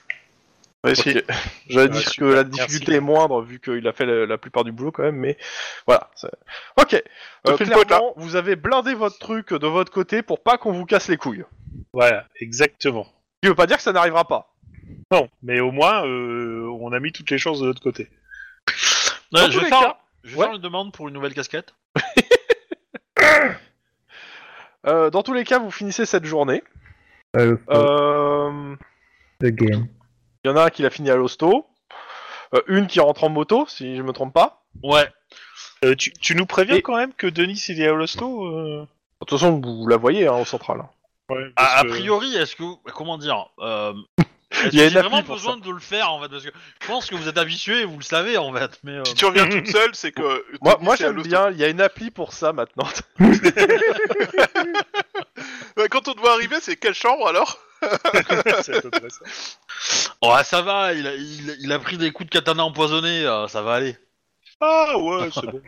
Speaker 4: Réussi.
Speaker 2: Ok. J'allais
Speaker 5: Ah,
Speaker 2: dire
Speaker 5: super,
Speaker 2: que la
Speaker 5: merci.
Speaker 2: difficulté est moindre vu qu'il a fait la, la plupart du boulot quand même, mais voilà. c'est- Ok. Euh,
Speaker 4: fait le pote, là.
Speaker 2: clairement, vous avez blindé votre truc de votre côté pour pas qu'on vous casse les couilles.
Speaker 5: Voilà, exactement.
Speaker 2: Ce qui veut pas dire que ça n'arrivera pas.
Speaker 5: Non, mais au moins, euh, on a mis toutes les chances de notre côté.
Speaker 1: ouais,
Speaker 2: Dans
Speaker 1: je
Speaker 2: tous
Speaker 1: vais
Speaker 2: les
Speaker 1: faire,
Speaker 2: cas.
Speaker 1: je vais
Speaker 2: Ouais.
Speaker 1: faire une demande pour une nouvelle casquette.
Speaker 2: Euh, dans tous les cas, vous finissez cette journée.
Speaker 3: Euh,
Speaker 2: Euh,
Speaker 3: The game.
Speaker 2: Il y en a un qui l'a fini à l'hosto. Euh, une qui rentre en moto, si je me trompe pas.
Speaker 1: Ouais.
Speaker 5: Euh, tu, tu nous préviens
Speaker 2: Et-
Speaker 5: quand même que Denis il est à l'hosto euh
Speaker 2: De toute façon, vous la voyez hein, au central.
Speaker 5: Ouais, parce
Speaker 1: A, a
Speaker 5: que-
Speaker 1: priori, est-ce que comment dire euh, Est-ce
Speaker 2: Il y a
Speaker 1: que
Speaker 2: une
Speaker 1: j'ai
Speaker 2: appli
Speaker 1: vraiment
Speaker 2: pour
Speaker 1: besoin de le faire en fait Parce que je pense que vous êtes habitué, vous le savez en fait. Mais euh,
Speaker 4: Si tu reviens toute seule, c'est que.
Speaker 2: Moi,
Speaker 4: Denis,
Speaker 2: moi
Speaker 4: c'est à
Speaker 2: j'aime
Speaker 4: l'hosto.
Speaker 2: bien, il y a une appli pour ça maintenant.
Speaker 4: Ouais, Quand on doit arriver, c'est quelle chambre alors
Speaker 5: c'est à peu près ça.
Speaker 1: oh, ça va, il a, il- il a pris des coups de katana empoisonnés, euh, ça va aller.
Speaker 5: Ah ouais, c'est bon.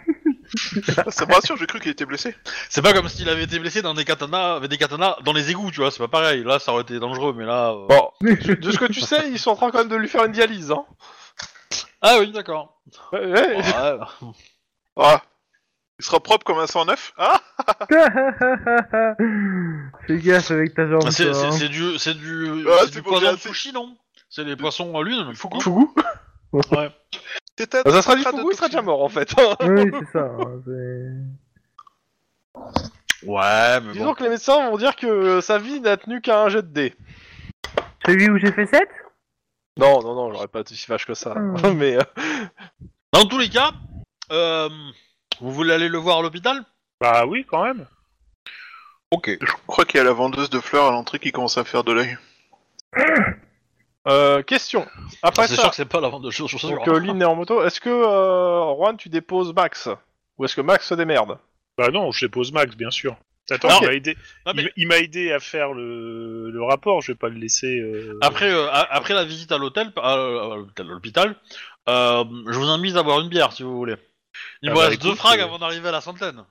Speaker 4: Ah, Ça me rassure, j'ai cru qu'il était blessé.
Speaker 1: C'est pas comme s'il avait été blessé dans des katanas, avec des katanas dans les égouts, tu vois. C'est pas pareil. Là, ça aurait été dangereux, mais là. euh,
Speaker 2: Bon, de ce que tu sais, ils sont en train quand même de lui faire une dialyse. Hein.
Speaker 1: Ah oui, d'accord.
Speaker 2: Ouais, ouais.
Speaker 1: Ouais.
Speaker 4: Ah. Il sera propre comme un 109. Ah
Speaker 3: Fais gaffe avec ta jambe.
Speaker 1: Bah, Ah, C'est
Speaker 3: toi,
Speaker 1: c'est-
Speaker 3: hein.
Speaker 1: c'est du, c'est du,
Speaker 4: Ah,
Speaker 1: c'est
Speaker 4: c'est
Speaker 1: du
Speaker 4: pour bien
Speaker 1: poisson
Speaker 4: assez.
Speaker 1: fushi, non C'est des poissons à lune. Fuku.
Speaker 2: Fougou
Speaker 1: Ouais.
Speaker 4: T'étais
Speaker 2: Euh, Ça sera du
Speaker 4: Pas de
Speaker 2: Fougou, il sera
Speaker 4: toxine.
Speaker 2: déjà mort en fait.
Speaker 3: Oui, c'est ça. hein, c'est-
Speaker 1: Ouais, mais
Speaker 2: Disons
Speaker 1: bon.
Speaker 2: que les médecins vont dire que euh, sa vie n'a tenu qu'à un jet de dés.
Speaker 3: Celui où j'ai fait 7
Speaker 2: Non, non, non, j'aurais pas été si vache que ça.
Speaker 3: Hmm.
Speaker 2: Mais euh,
Speaker 1: Dans tous les cas, euh, vous voulez aller le voir à l'hôpital
Speaker 5: Bah oui, quand même.
Speaker 1: Ok.
Speaker 4: Je crois qu'il y a la vendeuse de fleurs à l'entrée qui commence à faire de l'œil.
Speaker 2: euh, question. Après
Speaker 1: Ah, C'est sûr
Speaker 2: ça,
Speaker 1: que c'est hein. pas la vente de choses sur ça.
Speaker 2: donc euh, Lynn est en moto, est-ce que euh, Juan, tu déposes Max Ou est-ce que Max se démerde
Speaker 5: Bah non, je dépose Max, bien sûr. Attends,
Speaker 1: Non.
Speaker 5: il m'a aidé.
Speaker 1: Non, mais-
Speaker 5: il- Il m'a aidé à faire le, le rapport. Je vais pas le laisser. euh,
Speaker 1: Après, euh, a- après la visite à l'hôtel, à, à l'hôtel, à l'hôpital, euh, je vous invite à boire une bière si vous voulez. Il
Speaker 5: Ah
Speaker 1: me
Speaker 5: bah,
Speaker 1: reste deux
Speaker 5: écoute,
Speaker 1: frags
Speaker 5: euh,
Speaker 1: avant d'arriver à la centaine.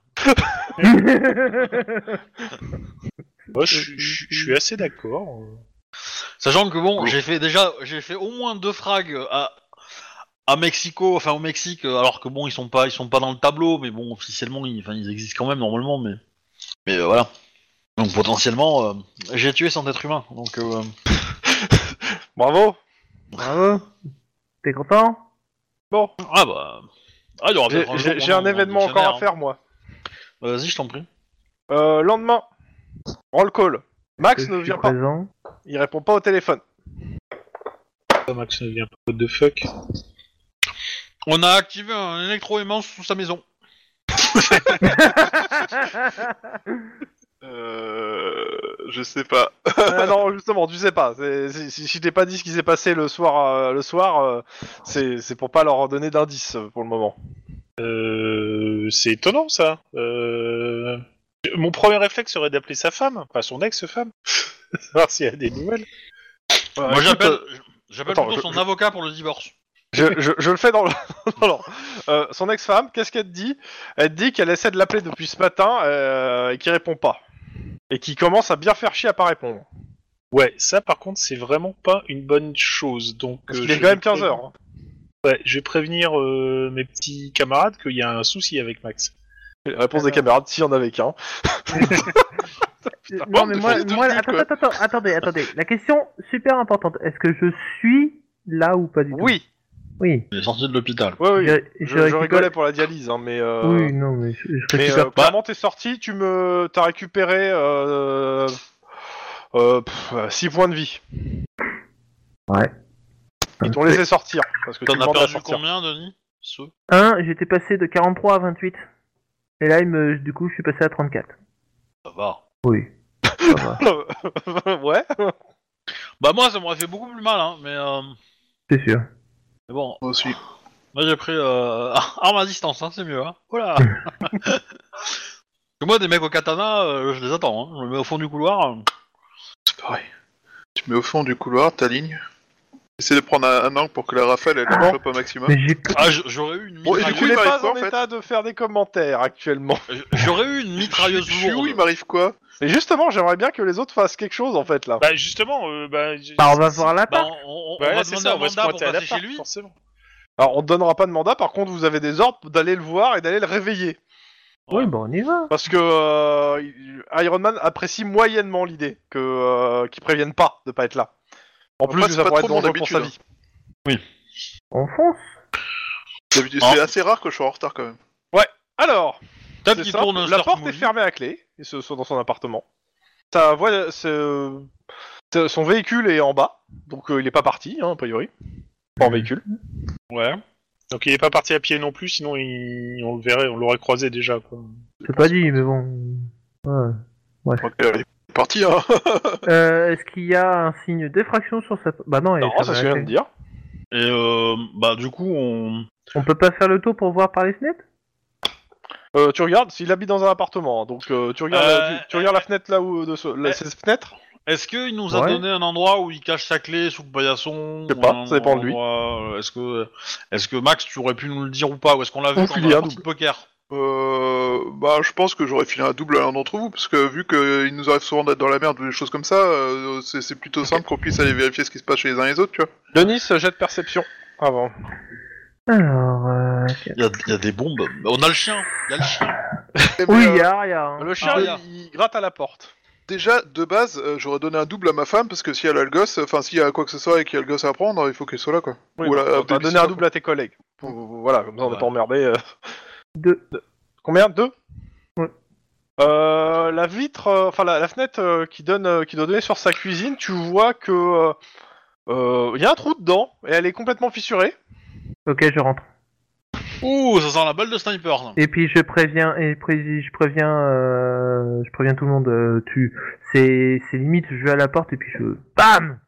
Speaker 5: moi, je, suis- je suis- je suis assez d'accord.
Speaker 1: Sachant que bon,
Speaker 4: Cool.
Speaker 1: j'ai fait déjà, j'ai fait au moins deux frags à, à Mexico, enfin au Mexique, alors que bon, ils sont pas, ils sont pas dans le tableau, mais bon, officiellement, ils, enfin, ils existent quand même normalement, mais, mais euh, voilà. Donc potentiellement, euh, j'ai tué sans être humain. Donc euh,
Speaker 2: Bravo
Speaker 3: Bravo. T'es content
Speaker 2: Bon,
Speaker 1: ah bah, ah, il y aura
Speaker 2: j'ai
Speaker 1: peut-être jour
Speaker 2: j'ai-
Speaker 1: qu'on
Speaker 2: j'ai un
Speaker 1: en- en
Speaker 2: événement encore
Speaker 1: dictionnaire,
Speaker 2: à faire moi.
Speaker 1: hein. Vas-y, je t'en prie.
Speaker 2: Euh, lendemain, roll call. Max
Speaker 3: Je
Speaker 2: ne
Speaker 3: suis
Speaker 2: vient pas.
Speaker 3: présent.
Speaker 2: Il répond pas au téléphone.
Speaker 5: hein. Max ne vient pas. What the fuck
Speaker 1: On a activé un électro-aimant sous sa maison.
Speaker 4: Euh. Je sais pas.
Speaker 2: Ah non, justement, tu sais pas. C'est- Si, si, si t'es pas dit ce qui s'est passé le soir, euh, le soir, euh, c'est c'est pour pas leur donner d'indice euh, pour le moment.
Speaker 5: Euh, C'est étonnant ça. Euh, Mon premier réflexe serait d'appeler sa femme, pas son ex-femme, savoir s'il y a des nouvelles.
Speaker 2: Bah,
Speaker 1: Moi
Speaker 2: écoute,
Speaker 1: j'appelle,
Speaker 2: euh,
Speaker 1: j'appelle
Speaker 2: attends,
Speaker 1: plutôt
Speaker 2: je-
Speaker 1: son
Speaker 2: je-
Speaker 1: avocat pour le divorce.
Speaker 2: Je, je- je le fais dans le. non, non. Euh, son ex-femme, qu'est-ce qu'elle te dit Elle te dit qu'elle essaie de l'appeler depuis ce matin euh, et qu'il répond pas. Et qu'il commence à bien faire chier à pas répondre.
Speaker 5: Ouais, ça par contre, c'est vraiment pas une bonne chose. Donc,
Speaker 2: Parce
Speaker 5: euh,
Speaker 2: qu'il est
Speaker 5: je
Speaker 2: quand
Speaker 5: vais
Speaker 2: même 15
Speaker 5: prévenir-
Speaker 2: heures. hein.
Speaker 5: Ouais, je vais prévenir euh, mes petits camarades qu'il y a un souci avec Max.
Speaker 2: Réponse des caméras, s'il y en avait qu'un.
Speaker 3: non,
Speaker 4: bande
Speaker 3: mais
Speaker 4: de
Speaker 3: moi,
Speaker 4: fils de
Speaker 3: moi
Speaker 4: pute,
Speaker 3: attends,
Speaker 4: quoi.
Speaker 3: attends, attends, attendez, attendez. La question super importante. Est-ce que je suis là ou pas du tout
Speaker 2: Oui.
Speaker 3: Oui.
Speaker 1: Il est sorti de l'hôpital.
Speaker 2: Oui, oui. Je,
Speaker 3: Je, je
Speaker 2: je
Speaker 3: récupère-
Speaker 2: rigolais pour la dialyse, hein, mais. euh,
Speaker 3: Oui, non, mais je, je
Speaker 2: Mais
Speaker 3: récupère.
Speaker 2: euh, clairement, t'es sorti, tu me, t'as récupéré euh, 6 points de vie.
Speaker 3: Ouais.
Speaker 2: Ils t'ont laissé sortir parce que tu
Speaker 1: T'en as
Speaker 2: demandes à
Speaker 1: perdu
Speaker 2: sortir.
Speaker 1: combien, Denis Ce
Speaker 3: Un, j'étais passé de 43 à 28. Et là, il me, du coup, je suis passé à 34.
Speaker 1: Ça va.
Speaker 3: Oui. Ça va.
Speaker 2: ouais.
Speaker 1: Bah moi ça m'aurait fait beaucoup plus mal, hein, mais... euh,
Speaker 3: C'est sûr.
Speaker 1: Mais bon,
Speaker 4: Moi aussi.
Speaker 1: moi j'ai pris euh, arme à distance, hein, c'est mieux. Hein. Voilà. Parce que moi, des mecs au katana, euh, je les attends. Hein. Je les mets au fond du couloir. euh.
Speaker 4: C'est pareil. Tu mets au fond du couloir ta ligne. Essaye de prendre un, un angle pour que la rafale elle
Speaker 2: Bon.
Speaker 4: chope un maximum.
Speaker 3: Mais j'ai pas-
Speaker 1: Ah, j- j'aurais eu une
Speaker 4: Bon, et du
Speaker 2: Je
Speaker 4: coup,
Speaker 1: mitrailleuse,
Speaker 2: n'est
Speaker 4: il m'arrive
Speaker 2: pas
Speaker 4: quoi,
Speaker 2: en
Speaker 4: en fait
Speaker 2: état de faire des commentaires actuellement.
Speaker 1: j'aurais eu une mitrailleuse
Speaker 4: Je suis où,
Speaker 1: lourde.
Speaker 4: il m'arrive quoi
Speaker 2: Et justement, j'aimerais bien que les autres fassent quelque chose en fait là.
Speaker 5: Bah justement, euh, bah, j-
Speaker 3: Bah, on va voir la
Speaker 1: Bah,
Speaker 3: part.
Speaker 1: on, on- on
Speaker 5: Bah,
Speaker 1: va
Speaker 5: c'est
Speaker 1: demander
Speaker 5: ça,
Speaker 1: un
Speaker 5: on va se
Speaker 1: mandat pour
Speaker 5: pointer à
Speaker 1: passer chez
Speaker 5: l'appart,
Speaker 1: lui.
Speaker 5: forcément.
Speaker 2: Alors on te donnera pas de mandat, par contre vous avez des ordres d'aller le voir et d'aller le réveiller.
Speaker 3: Oui, bah on y va.
Speaker 2: Parce que euh, Iron Man apprécie moyennement l'idée que euh, qu'ils préviennent pas de pas être là. En
Speaker 4: Après,
Speaker 2: plus,
Speaker 4: Bah, c'est
Speaker 2: ça
Speaker 4: pas
Speaker 2: pourrait
Speaker 4: trop
Speaker 2: être
Speaker 4: mon
Speaker 2: dangereux pour sa
Speaker 4: habitude,
Speaker 2: vie.
Speaker 3: On fonce.
Speaker 4: D'habitude,
Speaker 1: Ah.
Speaker 4: C'est assez rare que je sois en retard quand même.
Speaker 2: Alors,
Speaker 1: Tape
Speaker 2: c'est
Speaker 1: qui
Speaker 2: simple,
Speaker 1: tourne un
Speaker 2: la
Speaker 1: surf
Speaker 2: porte est
Speaker 1: movie.
Speaker 2: fermée à clé, et se sont dans son appartement. Sa voie- ce- ce- son véhicule est en bas, donc euh, il est pas parti, hein, a priori.
Speaker 3: Mmh.
Speaker 2: Pas en véhicule.
Speaker 5: Ouais. Donc il est pas parti à pied non plus, sinon il- on le verrait, on l'aurait croisé déjà. Quoi.
Speaker 3: C'est pas dit, mais bon. Ouais.
Speaker 4: Ok, elle est partie, hein
Speaker 3: Euh, Est-ce qu'il y a un signe d'effraction sur sa... Bah non, elle est
Speaker 2: Non, ça se
Speaker 3: fermée à
Speaker 2: vient de
Speaker 3: clé.
Speaker 2: dire.
Speaker 1: Et euh, bah du coup on.
Speaker 3: On peut pas faire le tour pour voir par les fenêtres
Speaker 2: Euh, tu regardes, s'il habite dans un appartement, hein, donc euh, tu, regardes,
Speaker 1: Euh,
Speaker 2: tu, tu regardes la fenêtre là où. De ce- la,
Speaker 1: euh,
Speaker 2: cette fenêtre
Speaker 1: Est-ce qu'il nous a
Speaker 3: Ouais.
Speaker 1: donné un endroit où il cache sa clé sous le paillasson
Speaker 2: Je sais pas,
Speaker 1: un
Speaker 2: ça dépend de lui.
Speaker 1: endroit, euh, Est-ce que, est-ce que Max, tu aurais pu nous le dire ou pas Ou est-ce qu'on l'a vu
Speaker 2: Ou
Speaker 1: quand
Speaker 2: filer
Speaker 1: on a
Speaker 2: un
Speaker 1: parti de poker
Speaker 4: Euh, bah, je pense que j'aurais filé un double à l'un d'entre vous, parce que vu qu'il nous arrive souvent d'être dans la merde ou des choses comme ça, euh, c'est c'est plutôt simple qu'on puisse aller vérifier ce qui se passe chez les uns et les autres, tu vois.
Speaker 2: Denis, jet de perception. Avant.
Speaker 3: Alors... Euh...
Speaker 1: il y, a, il y a des bombes. On a le chien. Il y a le chien.
Speaker 4: Eh ben,
Speaker 3: Oui,
Speaker 4: euh,
Speaker 3: il y a rien. hein.
Speaker 2: Le chien,
Speaker 1: Ah,
Speaker 2: il-
Speaker 1: regarde.
Speaker 2: il, gratte à la porte.
Speaker 4: Déjà, de base, euh, j'aurais donné un double à ma femme, parce que si elle a le gosse, enfin, s'il y a quoi que ce soit et qu'il y a le gosse à prendre, il faut qu'elle soit là, quoi.
Speaker 2: Oui,
Speaker 4: Voilà,
Speaker 2: bah,
Speaker 4: euh,
Speaker 2: t'as
Speaker 4: Denis,
Speaker 2: donné un
Speaker 4: c'est
Speaker 2: double à tes collègues. Voilà, comme ça on n'est
Speaker 1: Ouais.
Speaker 2: pas emmerdé. euh.
Speaker 3: Deux.
Speaker 2: Combien Deux
Speaker 3: Ouais.
Speaker 2: Euh, la vitre, euh, enfin la, la fenêtre euh, qui donne, euh, qui doit donner sur sa cuisine, tu vois que euh, euh, il y a un trou dedans et elle est complètement fissurée.
Speaker 3: Ok, je rentre.
Speaker 1: Ouh, ça sent la balle de sniper. ça.
Speaker 3: Et puis je préviens, et pré- je préviens, euh, je préviens tout le monde. euh, tu, c'est, c'est limite, je vais à la porte et puis je, bam.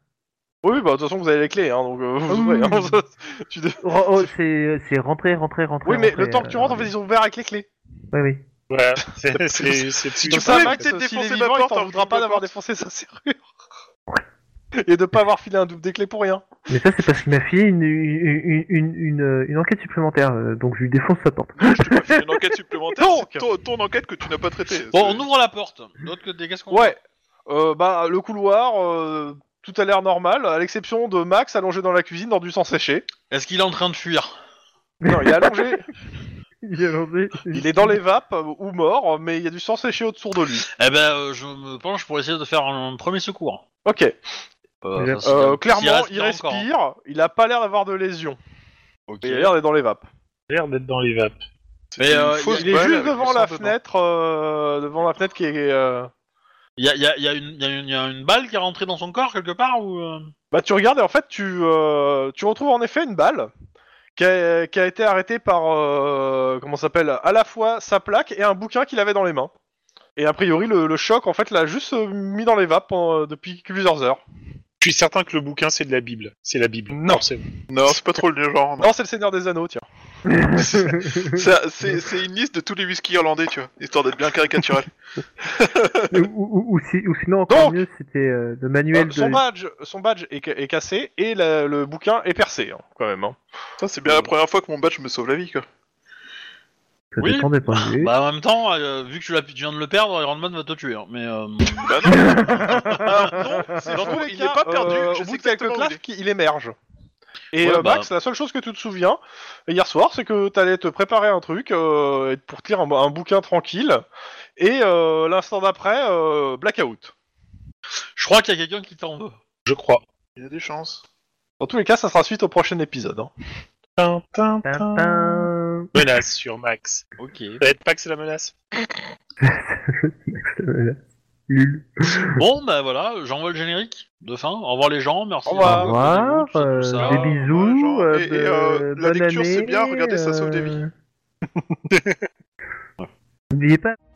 Speaker 2: Oui, bah de toute façon vous avez les clés, hein, donc euh, vous
Speaker 3: Ah
Speaker 2: ouvrez,
Speaker 3: oui,
Speaker 2: hein,
Speaker 3: oui, oui.
Speaker 2: ça- tu dé-
Speaker 3: Oh, oh, c'est, c'est rentrer, rentrer, rentrer.
Speaker 2: Oui, mais
Speaker 3: rentrer,
Speaker 2: le temps que tu rentres, en
Speaker 3: euh,
Speaker 2: fait, ils ont ouvert avec les clés.
Speaker 3: Oui, oui.
Speaker 5: Ouais, c'est c'est- c'est plus-
Speaker 2: Comme
Speaker 4: tu pourrais
Speaker 2: ça, Max,
Speaker 4: éviter de
Speaker 2: s'il est
Speaker 4: défoncer
Speaker 2: vivant,
Speaker 4: ma
Speaker 2: il
Speaker 4: porte
Speaker 2: t'en
Speaker 4: en
Speaker 2: voudra pas
Speaker 4: ouvrant
Speaker 2: d'avoir
Speaker 4: la
Speaker 2: défoncé sa serrure. Et de pas avoir filé un double des clés pour rien.
Speaker 3: Mais ça, c'est parce qu'il m'a filé une, une, une, une, une- une enquête supplémentaire, euh, donc je lui défonce sa porte.
Speaker 4: pas une enquête supplémentaire.
Speaker 2: Donc.
Speaker 4: c'est ton, ton enquête que tu n'as pas traitée.
Speaker 1: Bon,
Speaker 4: C'est-
Speaker 1: on ouvre la porte. De l'autre côté, qu'est-ce qu'on
Speaker 2: Ouais. Euh, bah, le couloir, euh, tout a l'air normal, à l'exception de Max allongé dans la cuisine dans du sang séché.
Speaker 1: fait Est-ce qu'il est en train de fuir
Speaker 2: Non, il est allongé,
Speaker 3: Il est lancé.
Speaker 2: il est dans les vapes euh, ou mort, mais il y a du sang séché autour de lui.
Speaker 1: Eh ben, euh, je me penche pour essayer de faire un, premier secours.
Speaker 2: Ok,
Speaker 1: Euh,
Speaker 3: Déjà.
Speaker 1: s'il-
Speaker 2: euh,
Speaker 1: s'il
Speaker 2: clairement, il
Speaker 1: encore, hein.
Speaker 2: respire, il a pas l'air d'avoir de lésion.
Speaker 1: Ok.
Speaker 2: Il a l'air d'être dans les vapes.
Speaker 5: J'ai l'air d'être dans les vapes.
Speaker 1: Mais euh, il y a-
Speaker 4: fausse
Speaker 2: Il est
Speaker 4: balle
Speaker 2: juste
Speaker 4: avec du
Speaker 2: devant
Speaker 4: sang
Speaker 2: la
Speaker 4: dedans.
Speaker 2: fenêtre, euh, devant la fenêtre qui est. euh,
Speaker 1: il y a, il y a- il y a une- il y a une- il y a une balle qui est rentrée dans son corps quelque part ou euh
Speaker 2: Bah tu regardes et en fait tu, euh, tu retrouves en effet une balle qui a, qui a été arrêtée par euh, comment ça s'appelle à la fois sa plaque et un bouquin qu'il avait dans les mains. Et a priori le, le choc en fait l'a juste euh, mis dans les vapes pendant- euh, depuis plusieurs heures.
Speaker 5: Je suis certain que le bouquin c'est de la Bible. C'est la Bible.
Speaker 2: Non.
Speaker 5: c'est
Speaker 4: Non, c'est pas trop le genre. non.
Speaker 2: Non c'est le Seigneur des Anneaux tiens.
Speaker 4: Ça, C'est c'est une liste de tous les whisky irlandais, tu vois, histoire d'être bien caricatural.
Speaker 3: ou, ou- ou si- ou sinon encore
Speaker 2: Donc.
Speaker 3: mieux, c'était euh, le manuel
Speaker 2: Euh, son
Speaker 3: de.
Speaker 2: badge son badge est, ca- est cassé et la- le bouquin est percé hein, quand même. hein.
Speaker 4: Ça, c'est bien la première fois que mon badge me sauve la vie, quoi.
Speaker 3: Ça
Speaker 1: Oui.
Speaker 3: dépend des points de vue.
Speaker 1: Bah en même temps, euh, vu que tu, l'as- tu viens de le perdre, Iron Man va te tuer. hein, Mais euh,
Speaker 4: Bah non,
Speaker 2: Dans
Speaker 4: non,
Speaker 2: tous les
Speaker 4: il
Speaker 2: cas,
Speaker 4: n'est pas perdu.
Speaker 2: euh,
Speaker 4: je
Speaker 2: au
Speaker 4: sais
Speaker 2: bout de
Speaker 4: exactement
Speaker 2: quelques
Speaker 4: où il
Speaker 2: claques, il émerge. Et
Speaker 1: Ouais,
Speaker 2: euh,
Speaker 1: bah.
Speaker 2: Max, la seule chose que tu te souviens hier soir, c'est que t'allais te préparer un truc euh, et pour te lire un, un bouquin tranquille. Et euh, l'instant d'après, euh, blackout.
Speaker 1: je crois qu'il y a quelqu'un qui t'en veut.
Speaker 5: Je crois.
Speaker 4: Il y a des chances.
Speaker 2: Dans tous les cas, ça sera suite au prochain épisode. hein.
Speaker 5: Tin, tin, tin.
Speaker 3: Tintin.
Speaker 5: Menace sur Max.
Speaker 1: Ok.
Speaker 5: Ça va être pas que c'est la menace.
Speaker 3: Euh, Lul.
Speaker 1: Bon, bah voilà, j'envoie le générique de fin. Au revoir les gens, merci.
Speaker 2: Au revoir.
Speaker 3: Au revoir,
Speaker 1: Tout ça, tout
Speaker 3: euh,
Speaker 1: ça.
Speaker 3: des bisous,
Speaker 4: genre,
Speaker 3: euh,
Speaker 4: et- et, euh,
Speaker 3: de-
Speaker 4: la
Speaker 3: bonne
Speaker 4: lecture, c'est
Speaker 3: année,
Speaker 4: bien, regardez, ça sauve des vies.
Speaker 3: euh. N'oubliez pas